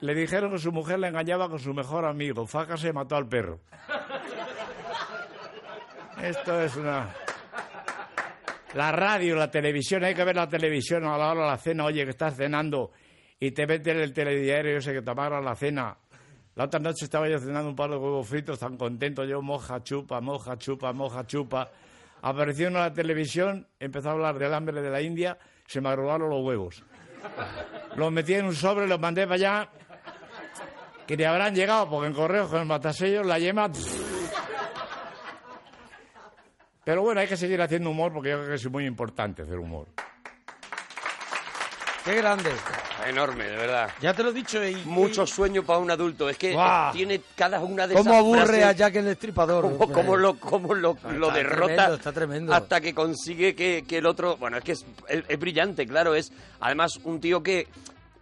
F: le dijeron que su mujer la engañaba con su mejor amigo, Faca se mató al perro. Esto es una... La radio, la televisión, hay que ver la televisión a la hora de la cena. Oye, que estás cenando y te meten en el telediario ese que te amarra la cena. La otra noche estaba yo cenando un par de huevos fritos, tan contento yo, moja, chupa, moja, chupa, moja, chupa. Apareció en la televisión, empezó a hablar del hambre de la India, se me arrugaron los huevos. Los metí en un sobre, los mandé para allá, que te habrán llegado, porque en correos con el matasellos la yema... Pero bueno, hay que seguir haciendo humor porque yo creo que es muy importante hacer humor.
B: Qué grande.
C: Enorme, de verdad.
B: Ya te lo he dicho. Y,
C: Mucho sueño para un adulto. Es que
B: ¡Guau!
C: tiene cada una de
B: ¿Cómo
C: esas
B: aburre
C: frases-
B: a Jack el Destripador?
C: cómo, cómo lo, cómo lo, lo
B: está
C: derrota
B: tremendo, está tremendo.
C: hasta que consigue que, que el otro... Bueno, es que es, es- es brillante, claro. Es además un tío que...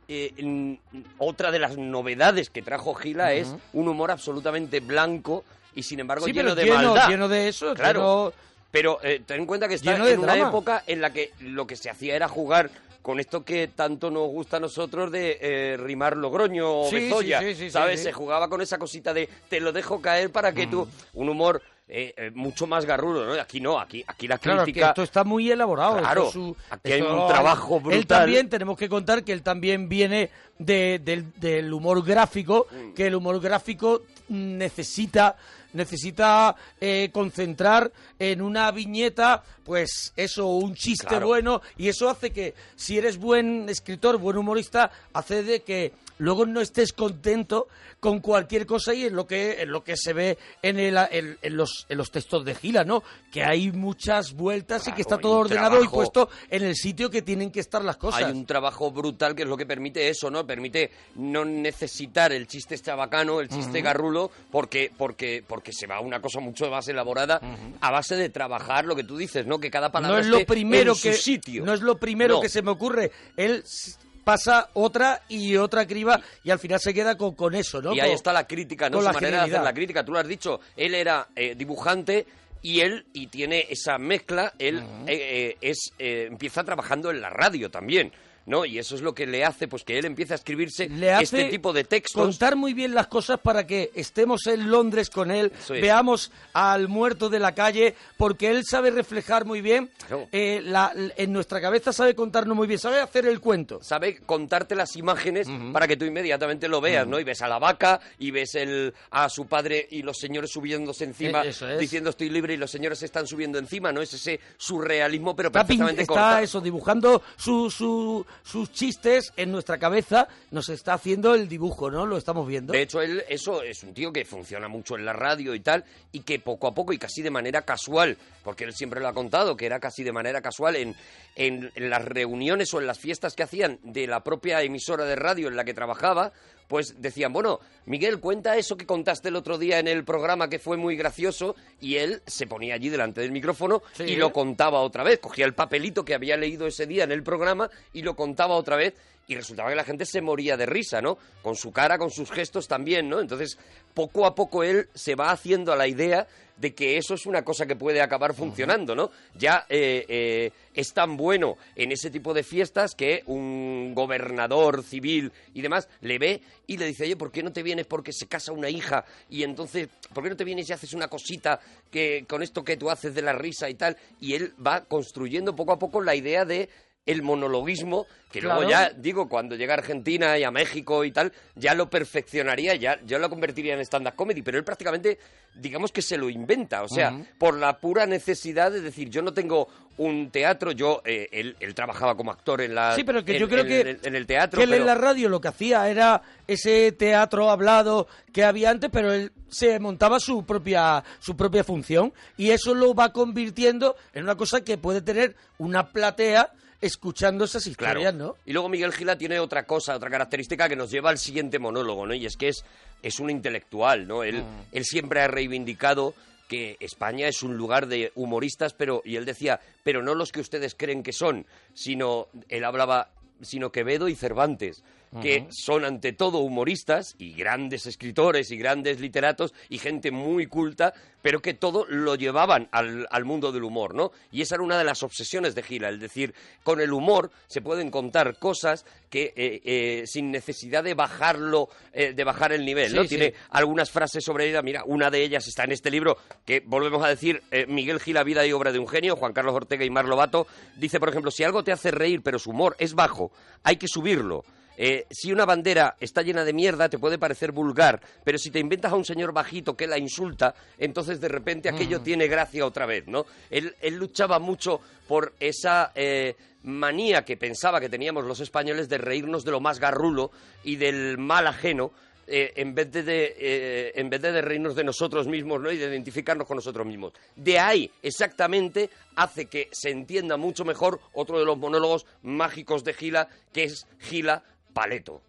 C: eh, en- otra de las novedades que trajo Gila
B: Ujú.
C: es un humor absolutamente blanco y sin embargo
B: Sí, pero
C: lleno de
B: lleno-
C: maldad.
B: lleno de eso,
C: Claro. Pero eh, ten en cuenta que está
B: lleno de
C: en una
B: drama.
C: época en la que lo que se hacía era jugar con esto que tanto nos gusta a nosotros de eh, rimar Logroño o
B: Sí, sí,
C: Bezoya,
B: sí, sí, sí,
C: ¿sabes?
B: sí.
C: Se jugaba con esa cosita de te lo dejo caer para que tú
B: Mm.
C: un humor eh, eh, mucho más garrudo, ¿no? Aquí no, aquí aquí la
B: Claro, que
C: crítica
B: esto está muy elaborado. esto
C: Claro,
B: es su-
C: aquí hay
B: esto-
C: un trabajo
B: Él
C: brutal.
B: también, tenemos que contar que él también viene
C: Mm.
B: de- del, del humor gráfico, que el humor gráfico necesita necesita eh, concentrar en una viñeta, pues eso, un chiste
C: Claro.
B: bueno, y eso hace que si eres buen escritor, buen humorista, hace de que luego no estés contento con cualquier cosa y es lo que, en lo que se ve en, el, en, en los, en los textos de Gila, ¿no? Que hay muchas vueltas y que está
C: hay
B: todo
C: un
B: ordenado y
C: trabajo.
B: puesto en el sitio que tienen que estar las cosas.
C: Hay un trabajo brutal que es lo que permite eso, ¿no? Permite no necesitar el chiste chabacano, el chiste
B: Ujú.
C: garrulo, porque, porque, porque se va a una cosa mucho más elaborada a base de trabajar lo que tú dices, ¿no? Que cada palabra
B: no es lo
C: esté
B: primero
C: este en su
B: que
C: sitio.
B: no es lo primero
C: No.
B: que se me ocurre él s- pasa otra y otra criba y al final se queda con, con eso no
C: Y ahí
B: Con-
C: está la crítica, ¿no?
B: con
C: Su
B: la
C: manera de hacer
B: genialidad.
C: la crítica. Tú lo has dicho, él era eh, dibujante y él, y tiene esa mezcla, él eh, eh, es eh, empieza trabajando en la radio también, ¿no? Y eso es lo que le hace, pues que él empieza a escribirse
B: le hace
C: este tipo de textos.
B: contar muy bien las cosas para que estemos en Londres con él,
C: Eso es.
B: veamos al muerto de la calle, porque él sabe reflejar muy bien, eh, la- en nuestra cabeza sabe contarnos muy bien, sabe hacer el cuento.
C: Sabe contarte las imágenes para que tú inmediatamente lo veas, ¿no? Y ves a la vaca y ves el, a su padre y los señores subiéndose encima,
B: Eh, eso es.
C: diciendo estoy libre y los señores se están subiendo encima, ¿no? Es ese surrealismo, pero
B: Está, pin-
C: perfectamente
B: está
C: cortado.
B: eso, dibujando su- su- sus chistes en nuestra cabeza, nos está haciendo el dibujo, ¿no? Lo estamos viendo.
C: De hecho, él eso es un tío que funciona mucho en la radio y tal, y que poco a poco y casi de manera casual, porque él siempre lo ha contado, que era casi de manera casual en, en, en las reuniones o en las fiestas que hacían de la propia emisora de radio en la que trabajaba, pues decían, bueno, Miguel, cuenta eso que contaste el otro día en el programa que fue muy gracioso, y él se ponía allí delante del micrófono
B: Sí.
C: y lo contaba otra vez, cogía el papelito que había leído ese día en el programa y lo contaba otra vez y resultaba que la gente se moría de risa, ¿no? Con su cara, con sus gestos también, ¿no? Entonces, poco a poco él se va haciendo a la idea de que eso es una cosa que puede acabar funcionando, ¿no? Ya eh, eh, es tan bueno en ese tipo de fiestas que un gobernador civil y demás le ve y le dice, oye, ¿por qué no te vienes? Porque se casa una hija y entonces, ¿por qué no te vienes y haces una cosita que con esto que tú haces de la risa y tal? Y él va construyendo poco a poco la idea de el monologuismo que luego ya
B: Claro.
C: digo, cuando llega a Argentina y a México y tal, ya lo perfeccionaría, ya, ya lo convertiría en stand-up comedy, pero él prácticamente, digamos que se lo inventa, o sea,
B: Ujú.
C: por la pura necesidad de decir, yo no tengo un teatro, yo, eh, él, él trabajaba como actor en la...
B: Sí, pero que
C: en-
B: yo creo
C: en-
B: que,
C: En el, en el teatro,
B: que él
C: pero-
B: en la radio lo que hacía era ese teatro hablado que había antes, pero él se montaba su propia, su propia función y eso lo va convirtiendo en una cosa que puede tener una platea escuchando esas historias, ¿no?
C: Y luego Miguel Gila tiene otra cosa, otra característica que nos lleva al siguiente monólogo, ¿no? Y es que es, es un intelectual, ¿no? Él,
B: Mm.
C: él siempre ha reivindicado que España es un lugar de humoristas, pero, y él decía, pero no los que ustedes creen que son, sino, él hablaba, sino Quevedo y Cervantes, que
B: Ujú.
C: son ante todo humoristas y grandes escritores y grandes literatos y gente muy culta, pero que todo lo llevaban al, al mundo del humor, ¿no? Y esa era una de las obsesiones de Gila, el decir, con el humor se pueden contar cosas que eh, eh, sin necesidad de bajarlo, eh, de bajar el nivel, ¿no?
B: Sí, sí.
C: Tiene algunas frases sobre ella, mira, una de ellas está en este libro, que volvemos a decir, eh, Miguel Gila, vida y obra de un genio, Juan Carlos Ortega y Mar Lobato, dice, por ejemplo, si algo te hace reír, pero su humor es bajo, hay que subirlo. Eh, si una bandera está llena de mierda, te puede parecer vulgar, pero si te inventas a un señor bajito que la insulta, entonces de repente aquello
B: Ujú.
C: tiene gracia otra vez, ¿no? Él, él luchaba mucho por esa eh, manía que pensaba que teníamos los españoles de reírnos de lo más garrulo y del mal ajeno. eh, en, vez de, de, eh, en vez de, de reírnos de nosotros mismos ¿no? y de identificarnos con nosotros mismos. De ahí, exactamente, hace que se entienda mucho mejor otro de los monólogos mágicos de Gila, que es Gila Paleto.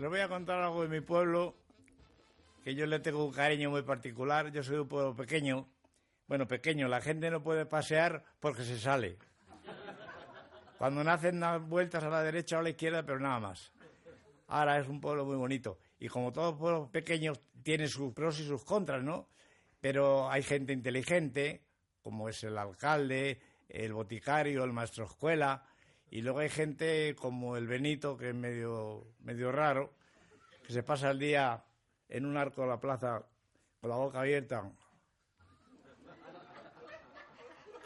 F: Les voy a contar algo de mi pueblo, que yo le tengo un cariño muy particular. Yo soy de un pueblo pequeño. Bueno, pequeño, la gente no puede pasear porque se sale. Cuando nacen dan vueltas a la derecha o a la izquierda, pero nada más. Ahora es un pueblo muy bonito. Y como todos los pueblos pequeños, tiene sus pros y sus contras, ¿no? Pero hay gente inteligente, como es el alcalde, el boticario, el maestro escuela, y luego hay gente como el Benito, que es medio, medio raro, que se pasa el día en un arco de la plaza con la boca abierta.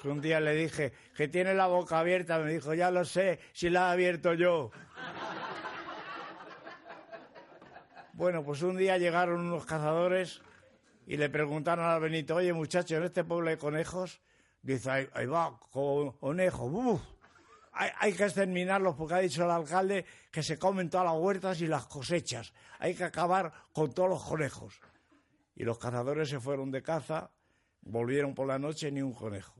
F: Que Un día le dije que tiene la boca abierta, me dijo, ya lo sé, si la he abierto yo. Bueno, pues un día llegaron unos cazadores y y le preguntaron al Benito, oye muchacho, en este pueblo de conejos, dice, ahí, ahí va, co- conejo, ¡buf! Hay, hay que exterminarlos porque ha dicho el alcalde que se comen todas las huertas y las cosechas. Hay que acabar con todos los conejos. Y los cazadores se fueron de caza, volvieron por la noche ni un conejo.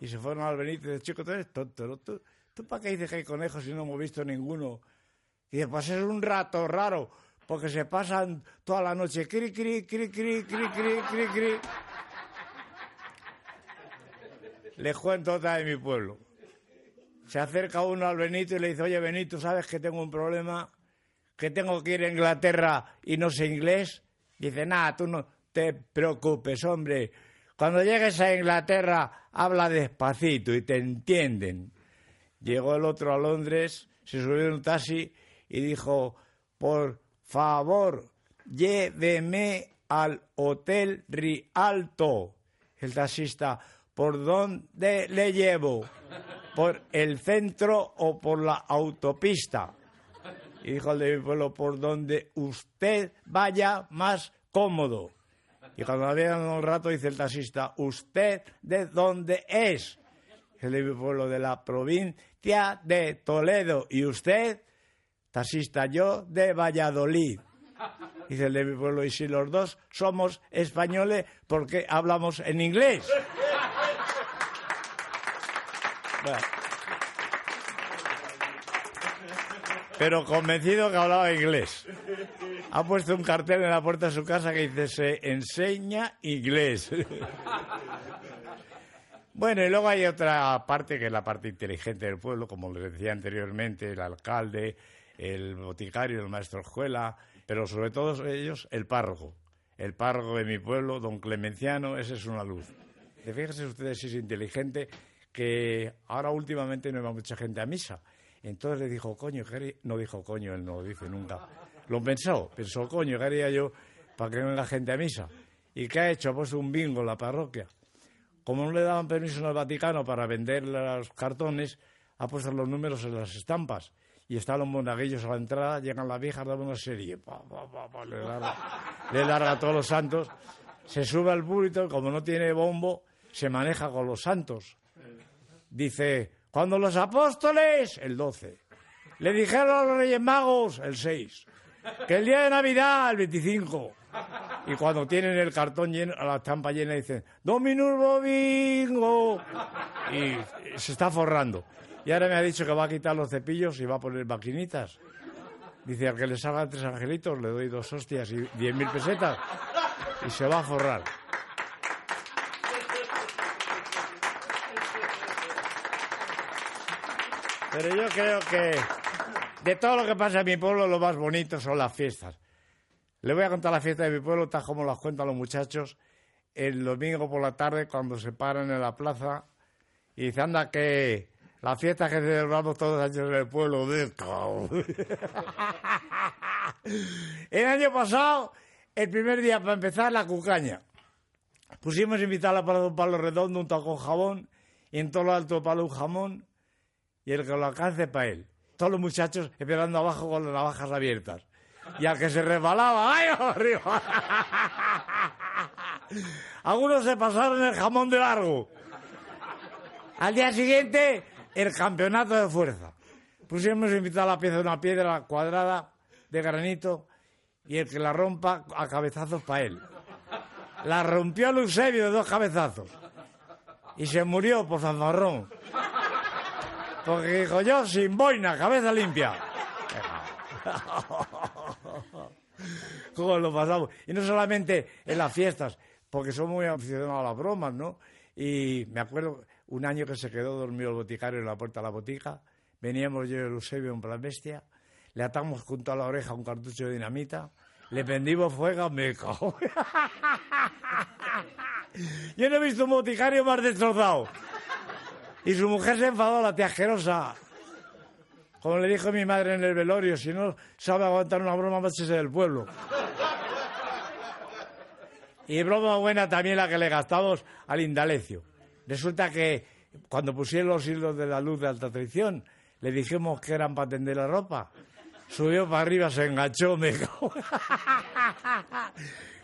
F: Y se fueron al Benito y dice, chico, tú eres tonto, ¿no? ¿Tú, tú para qué dices que hay conejos si no hemos visto ninguno? Y dice, pues es un rato raro, porque se pasan toda la noche cri, cri, cri, cri, cri, cri, cri, cri. Les cuento otra de mi pueblo. Se acerca uno al Benito y le dice, oye Benito, ¿sabes que tengo un problema? Que tengo que ir a Inglaterra y no sé inglés. Dice, nada, tú no te preocupes, hombre. Cuando llegues a Inglaterra, habla despacito y te entienden. Llegó el otro a Londres, se subió en un taxi y dijo, por favor, lléveme al Hotel Rialto. El taxista, ¿por dónde le llevo? ¿Por el centro o por la autopista? Y dijo el de mi pueblo, por donde usted vaya más cómodo. Y cuando había dado un rato, dice el taxista, ¿usted de dónde es? El de mi pueblo, pues de la provincia de Toledo. ¿Y usted? Taxista, yo de Valladolid. Dice el de mi pueblo, y si los dos somos españoles, ¿por qué hablamos en inglés? Bueno. Pero convencido que hablaba inglés. Ha puesto un cartel en la puerta de su casa que dice, se enseña inglés. Bueno, y luego hay otra parte que es la parte inteligente del pueblo, como les decía anteriormente, el alcalde, el boticario, el maestro Juela, pero sobre todos ellos el párroco. El párroco de mi pueblo, don Clemenciano, ese es una luz. De fíjense ustedes si es inteligente, que ahora últimamente no va mucha gente a misa. Entonces le dijo, coño, Gary, no dijo coño, él no lo dice nunca. Lo pensó, pensó, coño, ¿qué haría yo para que no venga gente a misa? ¿Y qué ha hecho? Ha puesto un bingo en la parroquia como no le daban permiso en el Vaticano para vender los cartones, ha puesto los números en las estampas. Y están los monaguillos a la entrada, llegan las viejas, dan una serie, pa, pa, pa, pa, le, larga, le larga a todos los santos. Se sube al púlpito, y como no tiene bombo, se maneja con los santos. Dice, cuando los apóstoles, el 12, le dijeron a los Reyes Magos, el 6, que el día de Navidad, el 25, y cuando tienen el cartón lleno, a la estampa llena, dicen, Dominus Bobingo. Y se está forrando. Y ahora me ha dicho que va a quitar los cepillos y va a poner maquinitas. Dice, al que le salgan tres angelitos, le doy dos hostias y diez mil pesetas. Y se va a forrar. Pero yo creo que de todo lo que pasa en mi pueblo, lo más bonito son las fiestas. Le voy a contar la fiesta de mi pueblo, tal como las cuentan los muchachos, el domingo por la tarde cuando se paran en la plaza y dice, anda que la fiesta que celebramos todos los años en el pueblo de Cao". El año pasado, el primer día para empezar, la cucaña. Pusimos invitarla para un palo redondo, un taco jabón, y en todo lo alto palo un jamón, y el que lo alcance para él. Todos los muchachos esperando abajo con las navajas abiertas y al que se resbalaba, ¡ay, arriba! Algunos se pasaron el jamón de largo. Al día siguiente, el campeonato de fuerza. Pusimos invitar a la pieza de una piedra cuadrada de granito y el que la rompa a cabezazos para él. La rompió Eusebio de dos cabezazos y se murió por fanfarrón. Porque dijo yo, sin boina, cabeza limpia. ¿Cómo lo pasamos? Y no solamente en las fiestas, porque somos muy aficionados a las bromas, ¿no? Y me acuerdo un año que se quedó dormido el boticario en la puerta de la botica, veníamos yo y el Eusebio en plan bestia, le atamos junto a la oreja un cartucho de dinamita, le prendimos fuego, me cago. Yo no he visto un boticario más destrozado. Y su mujer se enfadó, la tía asquerosa. Como le dijo mi madre en el velorio, si no sabe aguantar una broma, más es del pueblo. Y broma buena también la que le gastamos al Indalecio. Resulta que cuando pusieron los hilos de la luz de alta traición, le dijimos que eran para tender la ropa. Subió para arriba, se enganchó, me cago.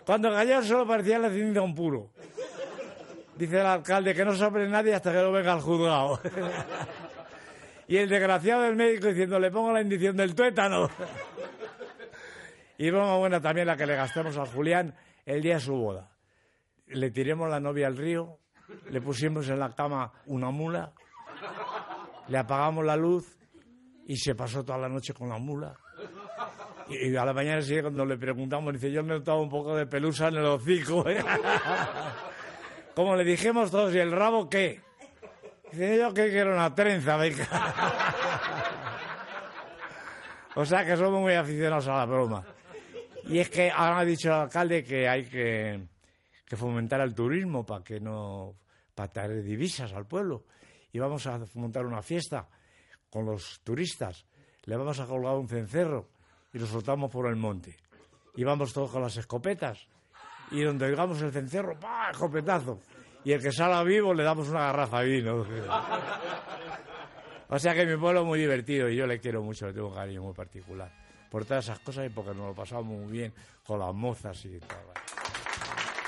F: Cuando cayó al suelo parecía la cinta un puro. Dice el alcalde que no sobre nadie hasta que no venga al juzgado. Y el desgraciado del médico diciendo, le pongo la indición del tuétano. Y broma buena también la que le gastamos a Julián el día de su boda. Le tiremos la novia al río, le pusimos en la cama una mula, le apagamos la luz y se pasó toda la noche con la mula. Y y a la mañana siguiente cuando le preguntamos, dice, yo me notaba un poco de pelusa en el hocico. ¿eh?". Como le dijimos todos, ¿y el rabo qué? Dice, yo creí que era una trenza, venga. O sea que somos muy aficionados a la broma. Y es que ahora ha dicho el alcalde que hay que, que fomentar el turismo para que no para traer divisas al pueblo. Y vamos a montar una fiesta con los turistas. Le vamos a colgar un cencerro y lo soltamos por el monte. Y vamos todos con las escopetas. Y donde oigamos el cencerro, ¡pa! escopetazo. Y el que salga vivo le damos una garrafa de vino. O sea que mi pueblo es muy divertido y yo le quiero mucho, le tengo un cariño muy particular. Por todas esas cosas y porque nos lo pasamos muy bien con las mozas y todo.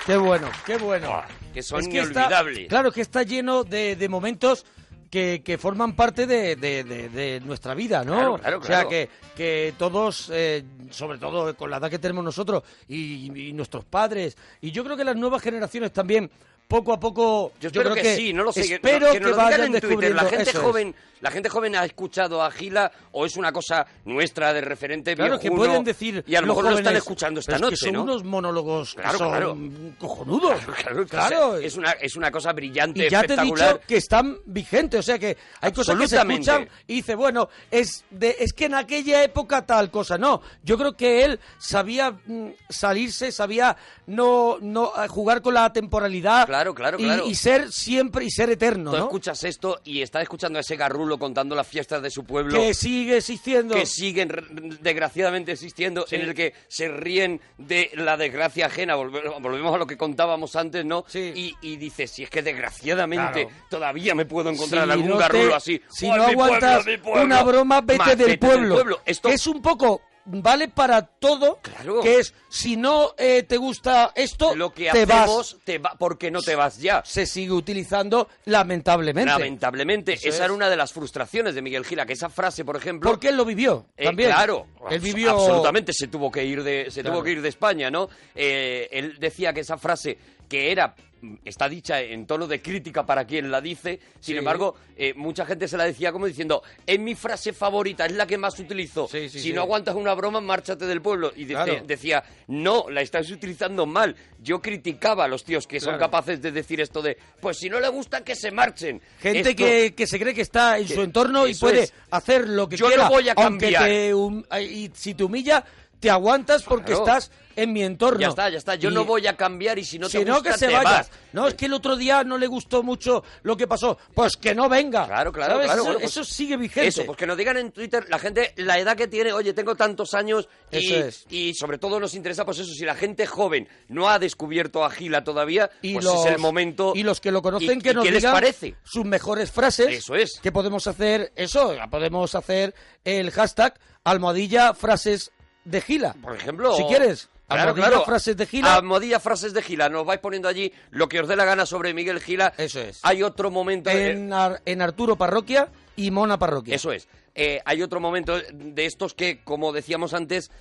B: Qué bueno, qué bueno.
C: que son
B: está-
C: inolvidables.
B: claro, que está lleno de, de momentos que, que forman parte de, de- de- de nuestra vida, ¿no?
C: Claro, claro,
B: O sea,
C: claro.
B: que, que todos, eh, sobre todo con la edad que tenemos nosotros y, y nuestros padres, y yo creo que las nuevas generaciones también, poco a poco... Yo,
C: espero que, sí, no lo sé. que-
B: Espero
C: que,
B: que,
C: nos lo digan
B: vayan
C: en Twitter. La
B: descubriendo-
C: gente,
B: eso es.
C: joven, la gente joven ha escuchado a Gila o es una cosa nuestra de referente.
B: Claro, que
C: viejuno,
B: pueden decir.
C: Y a lo
B: los
C: mejor lo están
B: jóvenes,
C: escuchando esta
B: pero es
C: noche,
B: que son
C: ¿no?
B: unos monólogos que
C: Claro,
B: son
C: claro.
B: cojonudos.
C: Claro, que
B: Claro.
C: es- Es una, es una cosa brillante,
B: Y ya te he
C: espectacular.
B: dicho que están vigentes, o sea que hay cosas que se
C: Absolutamente.
B: escuchan y dice, bueno, es de es que en aquella época tal cosa, no. Yo creo que él sabía mm, salirse, sabía no no eh, jugar con la temporalidad.
C: Claro, claro,
B: y-
C: claro.
B: Y, ser siempre y ser eterno,
C: Tú
B: ¿no?
C: escuchas esto y estás escuchando a ese garrulo contando las fiestas de su pueblo.
B: Que sigue existiendo.
C: que siguen r- desgraciadamente existiendo,
B: Sí.
C: en el que se ríen de la desgracia ajena, Volve- volvemos a lo que contábamos antes, ¿no? Y, y dices, si es que desgraciadamente
B: Claro.
C: todavía me puedo encontrar
B: Si
C: algún
B: no te-
C: garrulo así.
B: Si
C: ¡Ay,
B: no
C: mi pueblo,
B: aguantas
C: mi pueblo!
B: una broma, vete,
C: Más,
B: del, pueblo.
C: Esto
B: Es un poco, vale para todo, que es, si no eh, te gusta esto,
C: lo que
B: te vas.
C: hacemos, te va, porque no te vas ya.
B: Se sigue utilizando, lamentablemente.
C: Lamentablemente,
B: Eso
C: esa
B: es.
C: era una de las frustraciones de Miguel Gila, que esa frase, por ejemplo,
B: Porque él lo vivió,
C: Eh,
B: también.
C: Claro,
B: Él
C: abs-
B: vivió...
C: absolutamente se tuvo que ir de se
B: Claro.
C: tuvo que ir de España, ¿no? Eh, él decía que esa frase que era mm, está dicha en tono de crítica para quien la dice, sin
B: Sí.
C: embargo, eh, mucha gente se la decía como diciendo es mi frase favorita, es la que más utilizo.
B: sí,
C: si
B: sí.
C: no aguantas una broma, márchate del pueblo. Y de-
B: Claro.
C: de- decía no, la estás utilizando mal. Yo criticaba a los tíos que son
B: Claro.
C: capaces de decir esto de pues si no le gusta que se marchen.
B: Gente
C: Esto-
B: que, que se cree que está en
C: que-
B: su entorno y
C: eso
B: puede
C: es.
B: hacer lo que
C: Yo no
B: quiera.
C: voy a
B: aunque
C: cambiar.
B: te hum- y si te humilla, te aguantas porque
C: Claro.
B: estás en mi entorno.
C: Ya está, ya está. Yo
B: Y-
C: no voy a cambiar y si no te
B: Si no,
C: gusta,
B: que se
C: te
B: vaya.
C: vas.
B: No, es que el otro día no le gustó mucho lo que pasó. Pues que no venga. Claro,
C: claro, claro,
B: Eso,
C: bueno, pues-
B: eso sigue vigente.
C: Eso, pues que nos digan en Twitter la gente la edad que tiene, oye, tengo tantos años y,
B: Eso es.
C: y sobre todo nos interesa pues eso, si la gente joven no ha descubierto a Gila todavía,
B: y
C: pues
B: los,
C: es el momento.
B: y los que lo conocen
C: y-
B: que
C: y
B: nos
C: qué les
B: digan
C: parece.
B: sus mejores frases eso es que podemos hacer eso podemos hacer el hashtag almohadilla frases de gila
C: Por ejemplo,
B: si quieres
C: Claro,
B: almohadilla
C: claro.
B: frases de gila
C: Almohadilla frases de Gila. Nos vais poniendo allí lo que os dé la gana sobre Miguel Gila. Eso es. Hay otro momento. eh,
B: en, Ar- en Arturo Parroquia y Mona Parroquia
C: Eso es. Eh, hay otro momento de estos que, como decíamos antes,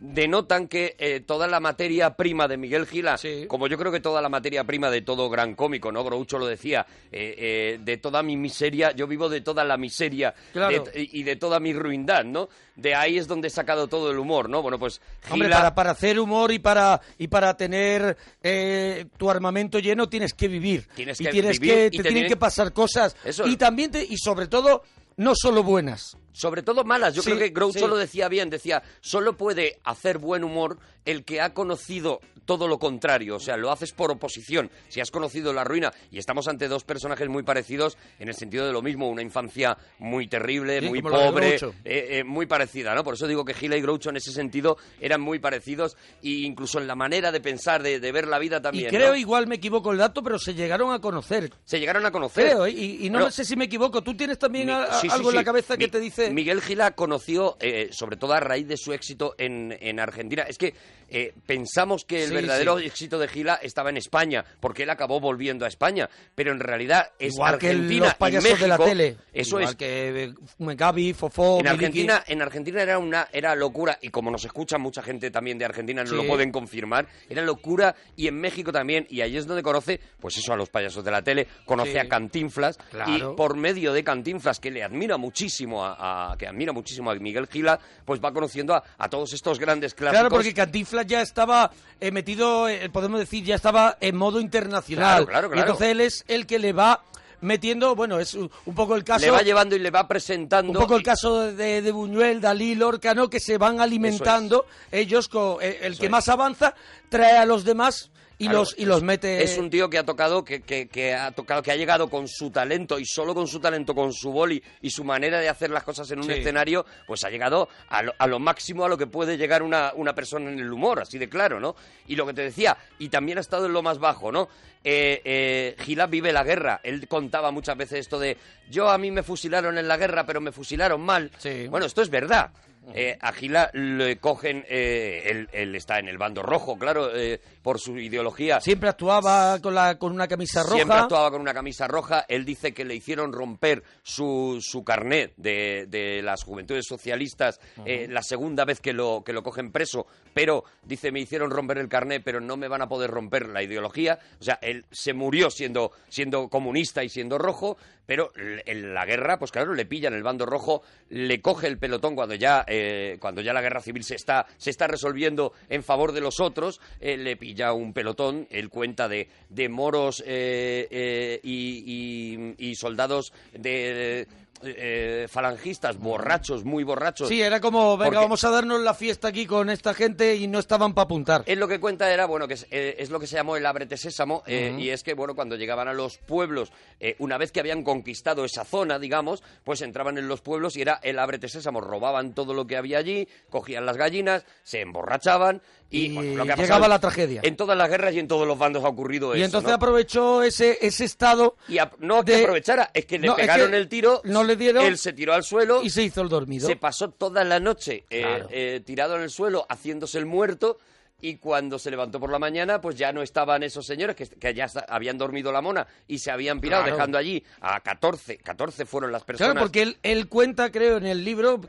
C: denotan que eh, toda la materia prima de Miguel Gila, como yo creo que toda la materia prima de todo gran cómico, ¿no? Groucho lo decía, eh, eh, de toda mi miseria, yo vivo de toda la miseria
B: Claro.
C: de- y de toda mi ruindad, ¿no? De ahí es donde he sacado todo el humor, ¿no? Bueno, pues Gila...
B: Hombre, para, para hacer humor y para y para tener eh, tu armamento lleno tienes que vivir.
C: Tienes
B: y
C: que
B: tienes
C: vivir
B: que
C: y
B: te,
C: te
B: tienen
C: tienen-
B: que pasar cosas
C: Eso
B: y
C: es.
B: también te- y sobre todo no solo buenas.
C: sobre todo malas. Yo
B: Sí,
C: creo que Groucho
B: sí.
C: lo decía bien, decía, solo puede hacer buen humor el que ha conocido todo lo contrario, o sea, lo haces por oposición. Si has conocido la ruina, y estamos ante dos personajes muy parecidos en el sentido de lo mismo, una infancia muy terrible,
B: Sí,
C: muy
B: como la de
C: pobre,
B: Groucho.
C: eh, eh, muy parecida, ¿no? Por eso digo que Gila y Groucho en ese sentido eran muy parecidos, e incluso en la manera de pensar, de, de ver la vida
B: Y
C: también.
B: creo
C: ¿no?
B: igual me equivoco el dato, pero se llegaron a conocer.
C: Se llegaron a conocer.
B: Creo, ¿eh? y, y no
C: Pero-
B: sé si me equivoco. Tú tienes también a, a-
C: Sí, sí,
B: algo en
C: sí.
B: la cabeza que
C: Mi-
B: te dice...
C: Miguel Gila conoció, eh, sobre todo a raíz de su éxito en, en Argentina. Es que eh, pensamos que el
B: Sí,
C: verdadero
B: sí.
C: éxito de Gila estaba en España, porque él acabó volviendo a España. Pero en realidad es
B: Igual que el-
C: Argentina.
B: los
C: y
B: payasos
C: México,
B: de la tele.
C: Eso
B: Igual
C: es.
B: que eh, Gaby, Fofó,
C: En
B: Miliki.
C: Argentina, en Argentina era una era locura, y como nos escucha mucha gente también de Argentina, nos
B: Sí.
C: lo pueden confirmar, era locura, y en México también, y ahí es donde conoce, pues eso, a los payasos de la tele, conoce
B: Sí.
C: a Cantinflas,
B: Claro.
C: y por medio de Cantinflas, que le admira muchísimo a, a- que admira muchísimo a Miguel Gila, pues va conociendo a, a todos estos grandes clásicos.
B: Claro, porque Cantinflas ya estaba eh, metido, eh, podemos decir, ya estaba en modo internacional.
C: Claro, claro,
B: Y
C: claro.
B: entonces él es el que le va metiendo, bueno, es un un poco el caso...
C: le va llevando y le va presentando.
B: Un poco el caso de, de Buñuel, Dalí, Lorca, ¿no? Que se van alimentando ellos, con, eh, el que más avanza trae a los demás y,
C: Claro,
B: los, y los
C: es-
B: mete...
C: Es un tío que ha tocado, que, que- que ha tocado, que ha llegado con su talento y solo con su talento, con su boli y su manera de hacer las cosas en un
B: Sí.
C: escenario, pues ha llegado a lo, a lo máximo a lo que puede llegar una, una persona en el humor, así de claro, ¿no? Y lo que te decía, y también ha estado en lo más bajo, ¿no? Eh, eh, Gila vive la guerra. Él contaba muchas veces esto de yo a mí me fusilaron en la guerra, pero me fusilaron mal. Bueno, esto es verdad. Eh, a Gila le cogen, eh, él, él está en el bando rojo, claro, eh, por su ideología.
B: Siempre actuaba con, la, con una camisa roja.
C: Siempre actuaba con una camisa roja. Él dice que le hicieron romper su, su carnet de, de las juventudes socialistas eh, la segunda vez que lo, que lo cogen preso. Pero dice, me hicieron romper el carnet, pero no me van a poder romper la ideología. O sea, él se murió siendo, siendo comunista y siendo rojo, pero l- en la guerra, pues claro, le pillan el bando rojo, le coge el pelotón cuando ya, eh, cuando ya la guerra civil se está, se está resolviendo en favor de los otros, eh, le pilla un pelotón, él cuenta de, de moros eh, eh, y, y- y soldados de... eh, falangistas, borrachos, muy borrachos.
B: Sí, era como, venga,
C: Porque-
B: vamos a darnos la fiesta aquí con esta gente y no estaban para apuntar.
C: Es lo que cuenta era, bueno, que es, eh, es lo que se llamó el ábrete sésamo, eh,
B: Ujú.
C: y es que, bueno, cuando llegaban a los pueblos, eh, una vez que habían conquistado esa zona, digamos, pues entraban en los pueblos y era el ábrete sésamo, robaban todo lo que había allí, cogían las gallinas, se emborrachaban y, bueno, lo que ha
B: llegaba
C: pasado
B: la tragedia.
C: En todas las guerras y en todos los bandos ha ocurrido
B: Y
C: eso,
B: entonces
C: ¿no?
B: aprovechó ese, ese estado.
C: Y ap- no que
B: de-
C: aprovechara, es que le
B: No, es
C: pegaron
B: que
C: el tiro,
B: no le dieron
C: él se tiró al suelo
B: y se hizo el dormido.
C: se pasó toda la noche eh, eh, tirado en el suelo haciéndose el muerto y cuando se levantó por la mañana, pues ya no estaban esos señores que, que ya sa- habían dormido la mona y se habían pirado,
B: Claro.
C: dejando allí a 14. 14 fueron las personas.
B: Claro, porque él, él cuenta, creo, en el libro,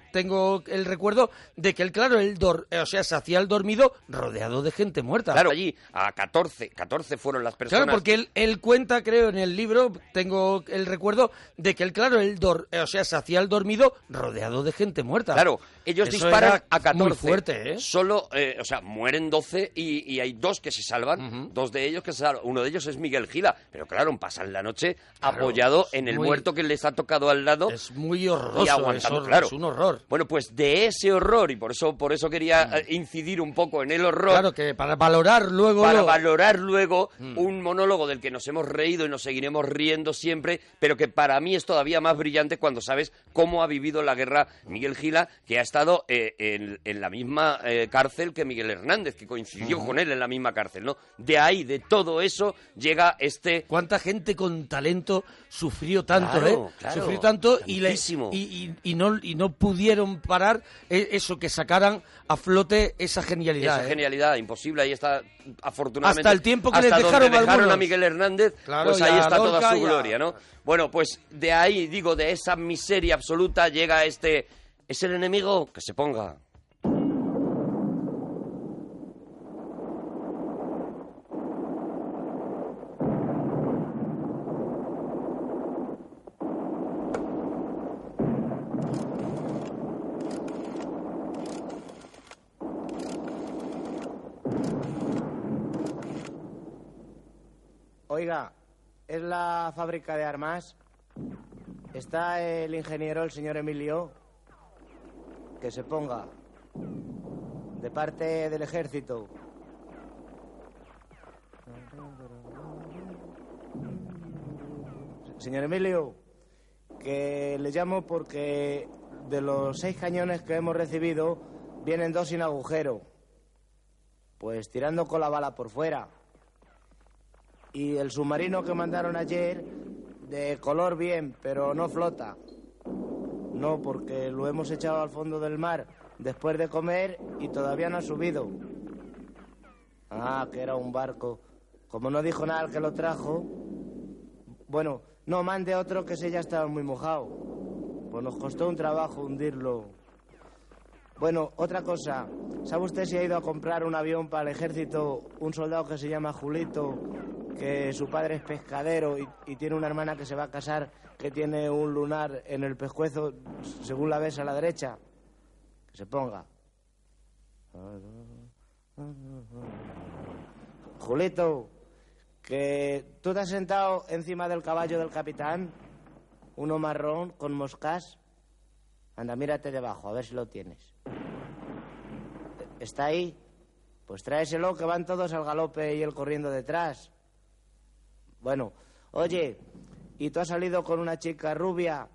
B: tengo el recuerdo de que él, claro, él dor- eh, o sea, se hacía el dormido rodeado de gente muerta.
C: Claro, allí a 14. 14 fueron las personas.
B: Claro, porque él, él cuenta, creo, en el libro, tengo el recuerdo de que él, claro, él dor- eh, o sea, se hacía el dormido rodeado de gente muerta.
C: Claro, ellos
B: Eso
C: disparan
B: era
C: a 14.
B: Muy fuerte, ¿eh?
C: Solo, eh, o sea, mueren 12 y, y hay dos que se salvan. Dos de ellos que se salvan. Uno de ellos es Miguel Gila. Pero claro, pasan la noche apoyado
B: es
C: en el
B: muy-
C: muerto que les ha tocado al lado.
B: Es muy horroroso,
C: Y aguantando,
B: es hor-
C: claro.
B: es un horror.
C: Bueno, pues de ese horror, y por eso, por eso quería eh, incidir un poco en el horror.
B: Mm. Claro, que para valorar luego...
C: Para
B: lo- Mm.
C: valorar luego un monólogo del que nos hemos reído y nos seguiremos riendo siempre, pero que para mí es todavía más brillante cuando sabes cómo ha vivido la guerra Miguel Gila, que ha estado eh, en, en la misma eh, cárcel que Miguel Hernández, que coincidió
B: Ujú.
C: con él en la misma cárcel, ¿no? De ahí, de todo eso, llega este...
B: ¿Cuánta gente con talento sufrió tanto,
C: Claro,
B: eh?
C: claro,
B: sufrió tanto y, le,
C: tantísimo.
B: y, y- y no, y no pudieron parar eh, eso, que sacaran a flote esa genialidad.
C: Esa
B: eh.
C: genialidad imposible, ahí está, afortunadamente.
B: Hasta el tiempo que
C: hasta
B: les
C: donde
B: dejaron
C: a
B: algunos.
C: Miguel Hernández,
B: Claro,
C: pues
B: y
C: ahí
B: a
C: está toda
B: Lorca
C: su
B: y a-
C: gloria, ¿no? Bueno, pues de ahí, digo, de esa miseria absoluta llega este... ¿Es el enemigo? Que se ponga.
G: Oiga, ¿es la fábrica de armas? ¿Está el ingeniero, el señor Emilio? Que se ponga. De parte del ejército. Señor Emilio, que le llamo porque de los seis cañones que hemos recibido, vienen dos sin agujero. Pues tirando con la bala por fuera. Y el submarino que mandaron ayer, de color bien, pero no flota. No, porque lo hemos echado al fondo del mar después de comer y todavía no ha subido. Ah, que era un barco. Como no dijo nada el que lo trajo. Bueno, no, mande otro que ese ya estaba muy mojado. Pues nos costó un trabajo hundirlo. Bueno, otra cosa. ¿Sabe usted si ha ido a comprar un avión para el ejército un soldado que se llama Julito, que su padre es pescadero y, y tiene una hermana que se va a casar, que tiene un lunar en el pescuezo, según la ves a la derecha? Que se ponga. Julito, que tú te has sentado encima del caballo del capitán, uno marrón con moscas. Anda, mírate debajo, a ver si lo tienes. ¿Está ahí? Pues tráeselo, que van todos al galope y él corriendo detrás. Bueno, oye, ¿y tú has salido con una chica rubia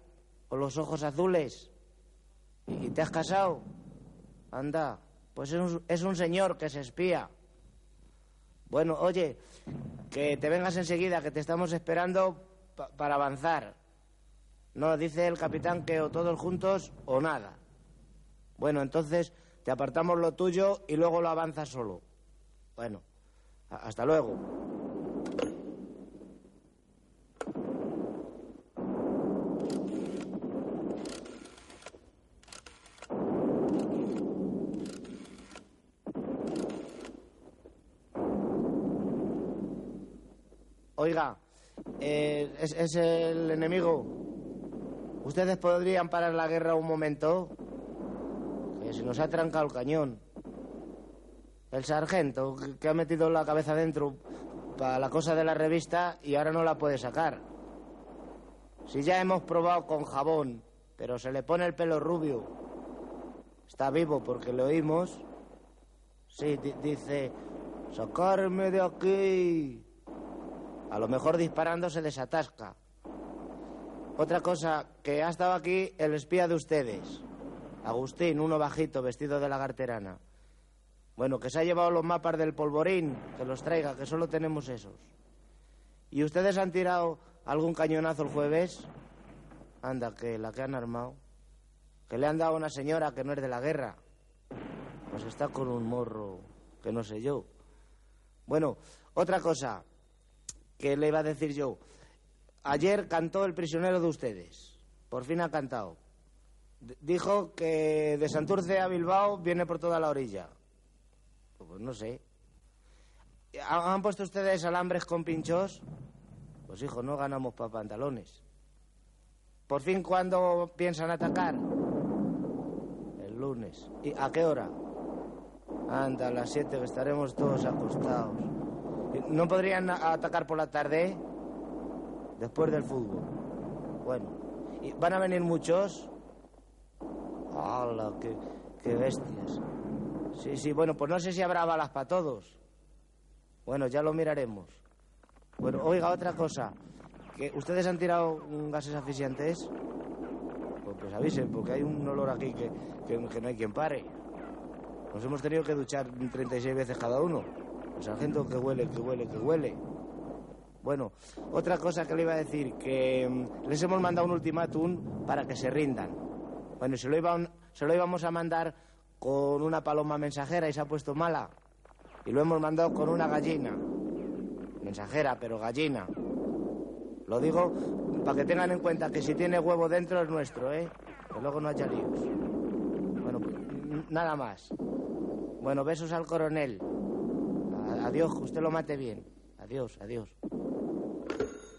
G: o los ojos azules? ¿Y te has casado? Anda, pues es un, es un señor que se espía. Bueno, oye, que te vengas enseguida, que te estamos esperando pa- para avanzar. No, dice el capitán que o todos juntos o nada. Bueno, entonces te apartamos lo tuyo y luego lo avanzas solo. Bueno, a- hasta luego. Oiga, eh, es, es el enemigo. ¿Ustedes podrían parar la guerra un momento? Que se nos ha trancado el cañón. El sargento que- que ha metido la cabeza dentro para la cosa de la revista y ahora no la puede sacar. Si ya hemos probado con jabón, pero se le pone el pelo rubio. Está vivo porque le oímos. Sí, di- dice, sacarme de aquí. A lo mejor disparando se desatasca. Otra cosa, que ha estado aquí el espía de ustedes. Agustín, uno bajito, vestido de lagarterana. Bueno, que se ha llevado los mapas del polvorín, que los traiga, que solo tenemos esos. ¿Y ustedes han tirado algún cañonazo el jueves? Anda, que la que han armado. Que le han dado a una señora que no es de la guerra. Pues está con un morro, que no sé yo. Bueno, otra cosa, que le iba a decir yo. Ayer cantó El prisionero de ustedes. Por fin ha cantado. D- dijo que de Santurce a Bilbao viene por toda la orilla. Pues no sé. ¿Ha- ¿Han puesto ustedes alambres con pinchos? Pues hijo, no ganamos para pantalones. ¿Por fin cuándo piensan atacar? El lunes. ¿Y a qué hora? Anda, a las siete que estaremos todos acostados. ¿No podrían a- atacar por la tarde? Después del fútbol. Bueno. ¿Y ¿Van a venir muchos? ¡Hala, qué, qué bestias! Sí, sí, bueno, pues no sé si habrá balas para todos. Bueno, ya lo miraremos. Bueno, oiga, otra cosa. ¿Que ¿Ustedes han tirado mm, gases asfixiantes? Pues, pues avisen, porque hay un olor aquí que, que- que no hay quien pare. Nos hemos tenido que duchar 36 veces cada uno. El sargento que huele, que huele, que huele. Bueno, otra cosa que le iba a decir, que mm, les hemos mandado un ultimátum para que se rindan. Bueno, se lo, iban- se lo íbamos a mandar con una paloma mensajera y se ha puesto mala. Y lo hemos mandado con una gallina. Mensajera, pero gallina. Lo digo para que tengan en cuenta que si tiene huevo dentro es nuestro, ¿eh? Que luego no haya líos. Bueno, pues, n- nada más. Bueno, besos al coronel. A- Adiós, que usted lo mate bien. Adiós, adiós.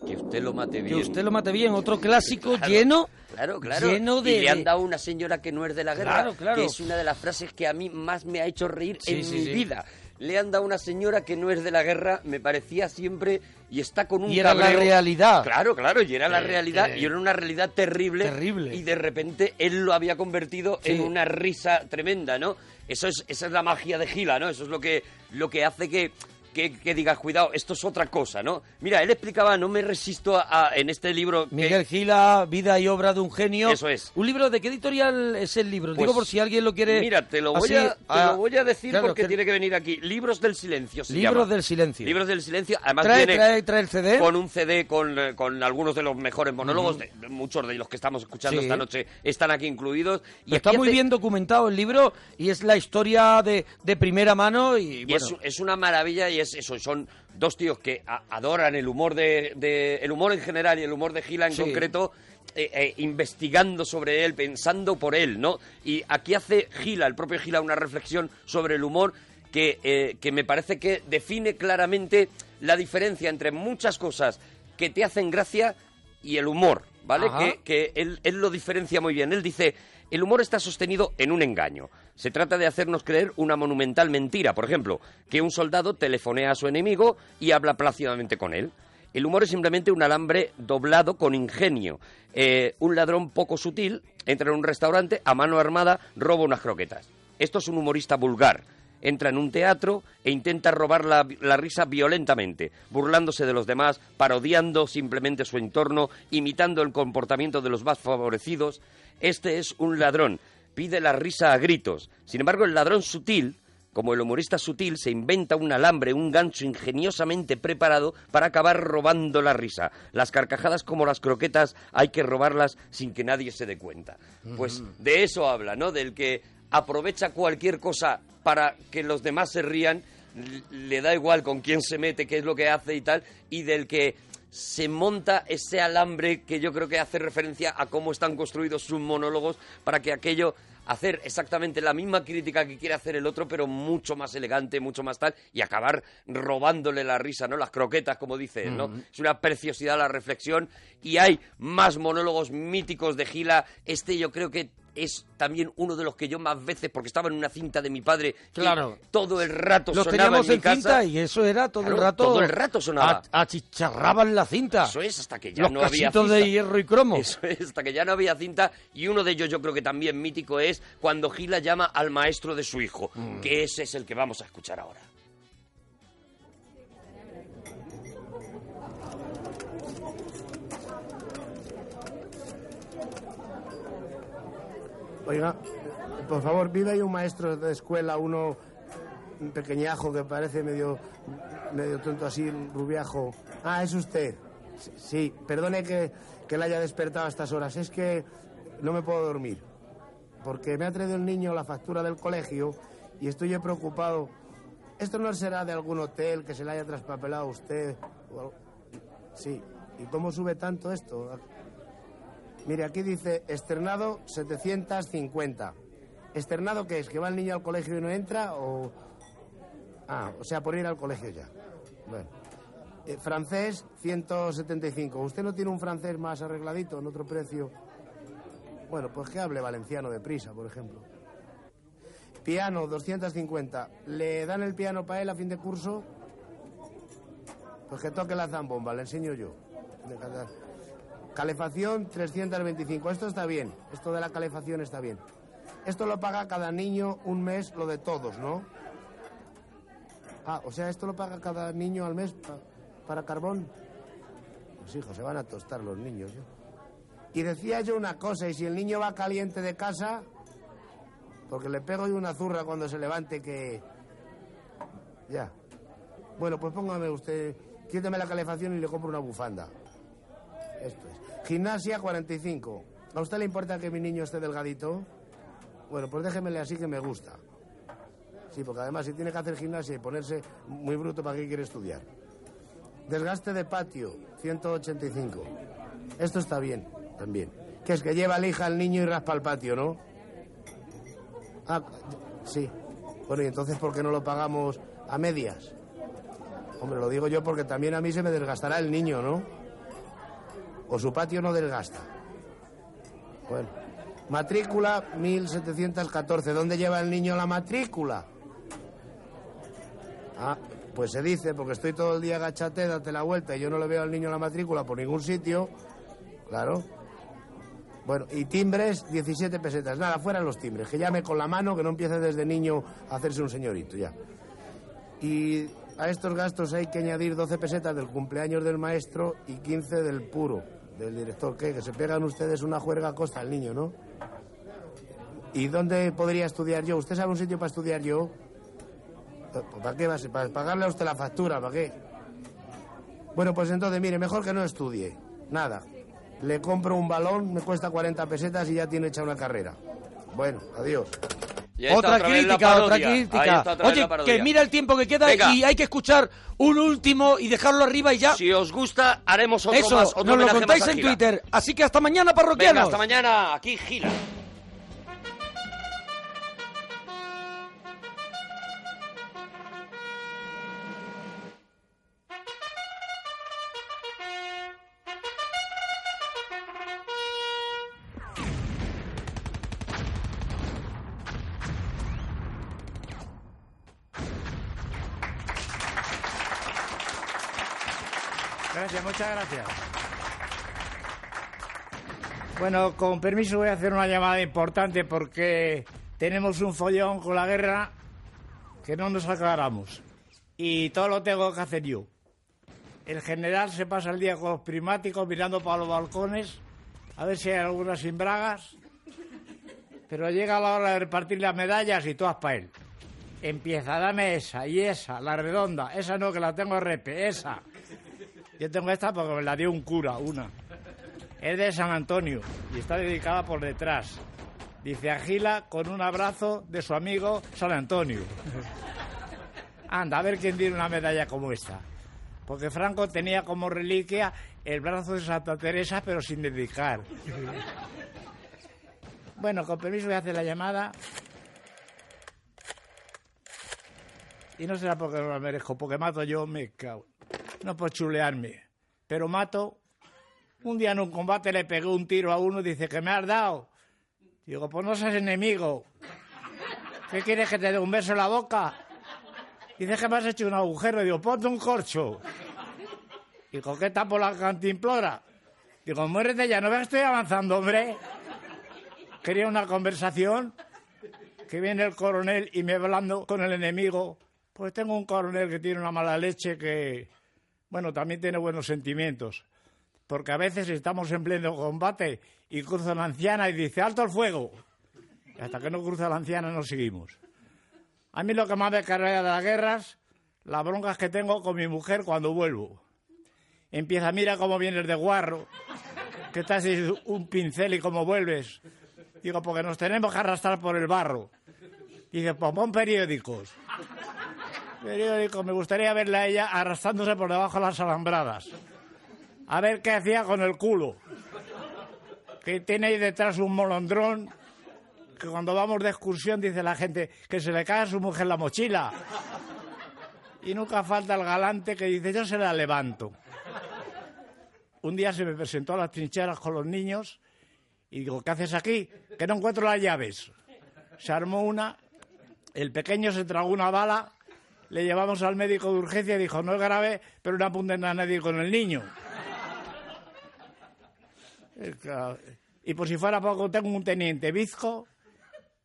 C: Que usted lo mate bien.
B: Que usted lo mate bien, otro clásico lleno,
C: Claro, claro.
B: lleno de...
C: Y le han dado una señora que no es de la guerra,
B: Claro, claro.
C: que es una de las frases que a mí más me ha hecho reír
B: Sí,
C: en
B: sí,
C: mi
B: sí.
C: vida. Le han dado una señora que no es de la guerra, me parecía siempre, y está con un
B: Y era la
C: cabreo.
B: realidad.
C: Claro, claro, y era la
B: Que-
C: realidad,
B: que-
C: y era una realidad terrible.
B: Terrible.
C: Y de repente él lo había convertido
B: Sí.
C: en una risa tremenda, ¿no? Eso es, esa es la magia de Gila, ¿no? Eso es lo que, lo que hace que que, que digas, cuidado, esto es otra cosa, ¿no? Mira, él explicaba, no me resisto a, a- en este libro... que-
B: Miguel Gila, Vida y Obra de un Genio.
C: Eso es.
B: ¿Un libro de qué editorial es el libro? Digo
C: Pues,
B: por si alguien lo quiere...
C: Mira, te lo voy,
B: así,
C: a, te
B: ah,
C: lo voy a decir
B: claro,
C: porque
B: que-
C: tiene que venir aquí. Libros del Silencio se
B: Libros
C: llama.
B: del Silencio.
C: Libros del Silencio. Además
B: Trae,
C: viene
B: trae, trae el CD.
C: con un CD con, eh, con algunos de los mejores monólogos.
B: Ujú.
C: de- de muchos de los que estamos escuchando
B: Sí.
C: esta noche están aquí incluidos.
B: Pero está
C: aquí
B: muy
C: hace-
B: bien documentado el libro y es la historia de, de primera mano y,
C: Y
B: bueno,
C: es, es una maravilla y es eso, son dos tíos que a- adoran el humor de, de- el humor en general y el humor de Gila en
B: Sí.
C: concreto, eh, eh, investigando sobre él, pensando por él, ¿no? Y aquí hace Gila, el propio Gila, una reflexión sobre el humor que, eh, que me parece que define claramente la diferencia entre muchas cosas que te hacen gracia y el humor, ¿vale?
B: Ajá.
C: Que, que él, él lo diferencia muy bien. Él dice, el humor está sostenido en un engaño. Se trata de hacernos creer una monumental mentira, por ejemplo, que un soldado telefonea a su enemigo y habla plácidamente con él. El humor es simplemente un alambre doblado con ingenio. Eh, un ladrón poco sutil entra en un restaurante, a mano armada roba unas croquetas. Esto es un humorista vulgar entra en un teatro e intenta robar la, la risa violentamente, burlándose de los demás, parodiando simplemente su entorno, imitando el comportamiento de los más favorecidos. Este es un ladrón, pide la risa a gritos. Sin embargo, el ladrón sutil, como el humorista sutil, se inventa un alambre, un gancho ingeniosamente preparado para acabar robando la risa. Las carcajadas como las croquetas hay que robarlas sin que nadie se dé cuenta. Pues
B: Ujú.
C: de eso habla, ¿no? Del que aprovecha cualquier cosa para que los demás se rían, l- le da igual con quién se mete, qué es lo que hace y tal, y del que se monta ese alambre que yo creo que hace referencia a cómo están construidos sus monólogos para que aquello hacer exactamente la misma crítica que quiere hacer el otro pero mucho más elegante, mucho más tal y acabar robándole la risa, ¿no? Las croquetas como dice, él, ¿no?
B: Ujú.
C: Es una preciosidad la reflexión y hay más monólogos míticos de Gila. Este yo creo que es también uno de los que yo más veces, porque estaba en una cinta de mi padre, que
B: Claro.
C: todo el rato
B: los
C: sonaba
B: teníamos
C: en mi
B: en
C: casa.
B: cinta y eso era todo el
C: Claro,
B: rato...
C: todo el rato sonaba.
B: a- achicharraban la cinta.
C: Eso es, hasta que ya
B: los
C: no había
B: casitos
C: cinta.
B: de hierro y cromo.
C: Eso es, hasta que ya no había cinta. Y uno de ellos, yo creo que también mítico, es cuando Gila llama al maestro de su hijo,
B: Mm.
C: que ese es el que vamos a escuchar ahora.
Y: Oiga, por favor, vive ahí un maestro de escuela, uno un pequeñajo que parece medio, medio tonto así, rubiajo. Ah, es usted. S- Sí, perdone que, que la haya despertado a estas horas. Es que no me puedo dormir. Porque me ha traído el niño la factura del colegio y estoy preocupado. Esto no será de algún hotel que se le haya traspapelado a usted. o algo? Sí. ¿Y cómo sube tanto esto? Mire, aquí dice externado 750. ¿Externado qué es? ¿Que va el niño al colegio y no entra o...? Ah, o sea, por ir al colegio ya. Bueno. Eh, francés 175. ¿Usted no tiene un francés más arregladito en otro precio? Bueno, pues que hable valenciano de prisa, por ejemplo. Piano 250. ¿Le dan el piano para él a fin de curso? Pues que toque la zambomba, le enseño yo. De cada- Calefacción 325. Esto está bien. Esto de la calefacción está bien. Esto lo paga cada niño un mes, lo de todos, ¿no? Ah, o sea, esto lo paga cada niño al mes pa- para carbón. Pues hijo, se van a tostar los niños. ¿no? Y decía yo una cosa, y si el niño va caliente de casa, porque le pego yo una zurra cuando se levante que... Ya. Bueno, pues póngame usted, quítame la calefacción y le compro una bufanda. Esto es. Gimnasia 45. ¿A usted le importa que mi niño esté delgadito? Bueno, pues déjemele así que me gusta. Sí, porque además si tiene que hacer gimnasia y ponerse muy bruto, ¿para qué quiere estudiar? Desgaste de patio, 185. Esto está bien, también. Que es que lleva lija al niño y raspa el patio, ¿no? Ah, sí. Bueno, y entonces, ¿por qué no lo pagamos a medias? Hombre, lo digo yo porque también a mí se me desgastará el niño, ¿no? o su patio no desgasta. Bueno, matrícula 1714. ¿Dónde lleva el niño la matrícula? Ah, pues se dice, porque estoy todo el día agachate, date la vuelta y yo no le veo al niño la matrícula por ningún sitio. Claro. Bueno, y timbres, 17 pesetas. Nada, fuera los timbres. Que llame con la mano, que no empiece desde niño a hacerse un señorito, ya. Y
G: A estos gastos hay que añadir 12 pesetas del cumpleaños del maestro y 15 del puro, del director. ¿Qué? Que se pegan ustedes una juerga a costa al niño, ¿no? ¿Y dónde podría estudiar yo? ¿Usted sabe un sitio para estudiar yo? Eh, pues, ¿Para qué va a ser? ¿Para pagarle a usted la factura? ¿Para qué? Bueno, pues entonces, mire, mejor que no estudie. Nada. Le compro un balón, me cuesta 40 pesetas y ya tiene hecha una carrera. Bueno, adiós.
C: Y ahí está
B: otra,
C: otra vez la
B: crítica, otra
C: parodia. Ahí
B: crítica.
C: está otra vez
B: Oye,
C: la parodia.
B: que mira el tiempo que queda
C: Venga.
B: y hay que escuchar un último y dejarlo arriba y ya.
C: Si os gusta, haremos otro
B: Eso,
C: más, otro
B: nos lo
C: homenaje
B: contáis
C: más a
B: en
C: Gila.
B: Twitter. Así que hasta mañana, parroquianos.
C: Venga, hasta mañana. Aquí gira.
F: Gracias, muchas gracias. Bueno, con permiso voy a hacer una llamada importante porque tenemos un follón con la guerra que no nos aclaramos. Y todo lo tengo que hacer yo. El general se pasa el día con los primáticos mirando para los balcones a ver si hay algunas sin bragas. Pero llega la hora de repartir las medallas y todas para él. Empieza, dame esa y esa, la redonda. Esa no, que la tengo repe, esa. Yo tengo esta porque me la dio un cura, una. Es de San Antonio y está dedicada por detrás. Dice Agila con un abrazo de su amigo San Antonio. Anda, a ver quién tiene una medalla como esta. Porque Franco tenía como reliquia el brazo de Santa Teresa, pero sin dedicar. Bueno, con permiso voy a hacer la llamada. Y no será porque no la merezco, porque mato yo, me cago. No por chulearme, pero mato. Un día en un combate le pegué un tiro a uno y dice, que me has dado? Digo, pues no seas enemigo. ¿Qué quieres que te dé un beso en la boca? Dice que me has hecho un agujero. Digo, ponte un corcho. Y coqueta por la cantimplora. Digo, muérete ya, no veas que estoy avanzando, hombre. Quería una conversación que viene el coronel y me hablando con el enemigo. Pues tengo un coronel que tiene una mala leche que, bueno, también tiene buenos sentimientos. Porque a veces estamos en pleno combate y cruza la anciana y dice, alto el fuego. Y hasta que no cruza la anciana no seguimos. A mí lo que más me carga de las guerras, las broncas que tengo con mi mujer cuando vuelvo. Empieza, mira cómo vienes de guarro, que estás hecho un pincel y cómo vuelves. Digo, porque nos tenemos que arrastrar por el barro. Dice, pues pon periódicos. Periódicos, me gustaría verla a ella arrastrándose por debajo de las alambradas. A ver qué hacía con el culo. Que tiene ahí detrás un molondrón que cuando vamos de excursión dice la gente que se le cae a su mujer la mochila. Y nunca falta el galante que dice, yo se la levanto. Un día se me presentó a las trincheras con los niños y digo, ¿qué haces aquí? Que no encuentro las llaves. Se armó una, el pequeño se tragó una bala, le llevamos al médico de urgencia y dijo, no es grave, pero no apunten a nadie con el niño. Es que- Y por si fuera poco, tengo un teniente bizco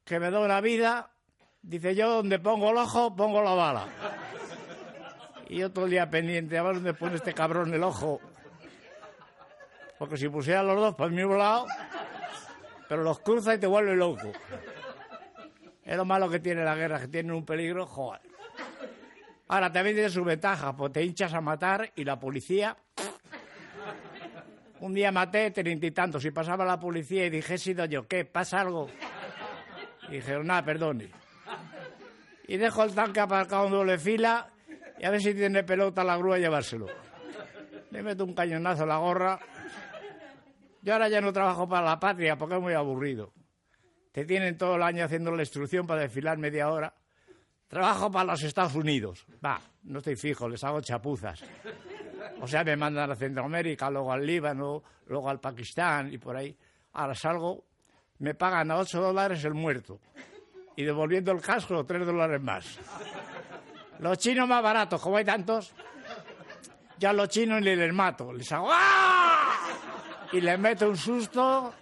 F: que me da una vida. Dice, yo donde pongo el ojo, pongo la bala. Y yo todo el día pendiente, a ver dónde pone este cabrón el ojo. Porque si pusiera los dos para el mismo lado, pero los cruza y te vuelve loco. Es lo malo que tiene la guerra, que tiene un peligro, joder. Ahora también tiene sus ventajas, pues te hinchas a matar y la policía. Un día maté treinta y tantos y pasaba la policía y dije, he sido yo, ¿qué? ¿Pasa algo? Y dijeron, nada, perdone. Y dejo el tanque aparcado en doble fila y a ver si tiene pelota la grúa y llevárselo. Le meto un cañonazo a la gorra. Yo ahora ya no trabajo para la patria porque es muy aburrido. Te tienen todo el año haciendo la instrucción para desfilar media hora. Trabajo para los Estados Unidos. Va, no estoy fijo, les hago chapuzas. O sea, me mandan a Centroamérica, luego al Líbano, luego al Pakistán y por ahí. Ahora salgo, me pagan a 8 dólares el muerto. Y devolviendo el casco, 3 dólares más. Los chinos más baratos, como hay tantos, ya a los chinos ni les mato. Les hago ¡ah! Y les meto un susto,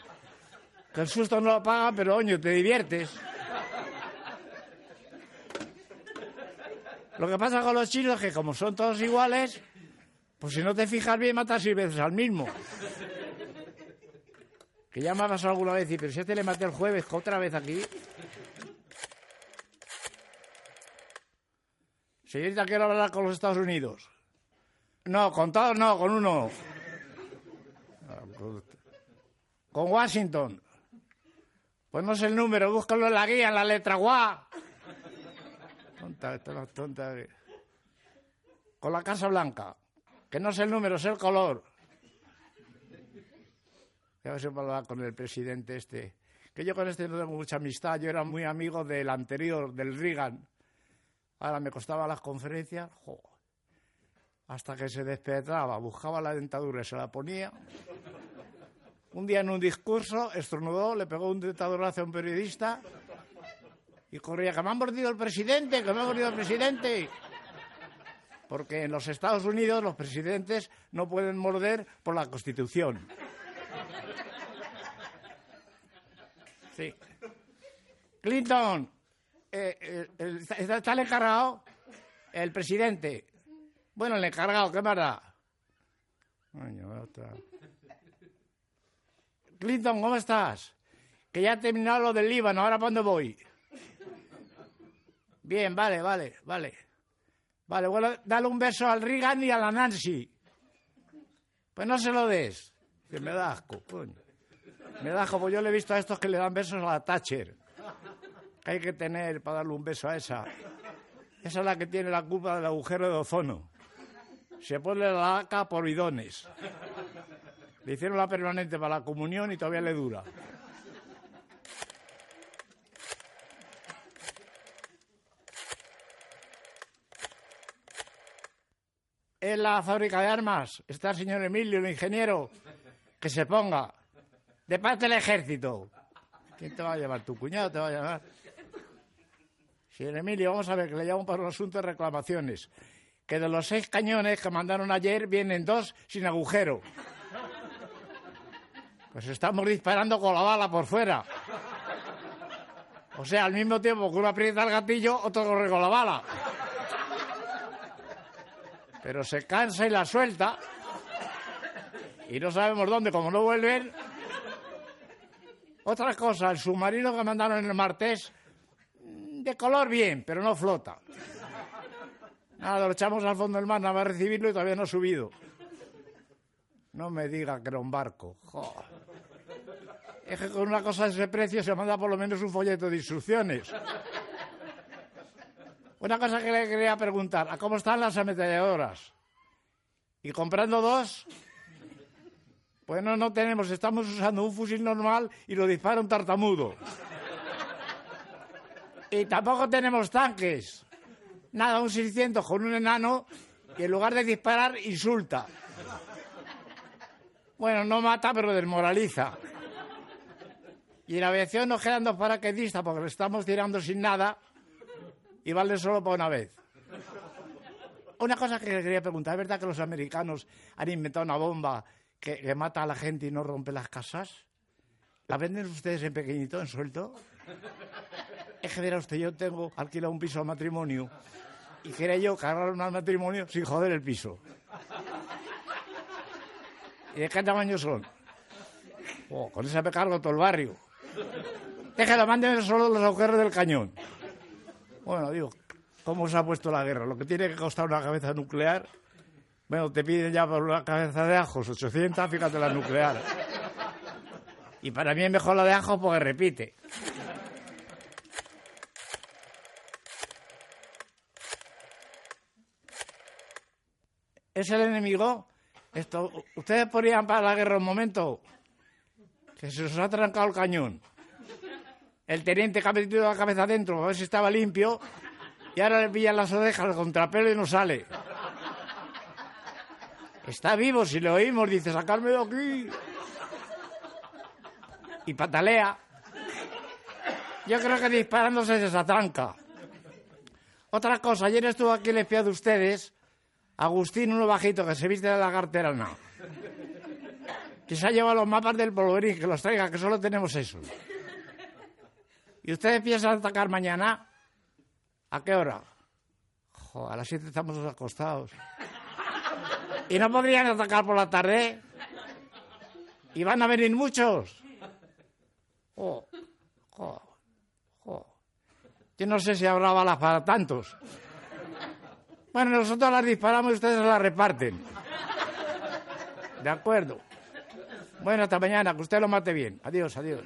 F: que el susto no lo pagan, pero oño, te diviertes. Lo que pasa con los chinos es que como son todos iguales, pues si no te fijas bien, matas seis veces al mismo. Que ya me ha pasado alguna vez y pero si a este le maté el jueves, que otra vez aquí. Señorita, quiero hablar con los Estados Unidos. No, con todos no, con uno. Con Washington. Pues no sé el número, búscalo en la guía, en la letra gua. Tonta, esta es tonta. Con la Casa Blanca. Que no sé el número, es el color. Ya os hemos hablado con el presidente este. Que yo con este no tengo mucha amistad. Yo era muy amigo del anterior, del Reagan. Ahora me costaba las conferencias. jo, hasta que se despedraba. Buscaba la dentadura y se la ponía. Un día en un discurso estornudó, le pegó un dentadorazo a un periodista y corría, que me han mordido el presidente, que me han mordido el presidente. Porque en los Estados Unidos los presidentes no pueden morder por la Constitución. Sí. Clinton, eh, eh, el- está, está el encargado, el presidente. Bueno, el encargado, ¿qué más da? Coño, otra. Clinton, ¿cómo estás? Que ya he terminado lo del Líbano, ¿ahora para dónde voy? Bien, vale, vale, vale. Vale, bueno, dale un beso al Reagan y a la Nancy. Pues no se lo des. Que me da asco, coño. Me da asco, pues yo le he visto a estos que le dan besos a la Thatcher. Que hay que tener para darle un beso a esa. Esa es la que tiene la culpa del agujero de ozono. Se pone la laca por bidones. Le hicieron la permanente para la comunión y todavía le dura. En la fábrica de armas está el señor Emilio, el ingeniero, que se ponga de parte del ejército. ¿Quién te va a llevar? ¿Tu cuñado te va a llamar? Señor Emilio, vamos a ver, que le llamo para un asunto de reclamaciones. Que de los seis cañones que mandaron ayer vienen dos sin agujero. Pues estamos disparando con la bala por fuera. O sea, al mismo tiempo que uno aprieta el gatillo, otro corre con la bala. Pero se cansa y la suelta. Y no sabemos dónde, como no vuelven. Otra cosa, el submarino que mandaron el martes, mm, de color bien, pero no flota. Nada, lo echamos al fondo del mar, nada más recibirlo y todavía no ha subido. No me diga que era un barco. Jo. Es que con una cosa de ese precio se manda por lo menos un folleto de instrucciones. Una cosa que le quería preguntar, ¿a cómo están las ametralladoras? ¿Y comprando dos? Pues no, no tenemos, estamos usando un fusil normal y lo dispara un tartamudo. Y tampoco tenemos tanques. Nada, un 600 con un enano que en lugar de disparar insulta. Bueno, no mata, pero desmoraliza. Y en la aviación nos quedan dos paracaidistas porque le estamos tirando sin nada y vale solo para una vez. Una cosa que le quería preguntar, ¿es verdad que los americanos han inventado una bomba que, que mata a la gente y no rompe las casas? ¿La venden ustedes en pequeñito, en suelto? Es que verá usted, yo tengo alquilado un piso a matrimonio y quería yo cargarme al matrimonio sin joder el piso. ¿Y de qué tamaño son? Oh, con esa me cargo todo el barrio. Déjalo, mándenme solo los agujeros del cañón. Bueno, digo, ¿cómo se ha puesto la guerra? Lo que tiene que costar una cabeza nuclear. Bueno, te piden ya por una cabeza de ajos 800, fíjate la nuclear. Y para mí es mejor la de ajos porque repite. ¿Es el enemigo? Esto, ustedes ponían para la guerra un momento que se os ha trancado el cañón el teniente que ha metido la cabeza adentro a ver si estaba limpio y ahora le pillan las orejas al contrapelo y no sale. Está vivo, si lo oímos, dice, sacarme de aquí. Y patalea. Yo creo que disparándose se satranca. Otra cosa, ayer estuvo aquí el espía de ustedes, Agustín, uno bajito que se viste de la carterana. Que se ha llevado los mapas del polvorín, que los traiga, que solo tenemos esos. ¿Y ustedes piensan atacar mañana? ¿A qué hora? Jo, trabajo. A las 7 estamos todos acostados. ¿Y no podrían atacar por la tarde? ¿Y van a venir muchos? Jo, jo, jo. Yo no sé si habrá balas para tantos. Bueno, nosotros las disparamos y ustedes las reparten. De acuerdo. Bueno, hasta mañana. Que usted lo mate bien. Adiós, adiós.